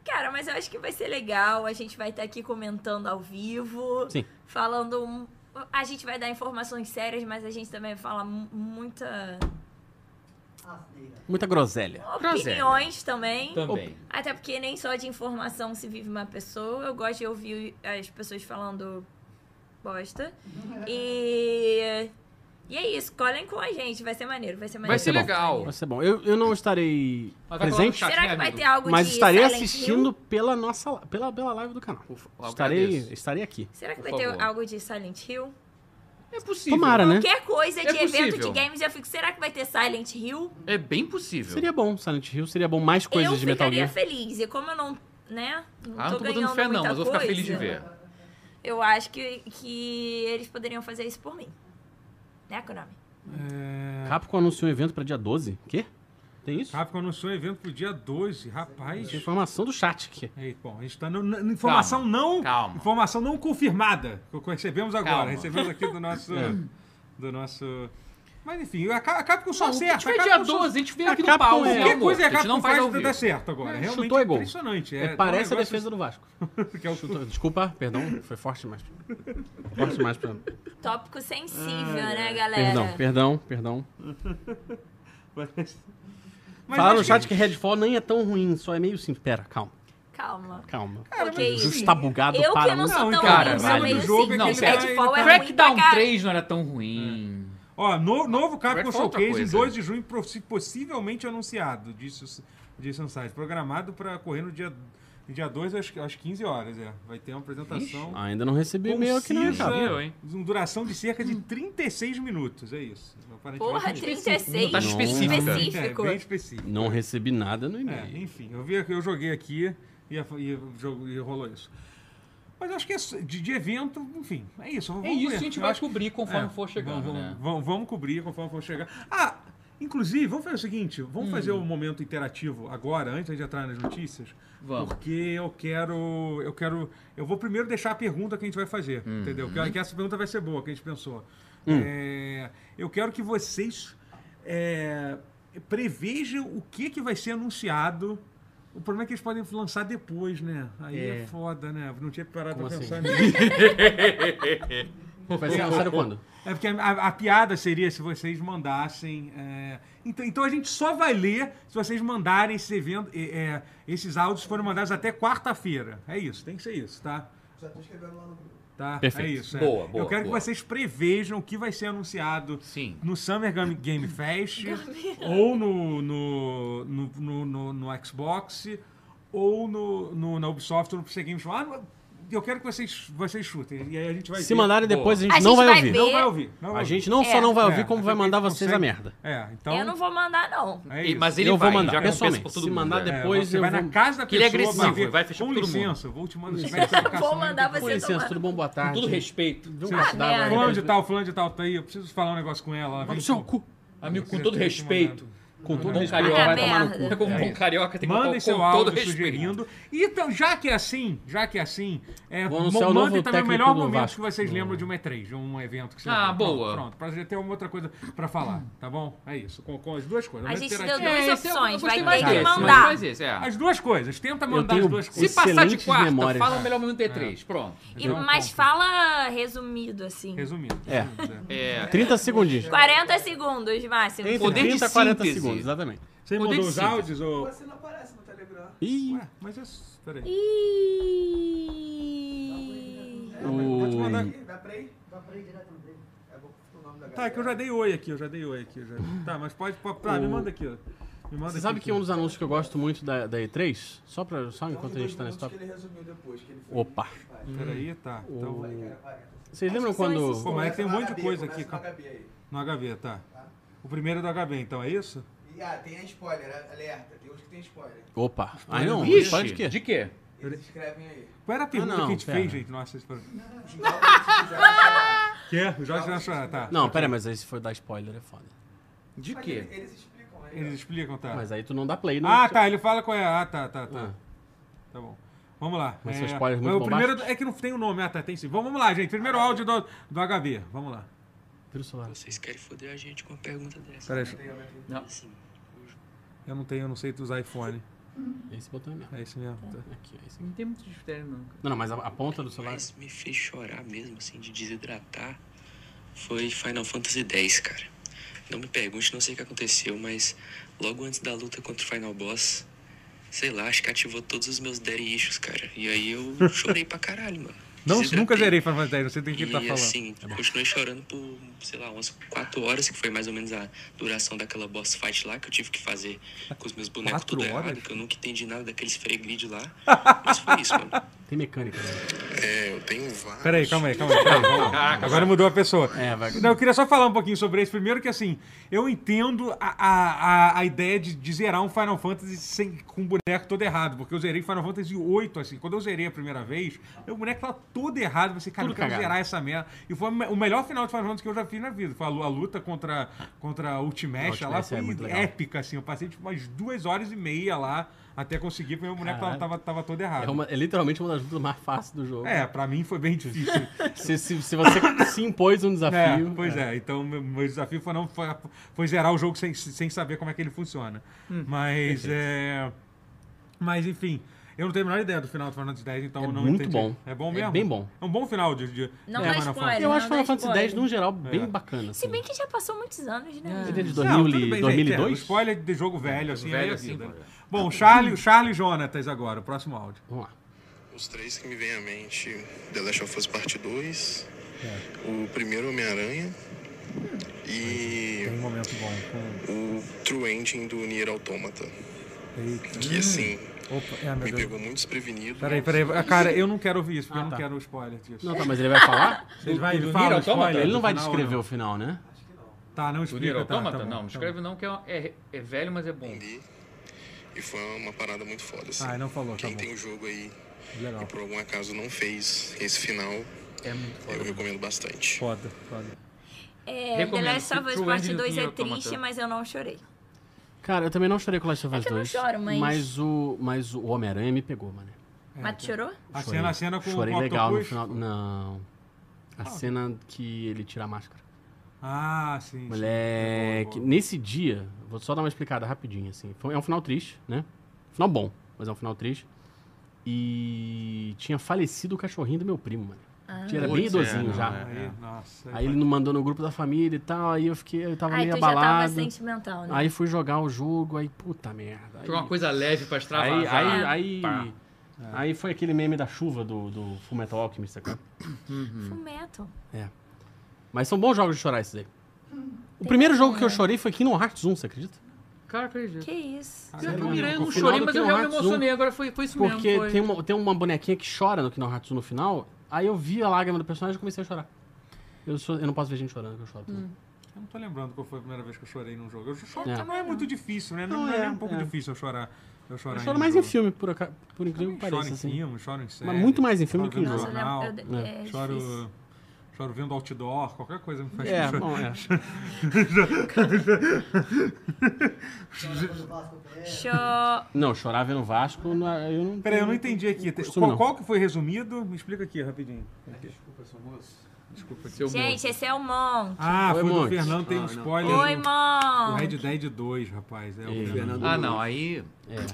Cara, mas eu acho que vai ser legal. A gente vai estar aqui comentando ao vivo. é. Sim. Falando. um- A gente vai dar informações sérias, mas a gente também fala mu- muita. Asneira. Muita groselha. Opiniões também. Também. Até porque nem só de informação se vive uma pessoa. Eu gosto de ouvir as pessoas falando bosta. E. E é isso, colhem com a gente, vai ser maneiro, vai ser maneiro. Vai ser bom. legal. Vai ser bom. Eu, eu não estarei Mas vai colar no presente, chat, Será né, que vai amigo? ter algo mas de estarei Silent Hill? assistindo pela nossa pela, pela live do canal. Ufa, eu estarei, agradeço. estarei aqui. Será que Por vai ter favor. algo de Silent Hill? É possível. Tomara, né? Qualquer coisa É de evento de possível. games, eu fico, será que vai ter Silent Hill? É bem possível. Seria bom Silent Hill, seria bom mais coisas eu de Metal ficaria Gear. feliz. E como eu não, né? Não Ah, tô não tô botando ganhando fé, não, muita mas vou ficar coisa, feliz de ver. Eu acho que, que eles poderiam fazer isso por mim. Né, Konami? Capcom anunciou um evento pra dia 12. Quê? Tem isso? Capcom anunciou o evento pro dia 12, rapaz. Tem informação do chat aqui. Ei, bom, a gente tá no- na- na informação Calma, não calma. informação não confirmada que recebemos agora, Calma. É. recebemos aqui do [LAUGHS] nosso do nosso Mas enfim, a Ca- a Capcom só Não, acerta, a gente vai a dia Capcom só- 12, a gente vem a aqui no Capcom pau. é- né, Qualquer amor? coisa que a gente a não Capcom faz ao faz dá vivo. certo agora. Realmente chutou é gol. impressionante. É, É, parece é um a negócio- defesa do Vasco. que é o Chutou- Desculpa, perdão, foi forte demais. Forte demais pra... Tópico sensível, né, galera? Perdão, perdão, perdão. Mas, Falaram no acho chat que- que Redfall nem é tão ruim, só é meio assim. Pera, calma, Calma. calma. ok. O Justo está bugado Eu para que não um- sou Não, tão cara, ruim, sou vale. meio O jogo é sim. que ele Red tá- Redfall é ruim pra Crackdown caralho. 3 não era tão ruim. Ó, no- novo Capcom Redfall é outra Showcase em coisa. 2 de junho, possi- possivelmente anunciado, disse o- disse o site. Programado para correr no dia dia 2 às, às 15 horas, é. Vai ter uma apresentação. Ainda não recebi e-mail aqui não, concisa, cara. Eu, hein? com duração de cerca de 36 minutos, é isso. Aparentemente, Porra, é, 36. Tá específica. é específico. bem específico. Não recebi nada no É, e-mail. enfim, eu, vi, eu joguei aqui e, a- e o jogo- e rolou isso. Mas eu acho que é s- de, de evento, enfim, é isso. É vamos isso, ver. a gente Eu vai acho que- cobrir conforme é, for chegando, vamos, né? vamos- vamos cobrir conforme for chegar. Ah, inclusive, vamos fazer o seguinte, vamos Hum. fazer o momento interativo agora, antes de entrar nas notícias. Vamos. Porque eu quero, eu quero, eu vou primeiro deixar a pergunta que a gente vai fazer, Hum. entendeu? Que, que essa pergunta vai ser boa, que a gente pensou. É, eu quero que vocês é, prevejam o que, que vai ser anunciado. O problema é que eles podem lançar depois, né? Aí é, É. foda, né? Não tinha parado Como pra assim? pensar nisso. então Vai ser lançado quando? É porque a, a piada seria se vocês mandassem. é, Então, então a gente só vai ler se vocês mandarem esse evento, é, é, esses áudios foram mandados até quarta-feira. É isso, tem que ser isso, tá? Já tô escrevendo lá no grupo. Tá? Perfeito. É isso. é. Boa, boa, Eu quero boa. que vocês prevejam o que vai ser anunciado Sim. no Summer Game, Game Fest ou no, no, no, no, no- no Xbox ou no, no- na Ubisoft ou no PC Games. Ah, eu quero que vocês, vocês chutem. E aí a gente vai Se ver. mandarem Boa. depois, a gente A não gente vai, vai ouvir. ver. Não vai ouvir. Não vai A ouvir. gente não É. só não vai ouvir, É, como vai mandar vocês a consegue- merda. É, então. Eu não vou mandar, não. É E- isso. Mas ele eu vai, vou mandar, já compensa pessoalmente. por todo Se mundo. mandar é. É, depois, você eu vai vou... na casa da Que ele pessoa. é agressivo, vai ver, ele vai fechar Com todo mundo." licença, eu vou te [LAUGHS] mandar esse espécie Vou mandar você Com licença, tomar. tudo bom? Boa tarde. Com todo respeito. Vamos Ah, dar uma- merda. Fulano de tal, fulano de tal, tá aí. Eu preciso falar um negócio com ela. Vai vem no seu com- cu. Amigo, com Você todo tem que respeito. Com todo bom respeito, carioca. vai tomar no Merda. cu. Como um bom carioca, tem que Mandem botar seu com todo áudio respeito. sugerindo. E então, já que é assim, já que é assim, é, Vou mo- anunciar o novo mandem também o técnico melhor do momento Vasco. É. que vocês lembram de uma E3, de um evento que você Ah, lembra. Pronto, boa. Pronto, pra gente ter uma outra coisa pra falar, tá bom? É isso, com, com as duas coisas. A Mas gente terá- deu É, duas esse é o- eu opções. gostei vai mais ter que desse, mas mandar. mais esse, é. As duas coisas, tenta mandar tenho- as duas Se coisas. passar de excelentes quarta, memórias, fala cara. melhor momento E3. Pronto. E, Não, mas não. fala resumido, assim. Resumindo. É. resumindo, é. É, 30 segundinhos. 40 segundos, máximo. Entre Poder de 30 e 40 síntese. segundos, exatamente. Você Poder mandou de os síntese. áudios ou... Você não aparece no Telegram. Ih, Ué, mas é... Peraí. Ih. Né? Pode mandar. o... Dá pra ir? Dá pra ir direto no dele. É, vou pôr o nome da Tá, é que eu já dei oi aqui, eu já dei oi aqui. eu Já... Tá, mas pode... Tá, me O- manda aqui, ó. Me manda Você sabe aqui, que um dos anúncios que eu gosto muito da, da E3, só, pra, só enquanto a gente tá nesse top. tópico... um Ele resumiu depois, que ele foi. Opa! Peraí, tá. Então, O- Vai, Vocês lembram São esses Pô, quando... mas é que tem um Começa na monte de HB, coisa começa aqui. na cara. HB aí. No HB, tá. O primeiro é do HB, então, é isso? E, ah, tem a spoiler, alerta. Tem uns que tem spoiler. Opa! Ah, não, Vixe, pode de quê? de quê? Eles escrevem aí. Qual era a pergunta Ah, não, que a gente pera. fez, gente? Nossa, isso foi... Os jogos que fizeram falar. Que é? Os jogos nacionais, tá. Não, pera, mas esse foi dar spoiler, é foda. De Mas quê? eles, eles explicam né? aí. Eles explicam, tá. Mas aí tu não dá play, não. Ah, tá, ele fala qual é. Ah, tá, tá, tá. Ah. Tá bom. Vamos lá. Mas é, são spoilers mas muito o primeiro é que não tem o nome. Ah, tá, tem sim. Vamos vamos lá, gente. Primeiro áudio do, do HB. Vamos lá. Vira o celular. Vocês querem foder a gente com uma pergunta dessa? Peraí, Não. Assim, eu não tenho, eu não sei usar iPhone. Esse botão é mesmo. É isso mesmo. tá. Aqui, é esse. Não tem muito mistério, não. Não, não, mas a, a ponta do celular... mas me fez chorar mesmo, assim, de desidratar. Foi Final Fantasy X, cara. Não me pergunte, não sei o que aconteceu, mas logo antes da luta contra o Final Boss, sei lá, acho que ativou todos os meus daddy issues, cara. E aí eu [LAUGHS] chorei pra caralho, mano. Não, Desidratei. nunca zerei Final Fantasy X, não sei do que ele E tá falando. assim, continuei chorando por, sei lá, umas 4 horas, que foi mais ou menos a duração daquela boss fight lá, que eu tive que fazer com os meus bonecos Quatro tudo horas? errado, que eu nunca entendi nada daqueles freglid lá. Mas foi isso, [LAUGHS] mano. Tem mecânica. né? É, eu tenho vários. Peraí, calma aí, calma aí. [LAUGHS] calma aí, vamos lá. Agora mudou a pessoa. É, vai. Não, eu queria só falar um pouquinho sobre isso. Primeiro que, assim, eu entendo a, a, a, a ideia de, de zerar um Final Fantasy sem, com o boneco todo errado, porque eu zerei Final Fantasy VIII, assim. Quando eu zerei a primeira vez, o boneco tava todo errado. Eu pensei, cara, Tudo eu quero cagado. zerar essa merda. E foi o melhor final de Final Fantasy que eu já fiz na vida. Foi a, lu- a luta contra, contra a Ultimesh A lá, Ultimash foi é muito legal. épica, assim. Eu passei, tipo, umas duas horas e meia lá até conseguir, porque meu boneco tava, Caralho. tava, tava todo errado. É, uma- é literalmente uma das lutas mais fáceis do jogo. Ah. É, pra mim foi bem difícil. Se, se, se você se impôs um É, desafio... pois é. Então, meu, meu desafio foi, não, foi, foi zerar o jogo sem, sem saber como é que ele funciona. Mas, é, mas, enfim, eu não tenho a menor ideia do final do Final Fantasy X, então É eu não muito entendi. bom. É bom É mesmo? bem bom. É um bom final de, de Não de dá Final spoiler. Fantasia. Eu É, acho Não, Final não Fantasy spoiler. X, num geral, bem bacana. Se assim. bem que já passou muitos anos, né? Ele é de É. Não, 2000 tudo bem, e- gente, é, o 2002? spoiler de jogo velho, assim, Velho velho, assim, vida. pô. Bom, [LAUGHS] Charlie, Charlie Jonatas agora, o próximo áudio. Vamos lá. Os três que me vêm à mente: The Last of Us Part 2, É. o primeiro Homem-Aranha e Tem um momento bom. o True Ending do Nier Automata. com- Eita. Que assim, Opa, é, me Hum, meu Deus. pegou muito desprevenido. Peraí, peraí. Cara, eu não quero ouvir isso, porque eu Ah, não tá. quero spoiler disso. Não, tá, mas ele vai [LAUGHS] falar? Ele vai, Do- ele do fala Nier o Automata? spoiler Ele do não vai final, descrever não. o final, né? Tá, não O Nier explica, tá, Automata? tá bom, não, não tá escreve não, que é, é- é velho, mas é bom. Entendi. E foi uma parada muito foda. Assim. Ah, não falou, tá Quem bom. tem o jogo aí bom. Legal. e por algum acaso não fez esse final, É muito foda. eu recomendo bastante. Foda, foda. É, The Recomendo. Last of Us True Part Ending 2 do é Automata. triste, mas eu não chorei. Cara, eu também não chorei com Last of É Us que eu não 2. choro, mas- o, mas o Homem-Aranha me pegou, mano. Mas tu chorou? A Chorei. cena, a cena com Chorei o legal no Octopus? final. Não. A cena que ele tira a máscara. Ah, sim. Moleque, nesse dia, vou só dar uma explicada rapidinho, assim. Foi- é um final triste, né? Final bom, mas é um final triste. E tinha falecido o cachorrinho do meu primo, mano. Ah. Tinha, era bem Putz, é, idosinho não, já. sim. Aí, nossa. Aí ele não mandou no grupo da família e tal, aí eu fiquei, eu tava Aí meio tu já tava abalado. sentimental, né? Aí fui jogar o jogo, aí puta merda. Aí, Foi uma coisa leve pra aí, extravasar. aí, Ah. aí, É. Pá. aí foi aquele meme da chuva do, do Full Metal Alchemist, sacou? Fumeto. É. Mas são bons jogos de chorar esses aí. O primeiro jogo que eu chorei foi Kingdom Hearts 1, você acredita? Cara, acredito. Que isso? Pior que Sério eu mirei, eu mesmo, não no final chorei, do mas eu Kingdom realmente me Hearts emocionei. Agora foi, foi isso Porque mesmo. Foi. tem, uma, tem uma bonequinha que chora no Kinohatsu no final, aí eu vi a lágrima do personagem e comecei a chorar. Eu, sou- eu não posso ver gente chorando, que eu choro. também. Eu não tô lembrando qual foi a primeira vez que eu chorei num jogo. Eu choro, É. que não é muito difícil, né? Não, Não, não é, nem é, um pouco é. difícil eu chorar. Eu, chorar Eu um choro mais em jogo. filme, por, aca- por incrível Eu que choro pareça. em Assim. filme, choro em série. Mas muito mais em filme choro que em vendo jogo. Nossa, eu jornal, né? lembro- eu- é difícil. choro, choro vendo outdoor, qualquer coisa me faz É, chorar. bom, é. Chora quando o Vasco perde. Show. Não, chorar vendo Vasco, não- é, eu não. Peraí, eu não entendi aqui. Te- costumo Qual, não. qual que foi resumido? Me explica aqui rapidinho. Desculpa, seu moço. Desculpa aqui. Seu Gente, esse é o Mon. Ah, Oi, foi do Monk. Fernando, tem um Ah, não. spoiler. Oi, do- do Mon. Red Dead 2, rapaz. É, Ei, o Fernando. Fernando. Ah, não, aí. É.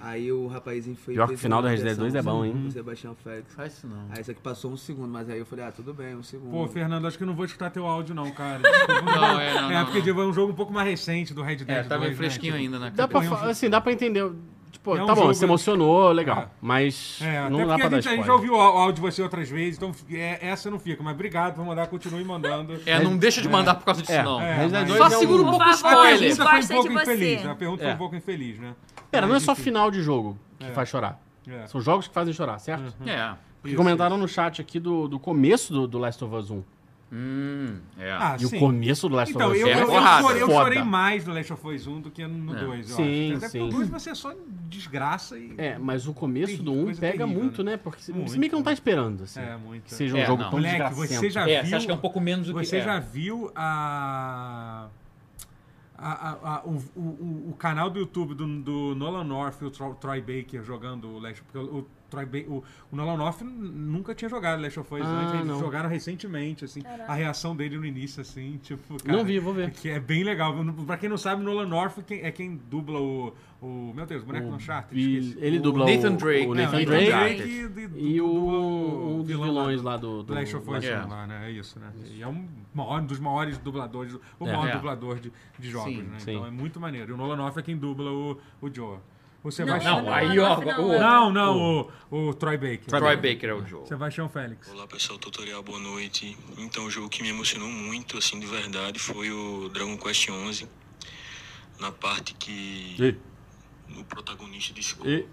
Aí o rapazinho foi. Pior que o fez final uma do Resident Evil ligação 2 é bom, hein? com O Sebastião Félix. Faz isso não. Aí isso aqui passou um segundo, mas aí eu falei, ah, tudo bem, um segundo. Pô, Fernando, acho que eu não vou escutar teu áudio, não, cara. Desculpa. [LAUGHS] Não, é, não. é, não, porque não. tipo, é um jogo um pouco mais recente do Red Dead É, 2. tá meio né? fresquinho Tipo, ainda na Dá pra, cabeça. fa- assim, dá pra entender. Tipo, É um tá bom, jogo- se emocionou, legal. É. Mas É, até não dá porque pra a dar gente, a gente spoiler. já ouviu o á- o áudio de você outras vezes, então é, essa não fica. Mas obrigado por mandar, continue mandando. É, não deixa de mandar por causa disso, É, não. É, Resident mas- Evil Só 2 é um- segura um Por pouco o favor, spoiler. A pergunta foi um Gosta pouco de você. infeliz. A pergunta foi É. um pouco infeliz, né? Tá. Pera, Mas, não é só enfim, final de jogo que faz chorar. é. Uhum. São jogos que fazem chorar, certo? É. Porque Isso, comentaram no chat aqui do, do começo do, do Last of Us 1. Hum, é. Ah, E sim. o começo do Last Então, of Us eu, 1 eu, é eu porrada. chorei, eu foda. chorei mais no Last of Us 1 do que no É. 2, eu Sim, acho. Até sim. porque o 2 você é só desgraça e... É, mas o começo do Terrível, 1 coisa pega terrível, muito, né? né? Porque se- Muito, se bem que não tá esperando, assim. É, muito. que seja um É, jogo não. tão Moleque, desgracento. você já É, viu... você acha que é um pouco menos do que Você é. já viu a... a- a- a- o, o- o canal do YouTube do, do Nolan North e o Tro- Troy Baker jogando o Last porque o, o Troy Ba- o- o Nolan North n- nunca tinha jogado Last of Us Ah, antes, eles não. jogaram recentemente, assim, a reação dele no início, assim, tipo, cara, Não vi, vou ver. Que é bem legal. Pra quem não sabe, Nolan North quem- é quem dubla o, o- meu Deus, o boneco no chat, E ele dubla o Nathan Drake. o Não, Nathan Nathan Drake Drake e, du- e o, dubla um dos vilão vilões lá do... do do Last of Us É. lá, né? É isso, né? E é um, maior- um dos maiores dubladores, do- o É. maior É. dublador de, de jogos, Sim, né? sim. Então é muito maneiro. E o Nolan North é quem dubla o, o Joe. O Não, Sebastião... não, aí, ó, não, o- não. Não, não, o, o Troy Baker. Troy Baker é o jogo. Sebastião Félix. Olá pessoal, tutorial, boa noite. Então, o jogo que me emocionou muito, assim, de verdade, foi o Dragon Quest XI. Na parte que Ei, o protagonista descobre. ei,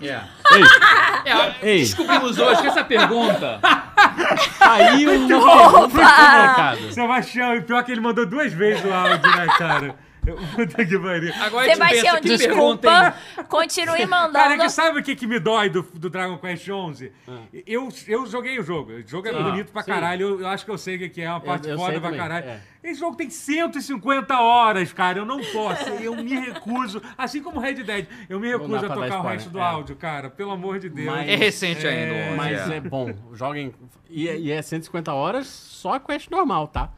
É. ei, É, ei. Descobrimos hoje que essa pergunta. [LAUGHS] Aí o Nolan provocado. Sebastião, e pior que ele mandou duas vezes o áudio, né, cara? Eu, puta que pariu. Agora a gente Sebastião, pensa que pergunta, um desculpa. hein? Continue Cara, que mandando. sabe o que, que me dói do, do Dragon Quest XI? Eu, eu joguei o jogo. O jogo é Sim. bonito pra Ah. Sim. caralho. Eu, eu acho que eu sei o que que é, uma parte eu sei foda pra também, caralho. é. Esse jogo tem 150 horas, cara. Eu não posso. Eu me recuso. Assim como Red Dead, eu me Não dá recuso a pra dar tocar o spoiler, resto do é. áudio, cara. Pelo amor de Deus. Mas- É recente ainda. o Mas Onze, é bom, joguem... E, é- e é 150 horas só quest normal, tá?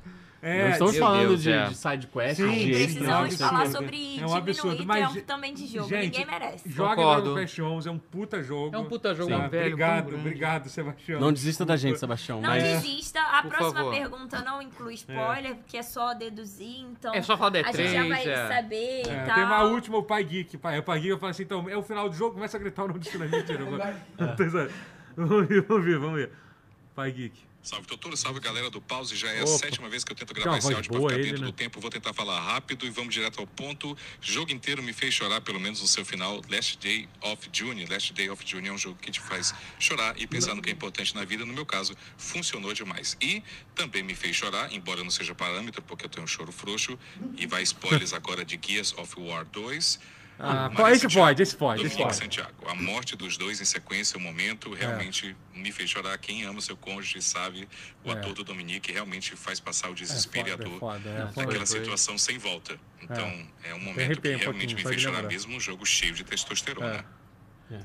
Não É, estamos meu falando Deus, de, é. de side quest, Sim, é de extra, precisamos Precisamos isso. falar absurdo. sobre É um absurdo, diminuir mas, tempo também de jogo. gente, Ninguém merece. Jogue Concordo. Dragon Quest XI. É um puta jogo. É um puta jogo, Ah, velho. né? Obrigado, tão grande. obrigado, Sebastião. Não desista da gente, Sebastião. Não mas... é- desista. A Por próxima favor. pergunta não inclui spoiler, porque é só deduzir, então. É só falar da A gente já E3, vai é. saber É, e Tá. Tem uma tal. última, o Pai Geek. Pai, o Pai Geek, eu falo assim, então, é o final do jogo, começa a gritar o nome do cinema. Mentira, eu vou- Tô zoando. Vamos ver, vamos ver, vamos ver. Pai Geek. Salve, doutor, salve galera do Pause. Já é a Opa. sétima vez que eu tento Tem uma gravar esse voz áudio pra boa ficar ele, dentro né? do tempo. Vou tentar falar rápido e vamos direto ao ponto. Jogo inteiro me fez chorar, pelo menos no seu final. Last Day of June. Last Day of June é um jogo que te faz chorar e pensar no que é importante na vida. No meu caso, funcionou demais. E também me fez chorar, embora não seja parâmetro, porque eu tenho um choro frouxo. E vai spoilers agora de Gears of War 2. Ah, Mas pô, esse Santiago, pode, esse pode, esse Dominique pode. Santiago, a morte dos dois em sequência, o momento É. realmente me fez chorar. Quem ama seu cônjuge sabe, o ator do Dominique realmente faz passar o desespero e a foda, é dor foda, é foda. daquela Foi, foi. situação sem volta. Então, é, um momento que arrepio um realmente pouquinho, me só fez de chorar, lembrar. É. mesmo um jogo cheio de testosterona.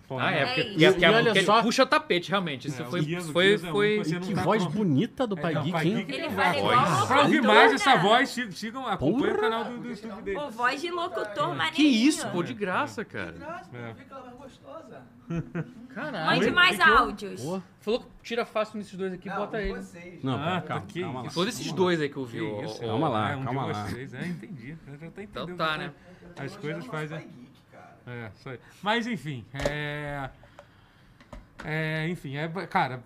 Foda. Ah, é, É porque, isso. porque, E- porque e a- olha porque ele só- puxa tapete, realmente. Isso É, foi. o Guias- o foi, Guias é um foi... que você não Que dá voz pra- bonita do Pai não, Geek, é Pai hein? Geek Ele Voz. fala igual Pra uma Pra ouvir mais essa locutora. voz, sig- sigam, acompanhem o Porra. canal do, do YouTube dele. Pô, voz de locutor maneiro. Que isso, pô, de graça, cara. Graças, É. fica ela mais gostosa. [LAUGHS] Caralho. Mande Oi? mais Que que eu- áudios. Porra. Falou que tira fácil nesses dois aqui, Não, bota ele. vocês. Não, Ah, pera, tá, calma, que calma isso. lá. Foi desses dois aí que eu vi. o- o- Calma lá, é, um calma de lá. Vocês. É, entendi. Eu já tô entendendo. Então tá, né? As coisas fazem... Geek, cara. É, isso aí. Mas enfim, é. É, enfim, é, ba- cara,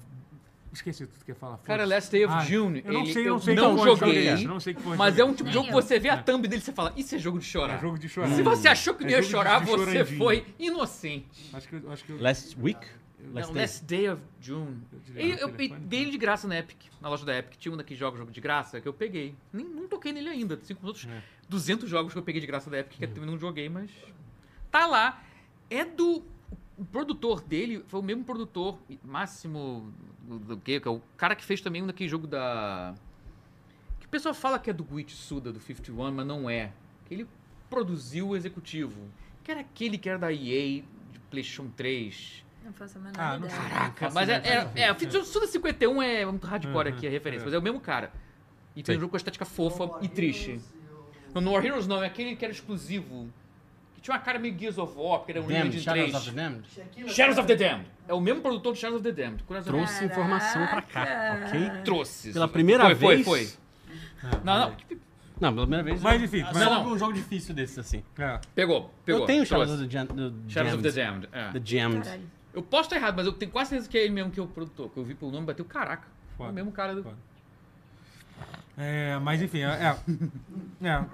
Esqueci tudo que eu ia falar. Cara, foda-se. Last Day of Ah, June, Eu não ele- sei, eu eu não sei não que porra de joguei, jogo é esse, eu não sei que porra de Mas é um tipo de jogo que Nem eu. você vê a thumb dele e você fala, isso é jogo de chorar. É jogo de chorar. Se você achou É que não ia jogo de- chorar, de você chorandinho. foi inocente. Acho que, eu- acho que eu- Last week? Last, Last não, day? Last Day of June. Eu te Ele- garanto, eu ele pe- foi- dei ele de graça na Epic, na loja da Epic. Tinha um que joga jogo de graça, que eu peguei. Nem, não toquei nele ainda. Cinco minutos, 200 jogos que eu peguei de graça da Epic, que eu também não joguei, mas... Tá lá. É do... O produtor dele foi o mesmo produtor, Máximo... do- Do que? Que é o cara que fez também um daquele jogo da... Que o pessoal fala que é do Guichi Suda, do 51, mas não é. Que ele produziu o executivo. Que era aquele que era da EA, de PlayStation 3... Não faço a menor Ah, não ideia. sei. Caraca, Não faço mas é, ideia. é, é, o Fit- Suda 51 é muito hardcore Uhum, aqui a referência, é. mas é o mesmo cara. E tem Sim. um jogo com a estética fofa War e triste. Heroes e o- No War Heroes não, é aquele que era exclusivo. Que tinha uma cara meio Gears of War, porque era um Damned, Unlimited Shadows of the 3. Damned? Shaquille Shadows of the Damned. É o mesmo produtor de Shadows of the Damned. Curiosamente, Trouxe informação pra cá, ok? trouxe. Pela primeira foi, Foi, vez? foi, Não, não. Não, pela primeira vez. Mas eu- enfim, Ah, mas- Só um jogo difícil desses, assim. É. Pegou, pegou. Eu tenho trouxe. Shadows of the Jam- do- Shadows of the Jammed. Damned. é. The Jammed. Caralho. Eu posso estar errado, mas eu tenho quase certeza que é ele mesmo que é o produtor. Que eu vi pelo nome, bateu caraca. É Foda. o mesmo cara do. Foda. É, mas enfim, é. é, é.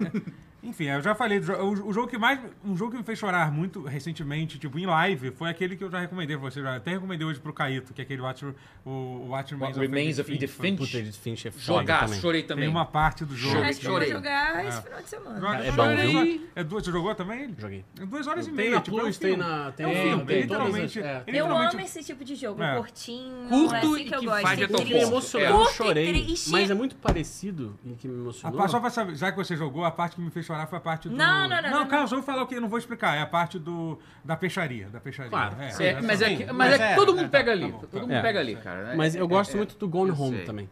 enfim, eu já falei. do jo- O, o jogo que mais. Um jogo que me fez chorar muito recentemente, tipo, em live, foi aquele que eu já recomendei pra você. Já até recomendei hoje pro Caíto, que é aquele Watch, o Watch Remains, Remains of Edith Edith Finch. Finch. Puta, ele Finch é foda Jogar, também. chorei também. Tem uma parte do jogo. Chorei, Acho que eu vou chorei. jogar É. esse final de semana. Joga- É bom, viu? joga- É duas, você jogou também ele? Joguei. É duas horas e Tem meia. na tipo, é um Plus, tem filme. na... É um filme, tem literalmente. todas as- é. é Eu literalmente- amo esse tipo de jogo, É. curtinho, Curto assim e que eu que gosto. faz de triste. tão Eu me bom. emocionou, É. eu Curto e chorei, triste. mas é muito parecido e que me A emocionou. parte, só pra saber, já que você jogou, a parte que me fez chorar foi a parte do. Não, não, não, Não, não, calma, só vou falar o que eu não vou explicar. É a parte do, da peixaria. Da peixaria. Claro, é, sim. É, essa- mas é que, mas mas é que é, todo mundo pega tá ali. bom, tá. todo mundo É. pega ali, cara. né? Mas É, eu gosto é, muito do Gone eu Home sei. também.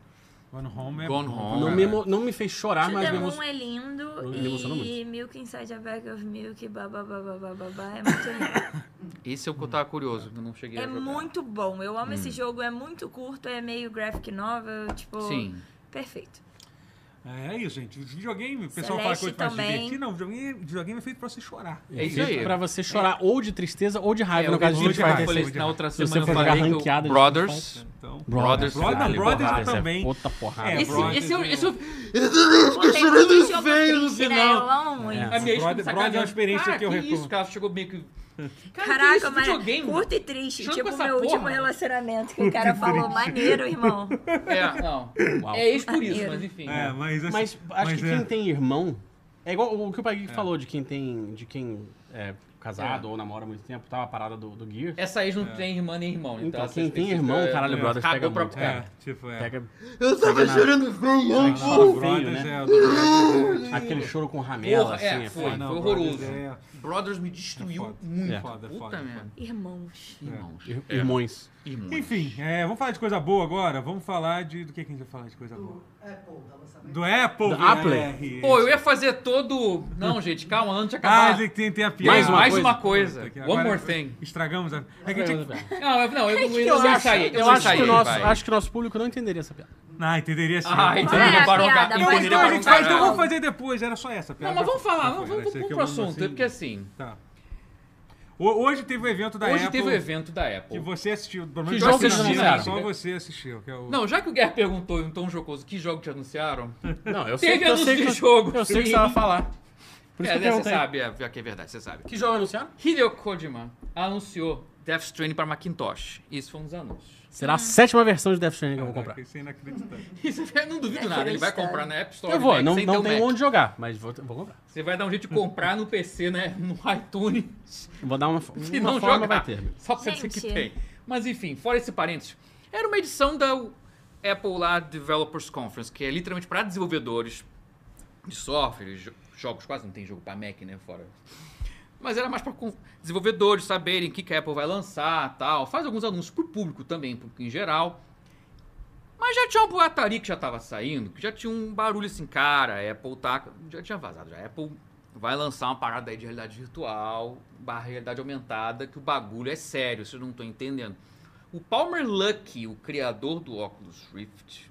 Gone Home é Gone bom, Home. bom, Não cara. me, emo- não me fez chorar, To mas the me Moon emocionou. é lindo me emocionou e Milk Inside a Bag of Milk, babá, é muito lindo. [LAUGHS] Esse é o que eu tava curioso, eu não cheguei é a jogar. Hum. muito bom, eu amo esse jogo, é muito curto, é meio graphic novel, tipo, Sim. perfeito. É, é isso, gente. O videogame, o pessoal fala Celeste coisa pra se também. divertir. Não, videogame, videogame é feito pra você chorar. É isso aí. Pra você chorar ou de tristeza ou de É, raiva, eu no caso de vou vi- Street Fighter. de eu falei raiva. isso na outra Se você semana. for eu jogar falei que eu- ranqueada de Brothers. Então, Brothers, é Brothers, caralho, Brothers porrada. eu também. Outra porrada. É, Esse, Brothers esse, eu- é- esse eu- Pô, tem muito jogo triste, né? Eu amo muito. É. a minha ex Brother- sacaneando. Brother é uma experiência Cara, que eu isso, recordo. cara, chegou meio que... Cara, que Caraca, isso, mas videogame? curto e triste, Jogando tipo com o essa meu último porra. relacionamento que o cara falou, maneiro, irmão. [LAUGHS] É, não. Uau. É ex por isso, Maneiro. mas enfim. É, mas assim, [LAUGHS] Mas acho que é. quem tem irmão. É igual o que o Pai Geek falou de quem tem. de quem é casado ou namora há muito tempo, tal, a parada do, do Gear. Essa ex não tem irmã nem irmão. né? Então, essa quem tem específica- irmão, caralho, é, Brothers pega cagou pra- muito, É, cara. tipo, é. Pega Eu tava na- chorando Não, feio. não, choro o feio, Brothers né? é- o [LAUGHS] Brothers é- aquele choro com ramela, Porra, assim, é, é, foi. foda. Ah, não, Foi o Brothers horroroso. é- Brothers me É destruiu foda, muito. é foda, é Puta foda, merda. Irmãos. Irmãos. Ir- Irmãos. Irmãos. Enfim, é, vamos falar de coisa boa agora? Vamos falar de. Do que, que a gente vai falar de coisa boa? do Apple, da lançamento. Do Apple, Da VR. Apple. Pô, eu ia fazer todo. Não, gente, calma, não tinha Ah, acabado. ele tem, tem a piada. mais, mais coisa. uma coisa. Aqui, One agora more thing. Estragamos a. É que tinha... Não, eu, não, eu, eu, Eu, não acho, ensaiei. Eu, eu não acho, que ensaiei. o nosso, vai. acho que o nosso público não entenderia essa piada. Ah, entenderia sim. Ah, Eu- entendi. é a Barão piada? Ca- Mas Não, entendi, então a Barão gente vai, Caralho. então vamos fazer depois, era só essa Não, piada. mas vamos falar, Não vamos, foi, vamos, essa vamos aqui pro é uma, assunto. assim, É porque assim, Tá. Ho- Hoje teve o evento da hoje Apple. teve o evento da Que Apple. você assistiu. Pelo Que menos jogo você vocês assistiu, anunciaram? Só você assistiu. Que é o... Não, já que o Guerra perguntou em um tom jocoso que jogo [LAUGHS] te anunciaram, Não, eu teve eu anúncio que de jogo. Eu sei que sim. você vai falar. Por isso É, que né, eu você perguntei. sabe, é, é que é verdade, você sabe. Que jogo anunciaram? Hideo Kojima anunciou Death Stranding para Macintosh. Isso foi um dos anúncios. [LAUGHS] Será a sétima versão de Death Stranding que eu vou comprar. Isso é inacreditável. Isso é, eu não duvido É nada, ele vai comprar na App Store. Eu vou, Mac, não, sem não ter o tem Mac. onde jogar, mas vou, vou comprar. Você vai dar um jeito de comprar no PC, né? No iTunes. Vou dar uma, fo- Se uma não forma jogar, vai ter. meu. Só pra dizer que Gente. tem. Mas enfim, fora esse parênteses, era uma edição da Apple lá Developers Conference, que é literalmente para desenvolvedores de software, jo- jogos quase não tem jogo para Mac, né, fora. Mas era mais para desenvolvedores saberem o que, que a Apple vai lançar, tal. Faz alguns anúncios pro público também, público em geral. Mas já tinha uma boataria que já tava saindo, que já tinha um barulho assim, cara, a Apple tá. Já tinha vazado, já. A Apple vai lançar uma parada aí de realidade virtual, barra realidade aumentada, que o bagulho é sério, vocês não estão entendendo. O Palmer Lucky, o criador do Oculus Rift,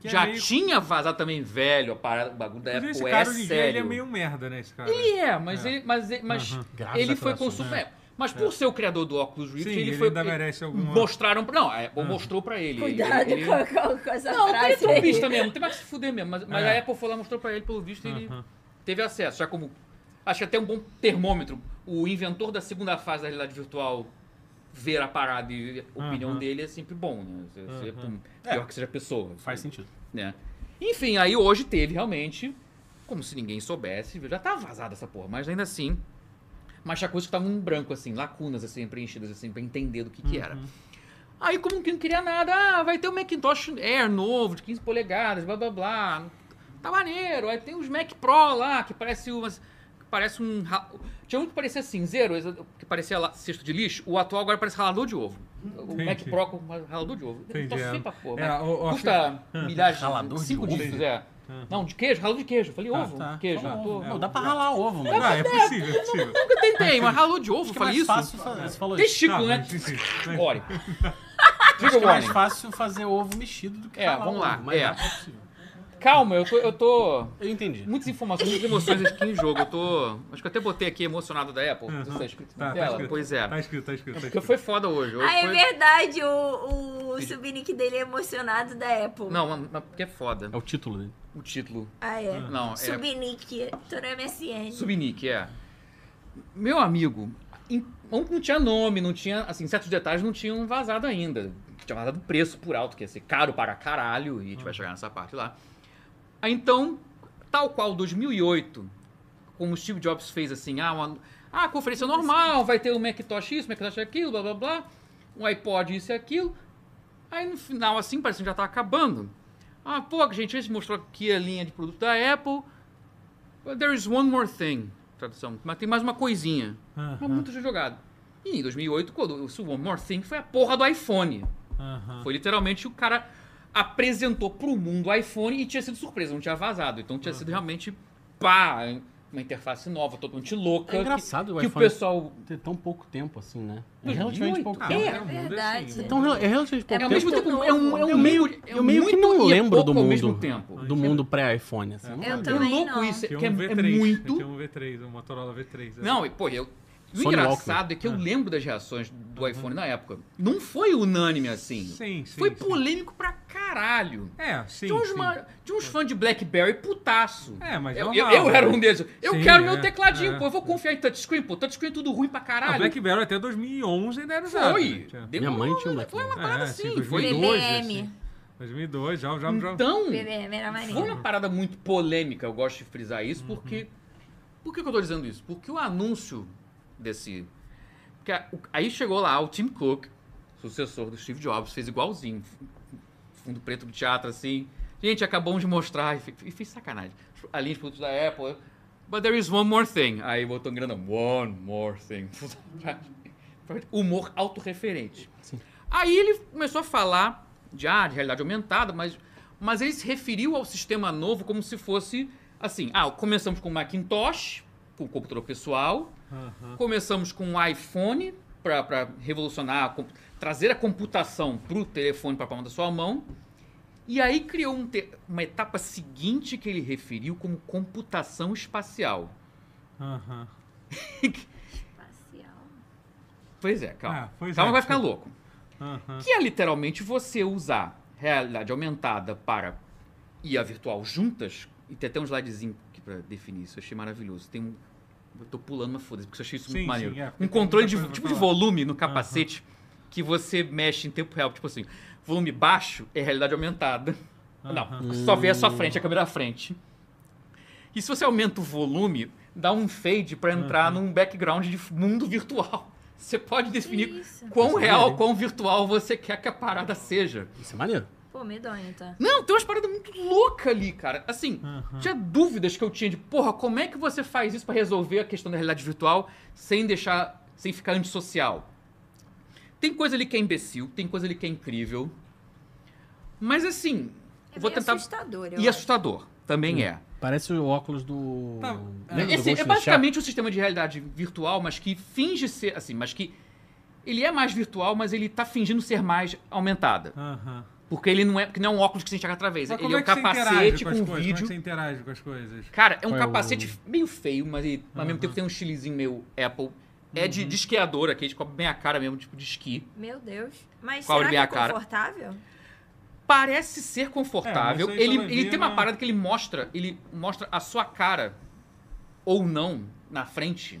Que é já meio- tinha vazado também, velho, a parada, o bagulho da Inclusive, Apple esse é cara hoje em dia sério. ele é meio merda, né? Esse cara. Ele é, mas É. ele, mas, ele- mas Aham. Graças ele a foi coração, consumido. né? Mas por ser o criador do óculos Rift, Sim, ele, ele foi. um ainda merece alguma- Ah. Mostraram. pra- Não, é, ou mostrou pra ele. Cuidado ele, ele... com, com, com essa Não, o cara é frase trompista mesmo, tem mais que se fuder mesmo. Mas, mas É. Uhum. a Apple foi lá, mostrou pra ele, pelo visto, e ele Aham. teve acesso. Já como. Acho que até um bom termômetro. O inventor da segunda fase da realidade virtual ver a parada e a opinião Aham. dele é sempre bom, né? Você- você- Aham. Pior que seja pessoa. Faz sentido. Né? Enfim, aí hoje teve realmente, como se ninguém soubesse, já tá vazada essa porra, mas ainda assim, mas tinha coisas que estavam em branco, assim, lacunas assim, preenchidas, assim, pra entender do que que Uhum. era. Aí, como que não queria nada, ah, vai ter o Macintosh Air novo, de 15 polegadas, blá blá blá. Tá maneiro. Aí tem os Mac Pro lá, que parece umas. que Parece um. ra- Tinha um que parecia cinzeiro, esse- que parecia lá, cesto de lixo. O atual agora parece ralador de ovo. O Mac Entendi. Pro com ralador de ovo. Eu Tô Entendi, feio é. pra porra. É, mas eu- eu custa milhares Ralador de cinco ovo? dígitos, é. Não, de queijo, ralador de queijo. Eu Falei ovo, de queijo. Só eu ovo. tô- Não, dá pra ralar ovo, mano. um Ah, é possível, é possível. Nunca tentei, mas ralador de ovo, eu Acho que é falei mais isso. fácil fazer. Você falou isso. Tá, Testículo, né? mas [LAUGHS] enfim, né? Olha. Acho Trigger que é mais warning. fácil fazer ovo mexido do que É, ralar vamos ovo, lá, mas é. dá pra possível. Calma, eu tô. Eu tô... Eu entendi. Muitas informações, muitas emoções aqui em jogo. Eu tô. Acho que eu até botei aqui emocionado da Apple. Não sei se tá escrito na Tá, tá tela. escrito. Pois é. Tá escrito, tá escrito. Tá Porque escrito. foi foda hoje. hoje Ah, é foi... verdade, o, o subnick dele é emocionado da Apple. Não, mas- mas porque é foda. É o título dele. O título. Ah, é. Não, é. Subnick, tô na MSN. Subnick, é. Meu amigo, em- um que não tinha nome, não tinha. Assim, certos detalhes não tinham vazado ainda. Tinha vazado o preço por alto, que ia ser caro para caralho, e a gente vai chegar nessa parte lá. Aí, Então, tal qual 2008, como o Steve Jobs fez assim, ah, uma, ah, a conferência normal, vai ter o Macintosh isso, Macintosh aquilo, blá blá blá, um iPod isso e aquilo. Aí no final, assim, parece que já tá acabando. Ah, pô, gente, a gente mostrou aqui a linha de produto da Apple. But There is one more thing, tradução. Mas tem mais uma coisinha. Aham. Mas muito jogado. E em 2008, quando o One More Thing foi a porra do iPhone. Aham. Foi literalmente o cara apresentou pro mundo o iPhone e tinha sido surpresa, não tinha vazado. Então tinha sido realmente pá, uma interface nova, totalmente louca. É engraçado que, o que o iPhone pessoal. ter tão pouco tempo assim, né? É 2008? relativamente pouco Ah, tempo. mas É o mundo assim, verdade. o mundo Então, rel- é relativamente pouco É ao tempo. mesmo tempo, é um, é um Eu meio- meio, é eu meio que muito não e é lembro do pouco mundo. Ao mesmo tempo. Do mundo pré-iPhone, assim. não Eu lembro. É também louco não. isso, é, Tinha que é, um é V3, muito. Tinha um V3, um Motorola V3. é. Não, e pô, eu. O Sony engraçado Walkman. é que eu lembro das reações do iPhone na época. Não foi unânime assim. Uhum. Sim, sim. foi sim. polêmico pra caralho. É, sim. De uns, sim. então ma- de uns fãs de Blackberry putaço. É, mas eu, eu, normal, eu era né? um deles. Eu Sim, quero meu é, tecladinho, é. Ah, pô. Eu vou confiar em touchscreen, pô. Touchscreen é tudo ruim pra A caralho. BlackBerry até 2011 ainda era usado. né? foi. Tinha- Minha mãe tinha um Foi Blackberry. uma parada É, assim. sim, Foi... 2012, BBM. assim. 2002, já, já, já. Então, BBM era maneiro. foi uma parada muito polêmica. Eu gosto de frisar isso porque... Por que que eu tô dizendo isso? Porque o anúncio desse... Porque a- o- aí chegou lá o Tim Cook, sucessor do Steve Jobs, fez igualzinho. Fundo preto do teatro, assim. Gente, acabamos de mostrar. E fe- e fez sacanagem. A linha de produtos da Apple. But there is one more thing. Aí botou em grandão. One more thing. [LAUGHS] Humor autorreferente. Aí ele começou a falar de, ah, de realidade aumentada, mas, mas ele se referiu ao sistema novo como se fosse assim: ah, começamos com o Macintosh, com o computador pessoal, começamos com o iPhone para revolucionar, a compu- trazer a computação para o telefone para a palma da sua mão. E aí criou um te- uma etapa seguinte que ele referiu como computação espacial. Aham. Espacial. Pois é, calma. Ah, pois calma, é. vai ficar louco. Aham. Que é literalmente você usar realidade aumentada para e a virtual juntas. E tem até um slidezinho aqui pra definir isso. Eu achei maravilhoso. Tem um. Eu tô pulando, mas foda-se, porque eu achei isso Sim, muito maneiro. sim, é, porque um tem controle muita de, coisa pra tipo de falar. volume no capacete que você mexe em tempo real. Tipo assim, volume baixo é realidade aumentada. Não, só vê a sua frente, a câmera à frente. E se você aumenta o volume, dá um fade pra entrar num background de mundo virtual. [LAUGHS] Você pode definir isso? quão Isso é real, maneiro, hein? quão virtual você quer que a parada seja. Isso é maneiro. Pô, medonho, tá? Não, tem umas paradas muito loucas ali, cara. Assim, tinha dúvidas que eu tinha de, porra, como é que você faz isso pra resolver a questão da realidade virtual sem deixar, sem ficar antissocial? Tem coisa ali que é imbecil, tem coisa ali que é incrível. Mas assim, É vou meio tentar assustador, eu e acho. assustador, também é. Parece o óculos do. Tá, Lembra do Esse Ghost é in the basicamente um sistema de realidade virtual, mas que finge ser, assim, mas que ele é mais virtual, mas ele tá fingindo ser mais aumentada. Aham. Porque ele não é, porque não é um óculos que você enxerga através. Mas ele como é é um que você interage capacete com com, as coisas? um Como é que vídeo. você interage com as coisas? Cara, é um Qual é o- capacete meio feio, mas ele, ao mesmo tempo tem um estilinho meio Apple. é Uhum. de, de esquiador aqui, a gente cobre bem a cara mesmo, tipo de esqui. Meu Deus. Mas será Cobre que bem a é cara. confortável? Parece ser confortável. É, mas aí ele tu vai ele ver tem uma na- parada que ele mostra, ele mostra a sua cara ou não na frente,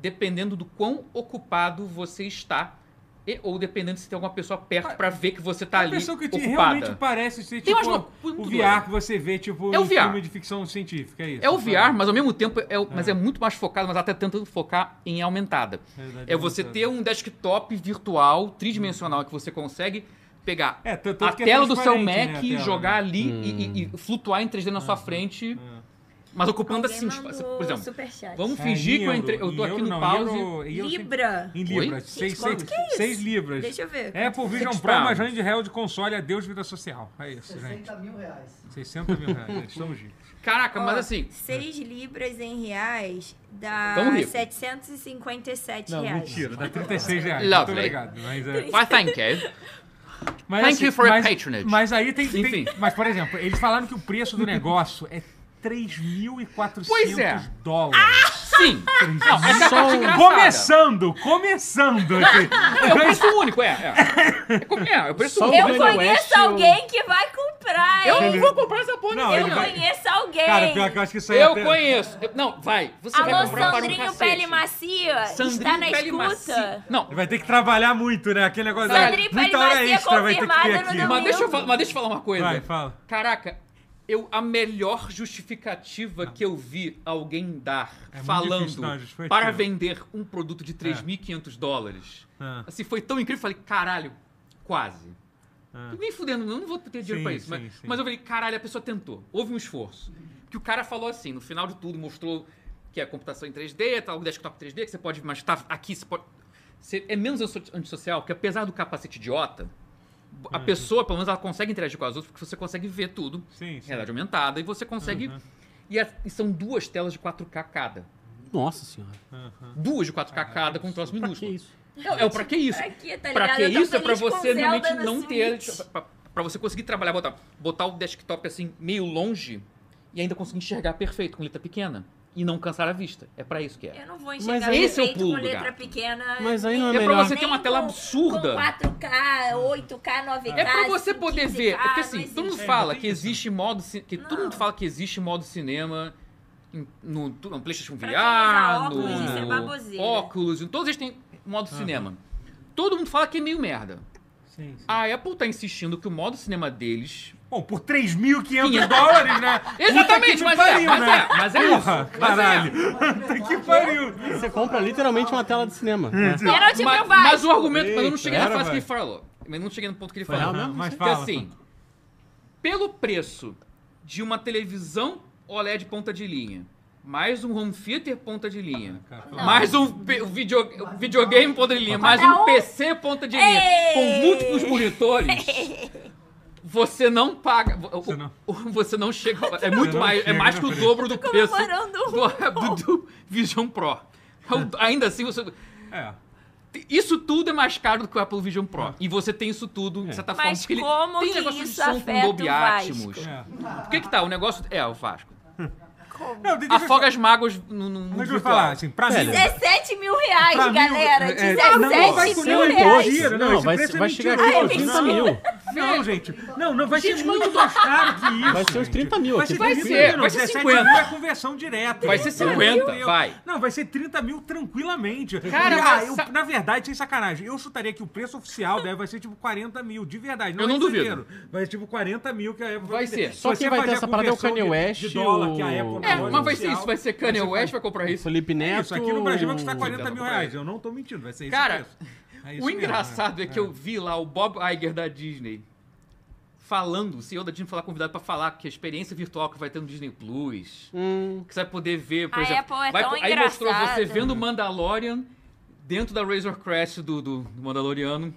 dependendo do quão ocupado você está. e- ou dependendo se tem alguma pessoa perto pra ver que você tá a ali pessoa que te- realmente ocupada. parece ser Tem tipo umas loucuras o muito VR doidas. que você vê tipo É o em VR. filme de ficção científica, é isso? É o sabe? VR, mas ao mesmo tempo é, o- mas é muito mais focado, mas ela tá tentando focar em aumentada. Realidade É você ter aumentada. um desktop virtual tridimensional que você consegue pegar É, tanto a que é tela do seu Mac transparente, né, a tela, jogar né? É. ali e, e- e flutuar em 3D na sua frente, mas ocupando Alguém assim, mandou espaço. por exemplo, superchat. vamos assim- É, fingir em que eu euro, entrei, eu em tô aqui euro no não, pause. Em, euro- em euro sempre- Libra. Em libras, Oi? seis, Gente, quanto seis- que é isso? seis libras. Deixa eu ver. Apple Vision Six Pro, uma pounds. jane de réu de console, adeus vida social. É isso, gente. 60 mil reais. 60 mil reais, gente, estamos ricos. Caraca, mas Ó, assim, 6 libras em reais dá Tão rico. 757 Não, reais. mentira, dá 36 reais. Lovely. Muito obrigado. Mas, é, why thank you? mas, Thank assim, you for your mas- patronage. Mas aí tem, tem- Enfim. Mas, por exemplo, eles falaram que o preço do negócio é 3.400 Pois é. dólares. Sim! Não, essa é a parte engraçada. um começando, começando [LAUGHS] aqui. É o preço único, é. É, é, como- é, é o preço Só único. Eu um Velho conheço Oeste, alguém que vai comprar, Eu hein? não vou comprar essa porra Não, ninguém, Eu ele não. vai- conheço alguém. Cara, pior que eu acho que isso aí é Eu até- conheço. Eu- não, vai. Você vai Alô, comprar para um Sandrinho cacete. Pele Macia, está na Pele escuta. Macia. Não, Ele vai ter que trabalhar muito, né? Aquele negócio da Sandrinho muita Pele hora Macia extra vai ter que ter confirmada no aqui. domingo. mas deixa, eu, fa- mas deixa eu falar uma coisa. Vai, fala. Caraca, eu, a melhor justificativa que eu vi alguém dar Ah. É muito falando difícil dar uma justificativa. É. para vender um produto de 3.500 dólares. Ah, Assim, foi tão incrível. eu Falei, caralho, quase. ah. Nem fudendo, eu não vou ter dinheiro Sim, pra isso. sim, mas, sim. mas eu falei, caralho, a pessoa tentou. Houve um esforço. Que o cara falou assim, no final de tudo, mostrou que é computação em 3D, tal, o desktop 3D, que você pode, mas tá aqui, você pode... você é menos anso- antissocial, porque apesar do capacete idiota, a Uhum. pessoa, pelo menos, ela consegue interagir com as outras, porque você consegue ver tudo, Sim, Uhum. sim. realidade aumentada, e você consegue... E, a- e são duas telas de 4K cada. Nossa senhora. Aham. Duas de 4K cada com um troço Pra que minúsculo. isso? É, é o pra que isso? Aqui, tá Pra ligado? que Eu tô isso? É pra feliz com você Zelda realmente no não ter. tipo, Switch. pra- pra- Pra você conseguir trabalhar, botar, botar o desktop assim, meio longe e ainda conseguir enxergar perfeito com letra pequena. E não cansar a vista. É pra isso que é. Eu não vou Mas enxergar aí- esse é o direito pulo com do letra gato. pequena. Mas aí não é nem- melhor. nem É pra você ter uma tela com- Com absurda. 4K, 8K, 9K. É pra você poder ver. 15K, Porque ah, não assim, todo mundo existe. fala tem que isso. existe modo. ci- Que todo Não. mundo fala que existe modo cinema. em- No, tu- no PlayStation Pra VR, quem usa óculos, isso é no baboseira. óculos, em todos eles têm modo cinema. Todo mundo fala que é meio merda. Sim, sim. A Apple tá insistindo que o modo cinema deles Bom, por 3.500 dólares, né? Puta é. [LAUGHS] Exatamente, que mas pariu, é, mas né? é, mas é Porra, isso. Mas é. caralho. Puta que pariu. Você compra literalmente uma tela de cinema. né? Pênalti Ma- pro mas, Vasco. o argumento, mas eu não Eita, cheguei na era, fase vai. que ele falou. Mas não cheguei no ponto que ele Foi falou. real mesmo? Mas Porque fala. assim, pelo preço de uma televisão OLED ponta de linha, mais um home theater ponta de linha, Ah, mais um pe- um video- um videogame ponta de linha, mais Cada um um- PC ponta de linha, Ei! com múltiplos monitores, você não paga. o- o- Você não- o- Você não chega. É muito não mais. É chega mais na que o frente. dobro do preço comemorando um do, do, do [LAUGHS] Vision Pro. Ainda assim, você. É. Isso tudo é mais caro do que o Apple Vision Pro. E você tem isso tudo, É. de certa forma. Mas porque ele como tem que negócio de isso som com afeta Dolby o Vasco? Atmos. É. O que que tá? O negócio... É, o Vasco. Não, deixa eu- Afoga as mágoas no, no Mas mundo eu vou virtual. falar, assim, pra mim... 17 mil reais, pra mim, galera. é, é, 17 não, vai não, mil reais. imposto. Mentira, não, Não, esse vai, preço é vai mentira. chegar aqui Ai, uns mentira. 30 mil. Não, gente. Não, não vai ser muito mais caro [LAUGHS] que isso. Vai ser uns 30 gente. mil Vai aqui. ser Vai 30 ser, mil, vai não. ser 17 50. mil é conversão direta. Vai ser 50, vai. Não, vai ser 30 mil tranquilamente. Cara, E, ah, mas eu- sa- na verdade, sem sacanagem, eu chutaria que o preço oficial deve vai ser tipo 40 mil, de verdade. Eu não é duvido. dinheiro. Vai ser tipo 40 mil que a Apple Vai ser. Se Só você quem vai ter fazer a essa parada é o conversão Kanye de- West, De dólar, que a o- Apple não É, gosta mas vai ser oficial. isso. Vai ser Kanye West, vai comprar O é isso. Felipe Neto. um- Isso aqui no Brasil vai custar 40 mil Felipe Neto. reais. Eu não tô mentindo, vai ser isso. Cara, É isso O mesmo, engraçado é que eu vi lá o Bob Iger da Disney falando, o CEO da Disney foi lá convidado pra falar que a experiência virtual que vai ter no Disney Plus, Hum, que você vai poder ver, por A exemplo, Apple é vai, tão po- aí mostrou você engraçada. vendo o Mandalorian dentro da Razor Crest do, do, do Mandaloriano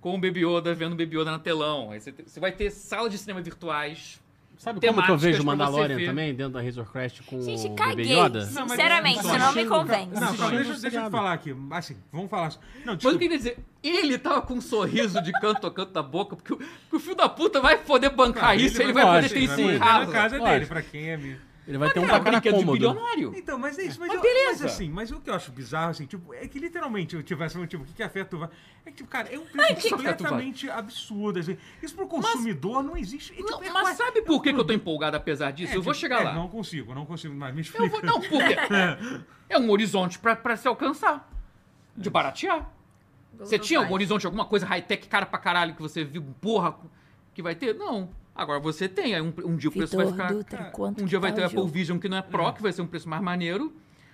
com o Baby Yoda, vendo o Baby Yoda na telão. Aí você, te- você vai ter sala de cinema virtuais. sabe como que eu Temáticas vejo o pra você Mandalorian ver. também, dentro da Razor Crest com Gente, o caguei. Baby Yoda? Não, mas- Sinceramente, mas- não me convence. Não, calma, deixa, Assistindo deixa eu te seriado. falar aqui. Assim, vamos falar. Não, Mas o que desculpa. eu queria dizer? Ele tava com um sorriso de canto a canto da boca, porque o, porque o filho da puta vai poder bancar Ah, isso, ele, vai vai- poder ter lógico, isso ele vai em vai morar casa. na casa Lógico. dele, pra quem é amigo. Ele vai ter um Cara, pra cada brinquedo de cômodo. bilionário. Então, mas é isso. Mas, Mas eu- beleza. mas assim, mas o que eu acho bizarro, assim, tipo, é que literalmente eu tivesse um tipo, o que, que afeta vai? É que, tipo, cara, é um preço que- completamente absurdo. Assim. Isso pro consumidor não existe. É, tipo, Não, é mas quase- sabe por que, que eu tô empolgado apesar disso? é, eu vou tipo, chegar é, lá. Não consigo, não consigo mais. Me explica. Eu vou, um não, porque é um horizonte pra, pra se alcançar. De baratear. Você tinha algum horizonte, alguma coisa high-tech, cara pra caralho, que você viu, porra, que vai ter? Não. Agora você tem. Aí um, um dia o preço vai ficar. Um tá dia vai ter o Apple Vision que não é Pro, que vai ser um preço mais maneiro.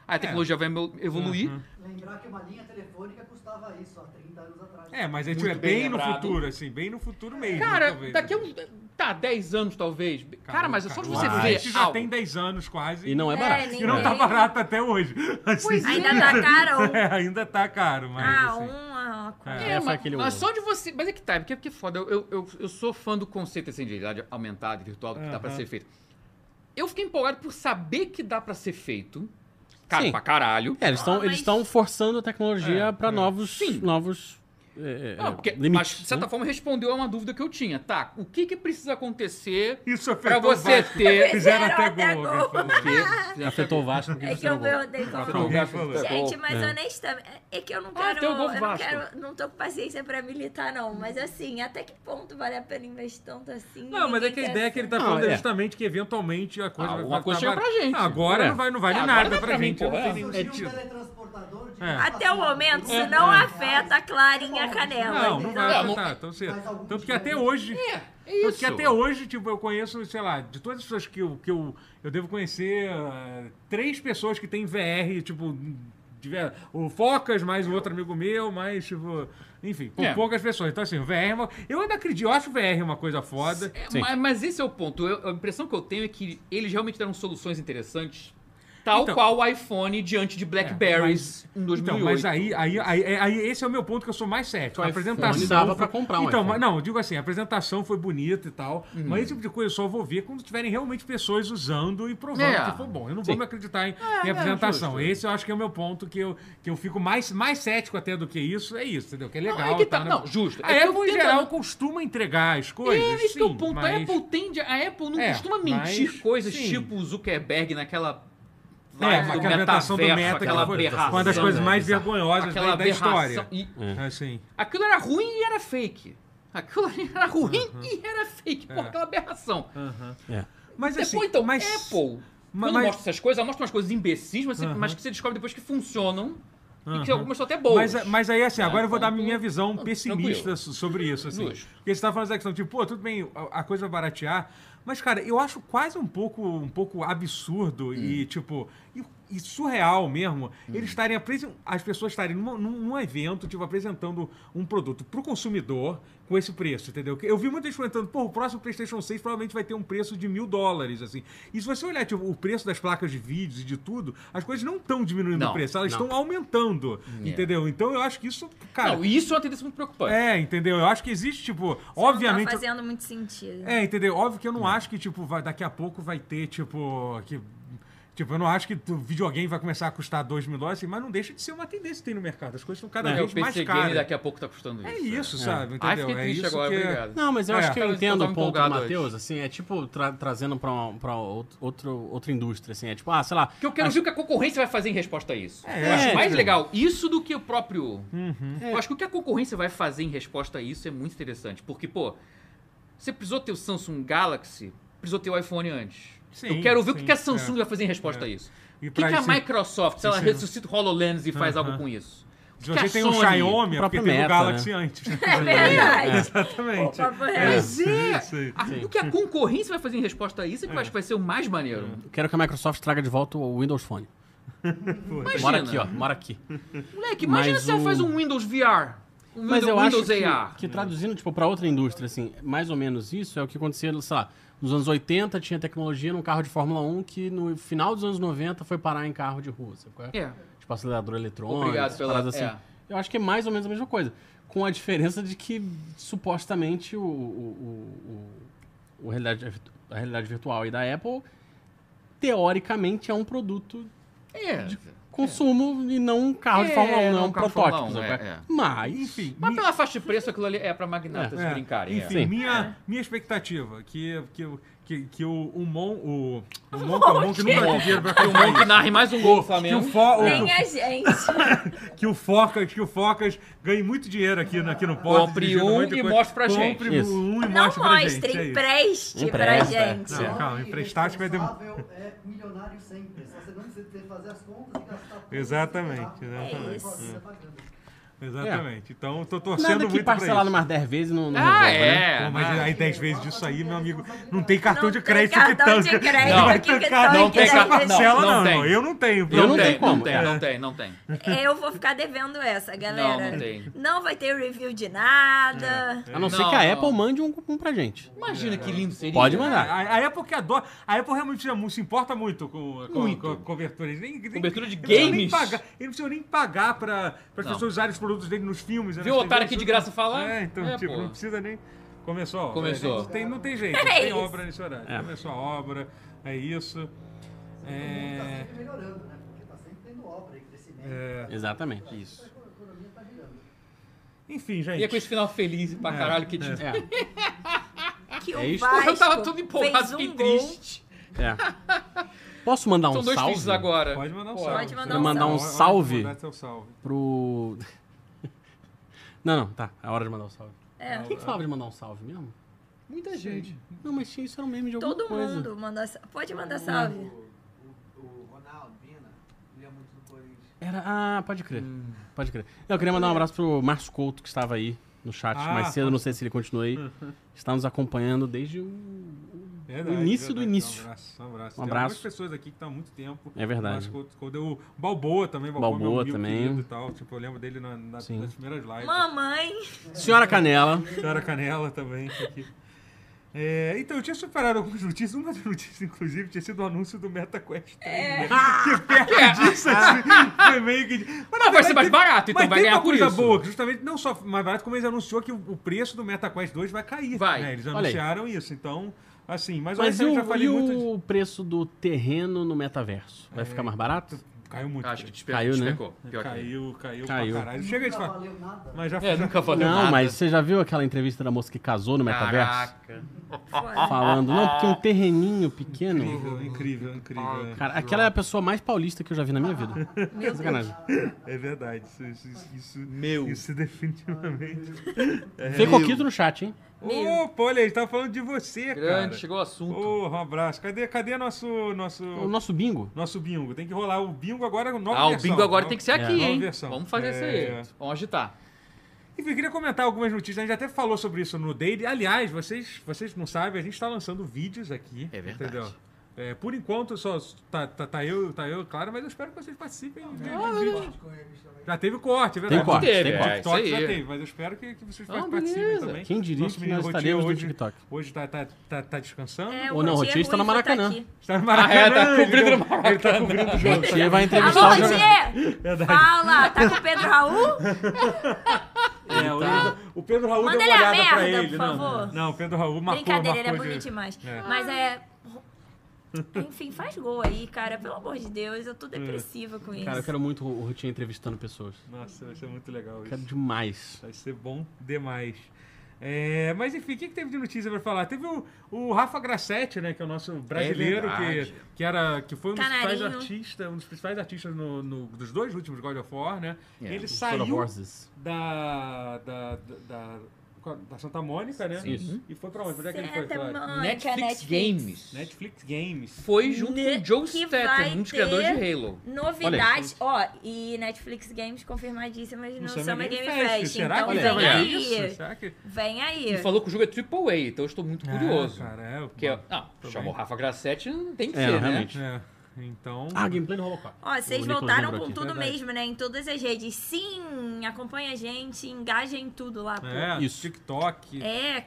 Aí a tecnologia vai mel- evoluir. Lembrar que uma linha telefônica custava isso há 30 anos atrás. É, mas é, Muito tipo, é bem bem, no lembrado. futuro, assim, bem no futuro mesmo. Cara, talvez, daqui a assim. uns. Tá, 10 anos talvez. Cara, mas é só de você Caralho, ver. Isso já algo. tem 10 anos quase. E não é É, barato. nem- E não tá barato até hoje. Assim, Ainda tá caro. [LAUGHS] é, ainda tá caro, mas. Ah, assim, um. ah, é. É, É, foi mas, aquele mas um. só de você. Mas é que tá, porque, porque é foda. Eu, eu, eu, eu sou fã do conceito assim, de realidade aumentada e virtual, que dá pra Aham. ser feito. Eu fiquei empolgado por saber que dá pra ser feito. Cara, Sim. pra caralho. É, eles estão Ah, mas- forçando a tecnologia É, pra é. novos, Sim. novos é, é, Não, porque, mas, tá limites. de certa né? forma, respondeu a uma dúvida que eu tinha. Tá, o que que precisa acontecer Isso pra afetou você bastante. [LAUGHS] Fizeram ter... Fizeram até até gol. gol. alguém falou. Tá Afetou o Vasco. porque É que você não eu gol. perguntei como. Alguém falou. Gente, mas É. honestamente, é que eu não Ah, quero. tem o gol eu não Vasco. quero. Não tô com paciência pra militar, não. Mas assim, até que ponto vale a pena investir tanto assim? Não, mas é que a Ninguém ideia que ele tá Não, falando é é. justamente que eventualmente a coisa Ah, vai uma vai coisa ficar chega barata. pra gente. Ah, Agora É. não vai, não vale É, agora nada não é pra, pra mim, gente. tipo- porra. não tem nenhum Surgiu um sentido. teletransportador de É. É. Até o momento, isso não afeta a Clarinha a Canela. Não, não vai Não, afetar tão cedo. Mas algum Tanto que dia até vai. hoje. É Tanto que isso. até hoje, tipo, eu conheço, sei lá, de todas as pessoas que eu, que eu, eu devo conhecer, ah, três pessoas que têm VR, tipo, tiver, o Focas, mais um outro amigo meu, mais, tipo, enfim, pou- É. poucas pessoas. Então, assim, o VR, é uma- eu ainda acredito, eu acho o VR uma coisa foda. É, Sim. mas, mas esse é o ponto. Eu- a impressão que eu tenho é que eles realmente deram soluções interessantes, tal Então- qual o iPhone diante de Blackberries em 2008. Então, mas aí, aí, aí, aí esse é o meu ponto que eu sou mais cético. A é iPhone apresentação. dava foi- pra comprar um Então, iPhone. mas não, eu digo assim, a apresentação foi bonita e tal, Uhum. mas esse tipo de coisa eu só vou ver quando tiverem realmente pessoas usando e provando É. que foi bom. Eu não vou me acreditar em, em apresentação. Esse eu acho que é o meu ponto que eu, que eu fico mais, mais cético até do que isso. É isso, entendeu? Que é legal. Não, é que tá- né? não, justo. A É que eu Apple, em tento- geral, costuma entregar as coisas. É, esse que é o sim, ponto. A mas- Apple tende. A Apple não É, costuma mentir mas- coisas sim. tipo o Zuckerberg naquela. É, live do aquela apresentação do metaverso, Meta, que aquela foi aberração. uma das coisas né? mais vergonhosas aquela da, da história. aberração. É, então, E- Assim. Aquilo era ruim e era fake. Aquilo ali era ruim e era fake. Pô, É. aquela aberração. Mas assim, depois, então, mas... Apple. mas- mas- quando mostra essas coisas, ela mostra umas coisas imbecis, mas, você- Aham. mas que você descobre depois que funcionam. E que Aham. algumas são até boas. Mas, mas aí, assim, agora eu vou dar então, minha visão não, pessimista tranquilo. so- sobre isso, assim. Justo. Porque você tá falando essa questão, tipo, pô, tudo bem, a, a coisa vai baratear. Mas, cara, eu acho quase um pouco, um pouco absurdo e, Hum. tipo, e, e surreal mesmo eles estarem apresen- as pessoas estarem numa- num, num evento, tipo, apresentando um produto pro consumidor com esse preço, entendeu? Que Eu vi muita gente comentando, pô, o próximo PlayStation 6 provavelmente vai ter um preço de mil dólares, assim. E se você olhar, tipo, o preço das placas de vídeos e de tudo, as coisas não estão diminuindo o Não, É. preço, elas não. estão aumentando, entendeu? Então eu acho que isso, cara, Não, isso é uma tendência muito preocupante. é, entendeu? Eu acho que existe, tipo, Não obviamente. tá fazendo muito sentido. É, entendeu? Óbvio que eu não, acho que, tipo, vai, daqui a pouco vai ter, tipo, que. Tipo, eu não acho que o videogame vai começar a custar 2 mil dólares, assim, mas não deixa de ser uma tendência que tem no mercado. As coisas estão cada É, o vez mais PC caras. Game daqui a pouco tá custando isso. É isso, sabe? Ai, Entendeu? fiquei é triste isso agora, que é- obrigado. Não, mas eu acho É. que Eu eu entendo tava o ponto do empolgado hoje. Matheus, assim, é tipo tra- trazendo pra, um- pra out- outro, outra indústria, assim, é tipo, ah, sei lá, Porque eu quero ver o que a concorrência vai fazer em resposta a isso. É, Uhum. eu acho é, mais entendeu? legal isso do que o próprio. Eu acho que o que a concorrência vai fazer em resposta a isso é muito interessante. Porque, pô, você precisou ter o Samsung Galaxy, precisou ter o iPhone antes. Sim, eu quero ver o sim, que que a Samsung é. vai fazer em resposta a isso. E O que, pra que a isso- Microsoft, se ela sim. ressuscita o HoloLens e faz algo com isso? O Se que que você a tem um Sony- Xiaomi, é o porque próprio teve o Meta, Galaxy né? antes. [LAUGHS] É verdade. Exatamente. Papo reto. Mas é! Sim. a- O que a concorrência vai fazer em resposta a isso é que eu acho que vai ser o mais maneiro. eu quero que a Microsoft traga de volta o Windows Phone. É. Imagina. Mora aqui, ó, mora aqui. Moleque, imagina Mas se ela o- faz um Windows VR. Um Mas Windows, eu acho Windows AR. que, que traduzindo, tipo, pra outra indústria, assim, mais ou menos isso é o que acontecia, sei lá, nos anos 80 tinha tecnologia num carro de Fórmula 1 que no final dos anos 90 foi parar em carro de rua, sabe qual é? É. Tipo, acelerador eletrônico, Obrigado essas pela- paradas assim. é. Eu acho que é mais ou menos a mesma coisa. Com a diferença de que, supostamente, o, o, o- o- o realidade, a realidade virtual aí da Apple, teoricamente, é um produto É. consumo e não um carro de É, Fórmula 1, não é não um um carro de protótipo. Fórmula 1, sabe? é, é. Mas, Enfim, Mas mi- pela faixa de preço, aquilo ali é pra magnatas é, brincarem. é. Enfim, minha, minha expectativa, que, que, que, que o, o Mon, o, o Mon, que é o Mon que nunca tem dinheiro pra Que o Monk narre mais um gol do que o, Flamengo. fo, Nem o, a gente. que o Focas, que o Focas ganhe muito dinheiro aqui, na- aqui no pódio. Compre dirigindo um muita e coisa. mostre pra gente. Compre Isso. um e Não mostre pra gente. mostre, é isso. empreste pra Empresta. gente. Não, calma, emprestar acho que vai demorar. Responsável É milionário sempre. Só você não precisa ter que fazer as contas e gastar tudo. Exatamente, né? É exatamente. isso. Exatamente. Então, eu tô torcendo nada que muito pra isso. parcelar umas 10 vezes não, não Ah, resolve, né? é. Pô, mas aí 10 vezes disso aí, meu amigo, não tem cartão Não de tem crédito que cartão de tanca. crédito Não, que tanca. cartão Não tem que cartão. parcela, Não, não. não tem. Eu não tenho. Eu não tenho. tenho como, Não tem, é. não tem, não tem. É, Eu vou ficar devendo essa, galera. Não, não tem. Não vai ter review de nada. A não ser Não, que a não. Apple mande um, um pra gente. Imagina que lindo seria. Pode A, mandar. a- é a Apple que adora. A Apple realmente já mu- se importa muito com, com, Muito. com a cobertura. Eles nem, nem, Cobertura de eles não precisam nem games. pagar- Eles não precisam nem pagar pra, pra as Não. pessoas usarem os produtos dele nos filmes. né, Viu nas o TVs, otário aqui de tudo. graça falar? É, então, É, tipo, pô. não precisa nem. Começou a obra. Começou. Não tem, não tem jeito. Não É tem isso. obra nesse horário. Começou a obra. É isso. Tá É. sempre melhorando, né? Porque tá sempre tendo obra e crescimento. né? Exatamente. Isso. A economia tá girando. Enfim, gente. E é com esse final feliz pra caralho que a gente. É, Que É o isso. Vasco Eu tava todo empolgado, fez um fiquei gol. triste. é. Posso mandar um São dois salve? tristes agora. Pode mandar um Pô, é. salve. Pode mandar Você um pode salve. Pode salve. mandar seu salve. Pro. [LAUGHS] Não, não, tá. É hora de mandar um salve. É. Quem que falava de mandar um salve mesmo? Muita gente. Não, mas tinha isso era um meme de alguma Todo coisa. mundo manda. sa- Pode mandar salve. O, o Ronaldo, Bina, ele é muito do Corinthians. Era. Ah, pode crer. Hum. Pode crer. Não, eu queria mandar um abraço pro Márcio Couto, que estava aí no chat Ah, mais cedo, não sei se ele [LAUGHS] continua aí. Está nos acompanhando desde o. Verdade, O início do verdade. início. Um abraço, um abraço. Um Tem abraço. algumas pessoas aqui que estão há muito tempo. É verdade. Acho que eu- quando eu- Balboa também, Balboa, é Balboa meu amigo também. querido e tal. Tipo, eu lembro dele na, na, Sim. nas primeiras lives. Mamãe. Senhora Canela. Senhora Canela também. tá aqui. É, então, eu tinha superado algumas notícias. Uma das notícias, inclusive, tinha sido o anúncio do MetaQuest 3. né? Que perto um disso, assim, foi meio que... Mas, na Não, vai verdade, ser mais teve- barato, então mas vai tem ganhar uma por coisa isso. boa, que justamente não só mais barato, como eles anunciou que o o preço do MetaQuest 2 vai cair. Vai. né? Eles Olha aí. anunciaram isso, então... Assim, mas, olha, Mas e eu já o, falei e muito... o preço do terreno no metaverso? Vai ficar mais barato? Caiu muito. Ah, Acho que preço. despe- Caiu, né? despecou. Pior que- caiu, né? caiu, Caiu. pra caralho. Chega de Nunca falar. valeu nada. Mas já É, nunca valeu Não, nada. mas você já viu aquela entrevista da moça que casou no metaverso? Caraca. Foda. Falando, não, porque um terreninho pequeno. Incrível, incrível, incrível. Ah. Cara, aquela é a pessoa mais paulista que eu já vi na minha vida. Sacanagem. É verdade. Isso, isso, isso, isso, isso definitivamente. É Fê Coquito no chat, hein? Ô, pô, olha, a gente tava falando de você, Grande, cara. chegou o assunto. Ô, um abraço. Cadê, cadê nosso, nosso, O nosso bingo. nosso bingo? Tem que rolar o bingo agora, nova ah, o versão. bingo agora Nova- tem que ser É, aqui, nova hein? versão. Vamos fazer isso aí. É. Vamos agitar. Enfim, eu queria comentar algumas notícias. A gente até falou sobre isso no Daily. Aliás, vocês, vocês não sabem, a gente está lançando vídeos aqui. É verdade. É, por enquanto, só tá, tá, tá eu, tá eu, claro, mas eu espero que vocês participem de, Ah, de vídeo. Já teve corte, é verdade. Tem corte, teve, tem é. corte. TikTok isso aí. já teve, mas eu espero que, que vocês Ah, participem beleza. também. Quem diria que menino nós Rotinha estaremos no hoje, TikTok? Hoje tá, tá, tá, tá descansando. É, Ou não, Rotier Rotier está no Ruivo tá Maracanã. aqui. Está no Maracanã. tá ele cobrindo deu- no Ele é tá cobrindo o jogo. Rotier vai entrevistar Alô, o jogador. Rotier! Fala! Tá com o Pedro Raul? É, o- O Pedro Raul Manda deu ele uma a olhada pra merda, ele. por não, favor. não, o Pedro Raul marcou, Brincadeira, ele é marcou bonito de... demais. É. Mas é. Enfim, faz gol aí, cara. Pelo amor de Deus, eu tô depressiva com Cara, eu isso. quero muito o Rotinha entrevistando pessoas. Nossa, vai ser muito legal isso. Quero demais. Vai ser bom demais. É, mas enfim, o que, que teve de notícia pra falar? Teve o, o Rafa Grassetti, né? Que é o nosso brasileiro, que, verdade. que, era, que foi um dos principais Canarinho. artistas, um dos principais artistas no- no- dos dois últimos God of War, né? É, Ele Sort of saiu Horses. da, da, da, da- da Santa Mônica, né? Isso. E foi pra onde? Pra onde é que ele foi? Santa Pra- Mônica, Netflix, Games. Netflix Games. Foi junto Ne- com o Joe Né que Statham, vai um dos criadores ter- de Halo. Novidades, ó, e Netflix Games confirmadíssimas no Summer Game Fest. Será então que vem já vai aí. isso? Será que... Vem aí. Ele falou que o jogo é AAA, então eu estou muito curioso. Ah, cara, é, o- Que é, ah, Tô chamou bem. Rafa Grassetti, não tem que É, ser, não, né? realmente. É, então... Ah, gameplay no Robocop. Ó, vocês O Nicolas voltaram lembrou com aqui. tudo Verdade. mesmo, né? Em todas as redes. Sim, acompanha a gente, engaja em tudo lá, pô. É, É, Isso. TikTok.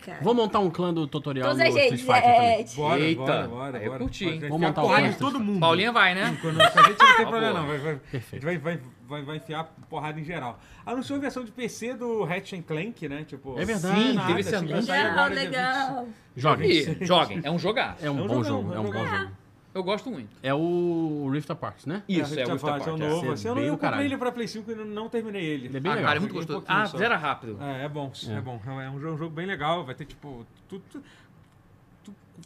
cara. Vou montar um clã do tutorial Todas no as Street redes. Fighter É, também. Bora, Eita, bora, bora. aí eu bora. curti, Pode- hein? vai Vou enfiar montar a um porrada em Insta. todo mundo. Paulinha vai, né? Quando a gente não tem Tá problema, bom. não. Vai, vai, vai, vai, vai, vai enfiar porrada em geral. Anunciou a versão de PC do Ratchet and Clank, né? Tipo, É verdade. sem Sim, nada, teve esse assim, vai anúncio. sair legal, É agora dia 20. legal. Joguem. E, joguem, é um jogar. É um bom jogo, é um bom jogo. Eu gosto muito. É o Rift Apart, né? Isso, é, Rift o of Heart, Apart. é o é. novo. é Assim, eu não bem eu do comprei caralho. ele pra Play 5 e não- não terminei ele. Ele é bem Ah, legal. cara, é muito Joguei um gostoso. pouquinho Ah, só. zera rápido. É, é bom, é, bom. É um jogo, um jogo bem legal, vai ter tipo. Tudo, tudo-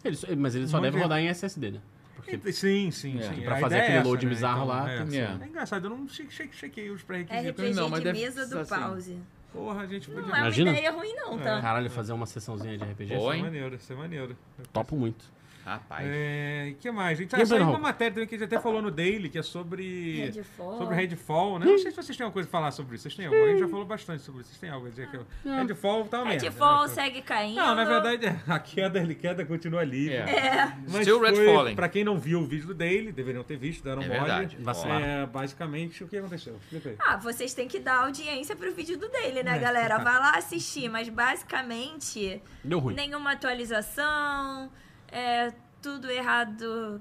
Ele só- mas ele só Um monte deve de- rodar em SSD, né? Porque Sim, sim, É. sim. Pra A fazer ideia é aquele essa, load bizarro lá, É. tem que- É. engraçado, eu não che- che- chequei os pré-requisitos. Não, RPG mas de deve mesa do ser assim. pause. Porra, a gente podia. Não é uma Imagina? ideia ruim, não, tá? Caralho, fazer uma sessãozinha de RPG. Boa, Isso é hein? maneiro, isso é maneiro. Topo muito. Rapaz. É, e que mais? Gente, ah, Game saiu Boy uma Home. matéria também que a gente até falou no Daily, que é sobre. Redfall. Sobre Redfall, Hum. né? Não sei se vocês têm alguma coisa a falar sobre isso. Vocês têm alguma? A gente já falou bastante sobre isso. Vocês têm algo a dizer? Ah, Que eu... Redfall tá uma É merda. Redfall né? segue caindo. Não, na verdade, [LAUGHS] é, a queda, ele queda continua livre. É. Mas Still foi, Red Falling. Pra quem não viu o vídeo do Daily, deveriam ter visto, deram É mole. verdade. Vacilaram. É, basicamente, o que aconteceu? Explica aí. Ah, vocês têm que dar audiência pro vídeo do dele, né, É. galera? Vai lá assistir, mas basicamente, Deu ruim. nenhuma atualização, é, tudo errado.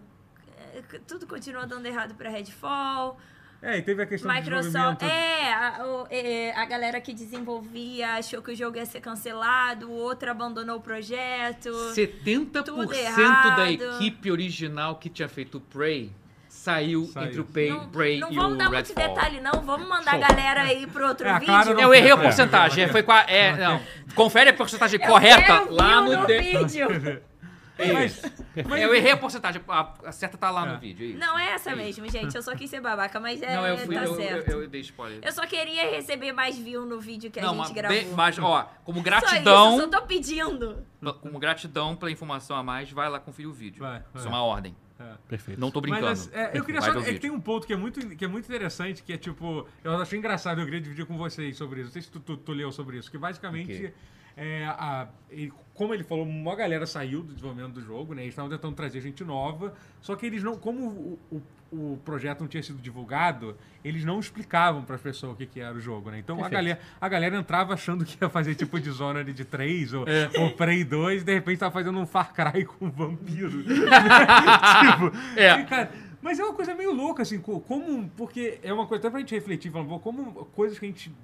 é, Tudo continua dando errado pra Redfall. É, e teve a questão do Microsoft. desenvolvimento. É a, o- é, a galera que desenvolvia achou que o jogo ia ser cancelado, o outro abandonou o projeto. 70% errado. da equipe original que tinha feito o Prey saiu, Saiu. entre o Prey, Não, Prey não e vamos o dar muito Redfall. detalhe, não. Vamos mandar Show. a galera aí pro outro É, a vídeo. Clara Eu errei a É. porcentagem. é, Foi qua- é, não. Confere a porcentagem correta quero lá view no. de- vídeo. Mas, mas- Eu errei a porcentagem. A, a certa tá lá É. no vídeo. é [LAUGHS] isso. Não é essa mesmo, gente. Eu só quis ser babaca, mas é, Não, eu fui. tá eu, certo. eu, eu dei spoiler. Eu só queria receber mais view no vídeo que a não, gente mas, gravou. bem- mas, ó, como Só gratidão, isso, eu só tô pedindo. como gratidão pela informação a mais, vai lá conferir o vídeo. Vai, vai. Isso é uma ordem. Perfeito. Não tô brincando. Mas assim, é, eu queria Vai só. ver o É que vídeo. tem um ponto que é, muito, que é muito interessante, que é tipo. Eu achei engraçado, eu queria dividir com vocês sobre isso. Não sei se tu, tu- tu leu sobre isso, que basicamente. Ok. é, a- ele- como ele falou, uma galera saiu do desenvolvimento do jogo, né? Eles estavam tentando trazer gente nova, só que eles não, como o, o- o projeto não tinha sido divulgado, eles não explicavam para as pessoas o que, que era o jogo, né? Então a galera, a galera entrava achando que ia fazer tipo Dishonored de 3 ou, É. ou Prey 2, e de repente tava fazendo um Far Cry com um [LAUGHS] vampiro. um [LAUGHS] tipo, É. e, cara, mas é uma coisa meio louca, assim, co- como. Porque é uma coisa até pra gente refletir, falando, pô, como coisas que a gente.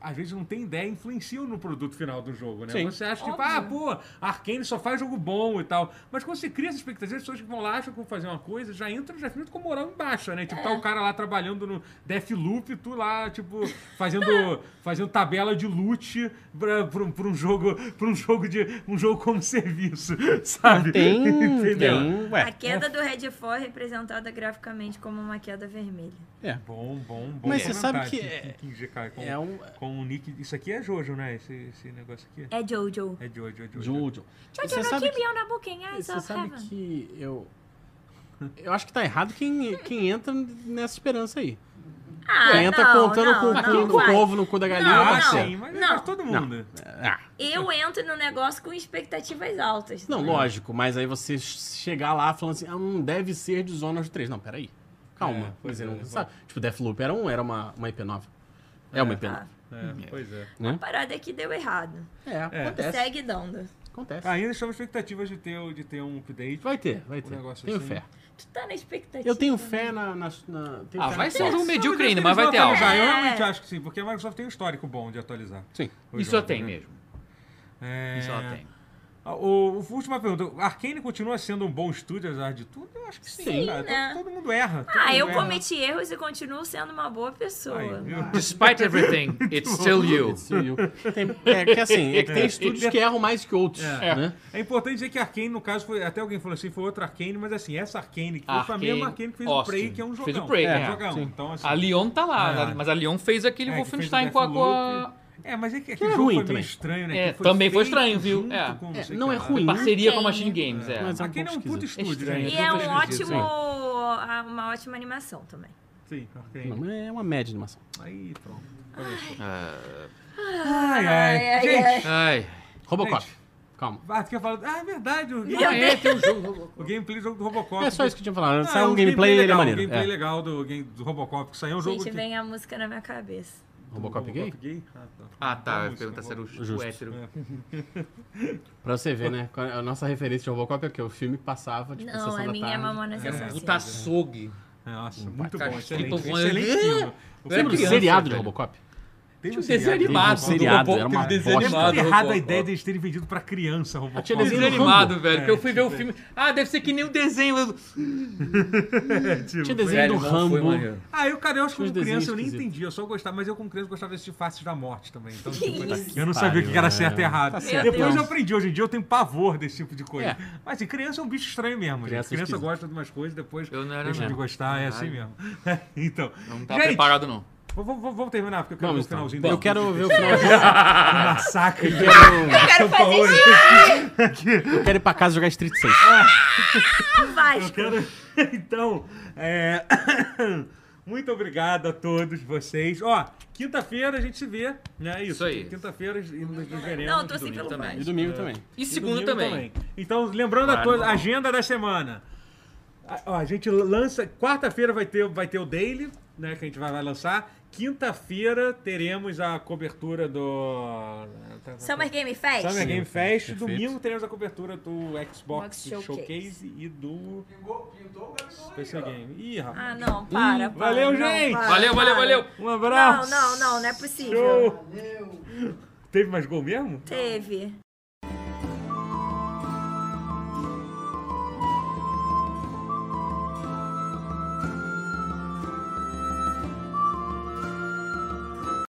Às vezes não tem ideia, influenciam no produto final do jogo, né? Sim. Você acha, tipo, ah, pô, a Arkane só faz jogo bom e tal. Mas quando você cria essa expectativa, as pessoas que vão lá, acham que vão fazer uma coisa, já entram, já ficam com a moral embaixo, né? Tipo, tá o cara lá trabalhando no Deathloop, tu lá, tipo, fazendo, [LAUGHS] fazendo tabela de loot pra, pra, um- pra um jogo, pra um jogo de. um jogo como serviço, [LAUGHS] sabe? [LAUGHS] Tem. Entendeu? tem- A Ué. queda do Redfall é representada graficamente como uma queda vermelha. Bom, bom, bom. Mas você comentário. sabe que Tem- é- tem que indicar com, É um. com o Nick. Isso aqui é Jojo, né? Esse, esse negócio aqui. É Jojo. É Jojo, é Jojo. Jojo. Jojo é Você no sabe Kibion na Booking Eyes Você of sabe Heaven. que eu. Eu acho que tá errado quem, quem entra nessa esperança aí. Ah, quem entra não, contando não, com o não cu do vai. povo no cu da galinha, Não, Ah, parceiro. sim, mas não. mas todo mundo. Ah, Eu entro no negócio com expectativas altas. não, lógico, mas aí você chegar lá falando assim, ah, não deve ser de Zonas 3. Não, peraí. Calma. É, pois Mas você é, não né? sabe. Tipo, Deathloop era, um, era uma, uma IP nova. É, uma IP nova. né? É, pois é. A parada é que deu errado. É, acontece. Segue dando. Acontece. Ainda estamos expectativas de ter, o- de ter um update. Vai ter, vai Um ter. negócio tenho assim. fé. Tu tá na expectativa. Eu tenho fé na. na, na- tenho [LAUGHS] Ah, fé vai na- ser um jogo medíocre ainda, Eles mas vai vão ter algo. atualizar. Eu É. realmente acho que sim, porque a Microsoft tem um histórico bom de atualizar. Sim. o Isso jogo, eu tenho né? mesmo. É... Isso ela tem. Ah, O, o- última pergunta. A Arkane continua sendo um bom estúdio, apesar de tudo? Eu acho que sim, Sim, cara. né? Todo, todo mundo erra. todo Ah, mundo eu erra. cometi erros e continuo sendo uma boa pessoa. Aí, viu? Despite everything, it's still you. It's you. [LAUGHS] Tem, é que assim, é que tem estúdios que erram mais que outros, É. né? É importante dizer que Arkane, no caso, foi, até alguém falou assim, foi outra Arkane, mas assim, essa Arkane, que foi a Arkane, mesma Arkane que fez Austin. o Prey, que é um jogão. Fez o Prey, é. é, um jogão. sim. Então, assim, A Leon tá lá, É. mas a Leon fez aquele é, que fez o Wolfenstein com a. com a- É, mas é que é aquele jogo foi ruim meio também. estranho, né? É, Que também foi feito estranho, viu? junto É. com É, sei não que é lá. ruim. Parceria com a Machine Games, é. Mas- um Arkane é um pouco puto esquisito. estúdio, né? Estranho. E é um Então, assim, ótimo, ah, uma ótima animação também. Sim, Arkane. Não, mas é uma média de animação. Aí, pronto. Ah, Ai, ai. ai, Gente, ai. Ai. Robocop. Gente. Calma. ah, tu quer falar... Ah, é verdade. O, Ah, é, tem um jogo. o gameplay do jogo do Robocop. É só isso que eu tinha falado. Ah, Sai é um gameplay, ele é legal, maneiro. Um gameplay É. legal do, game, do Robocop, que saiu um jogo Gente, que... vem a música na minha cabeça. Robocop gay? Ah, tá. Ah, tá. Eu Vamos, É, ia perguntar se era o, Justo. o hétero. Pra você ver, né? A nossa referência de Robocop é que o filme que passava, tipo, Não, sessão a da minha é tarde. Mamona um Puta Assassina. açougue. É, Nossa, muito cara, bom, esquipou excelente. voando. Excelente filme. Lembra do criança, seriado de velho. Robocop? Teve Tinha um desenho animado, Teve um seriado, robô, era teve uma desenho bosta. animado. Deve ter errado a Robocop. ideia deles terem vendido pra criança Robocop. Tinha um desenho animado, velho. É. que eu fui ver o filme. Ah, deve ser que nem o desenho. eu- Tinha desenho do Rambo. Ah, eu, cara, eu acho que Os como criança eu nem desenhos entendi, eu só gostava, mas eu como criança gostava de assistir Faces da Morte também. [LAUGHS] Então, Que tipo, isso. eu não sabia o que Pariu, né, era é. certo e errado. Tá certo, Depois não. eu aprendi, hoje em dia eu tenho pavor desse tipo de coisa. É. Mas assim, criança é um bicho estranho mesmo. Criança, Criança criança esquisita. gosta de umas coisas, depois Eu não era, deixa não. de gostar, é assim mesmo. [LAUGHS] então, Não tava preparado, não. vamos- Vamos vamos terminar, porque eu quero ver Vamos, o finalzinho então. Eu desse quero ver o vídeo. [LAUGHS] [LAUGHS] final. Que massacre. Eu quero- Quero fazer isso. eu quero ir pra casa jogar Street 6. Eu quero... [LAUGHS] Então, é... [COUGHS] muito obrigado a todos vocês. Ó, quinta-feira a gente se vê, né? Isso, Isso aí. Quinta-feira nos nos veremos. Não, eu tô assim domingo pelo também. mais. E domingo também. E E segundo domingo também. Então, lembrando a Claro, todos, normal. agenda da semana. A- Ó, a gente lança, quarta-feira vai ter, vai ter o Daily, né, que a gente vai, vai lançar. Quinta-feira teremos a cobertura do... tá, Summer Game Fest. Summer Game Fest. Perfeito. Domingo teremos a cobertura do Xbox Box Showcase, Showcase. e do Pingou, pintou o Gabigol aí, PC ó. Game. Ih, rapaz. Ah, não, para. para, valeu, não, gente. para, Valeu, valeu, para. valeu. Um Ah. Não, abraço. não, não, não é possível. Show. [LAUGHS] Valeu! Teve mais gol mesmo? Teve.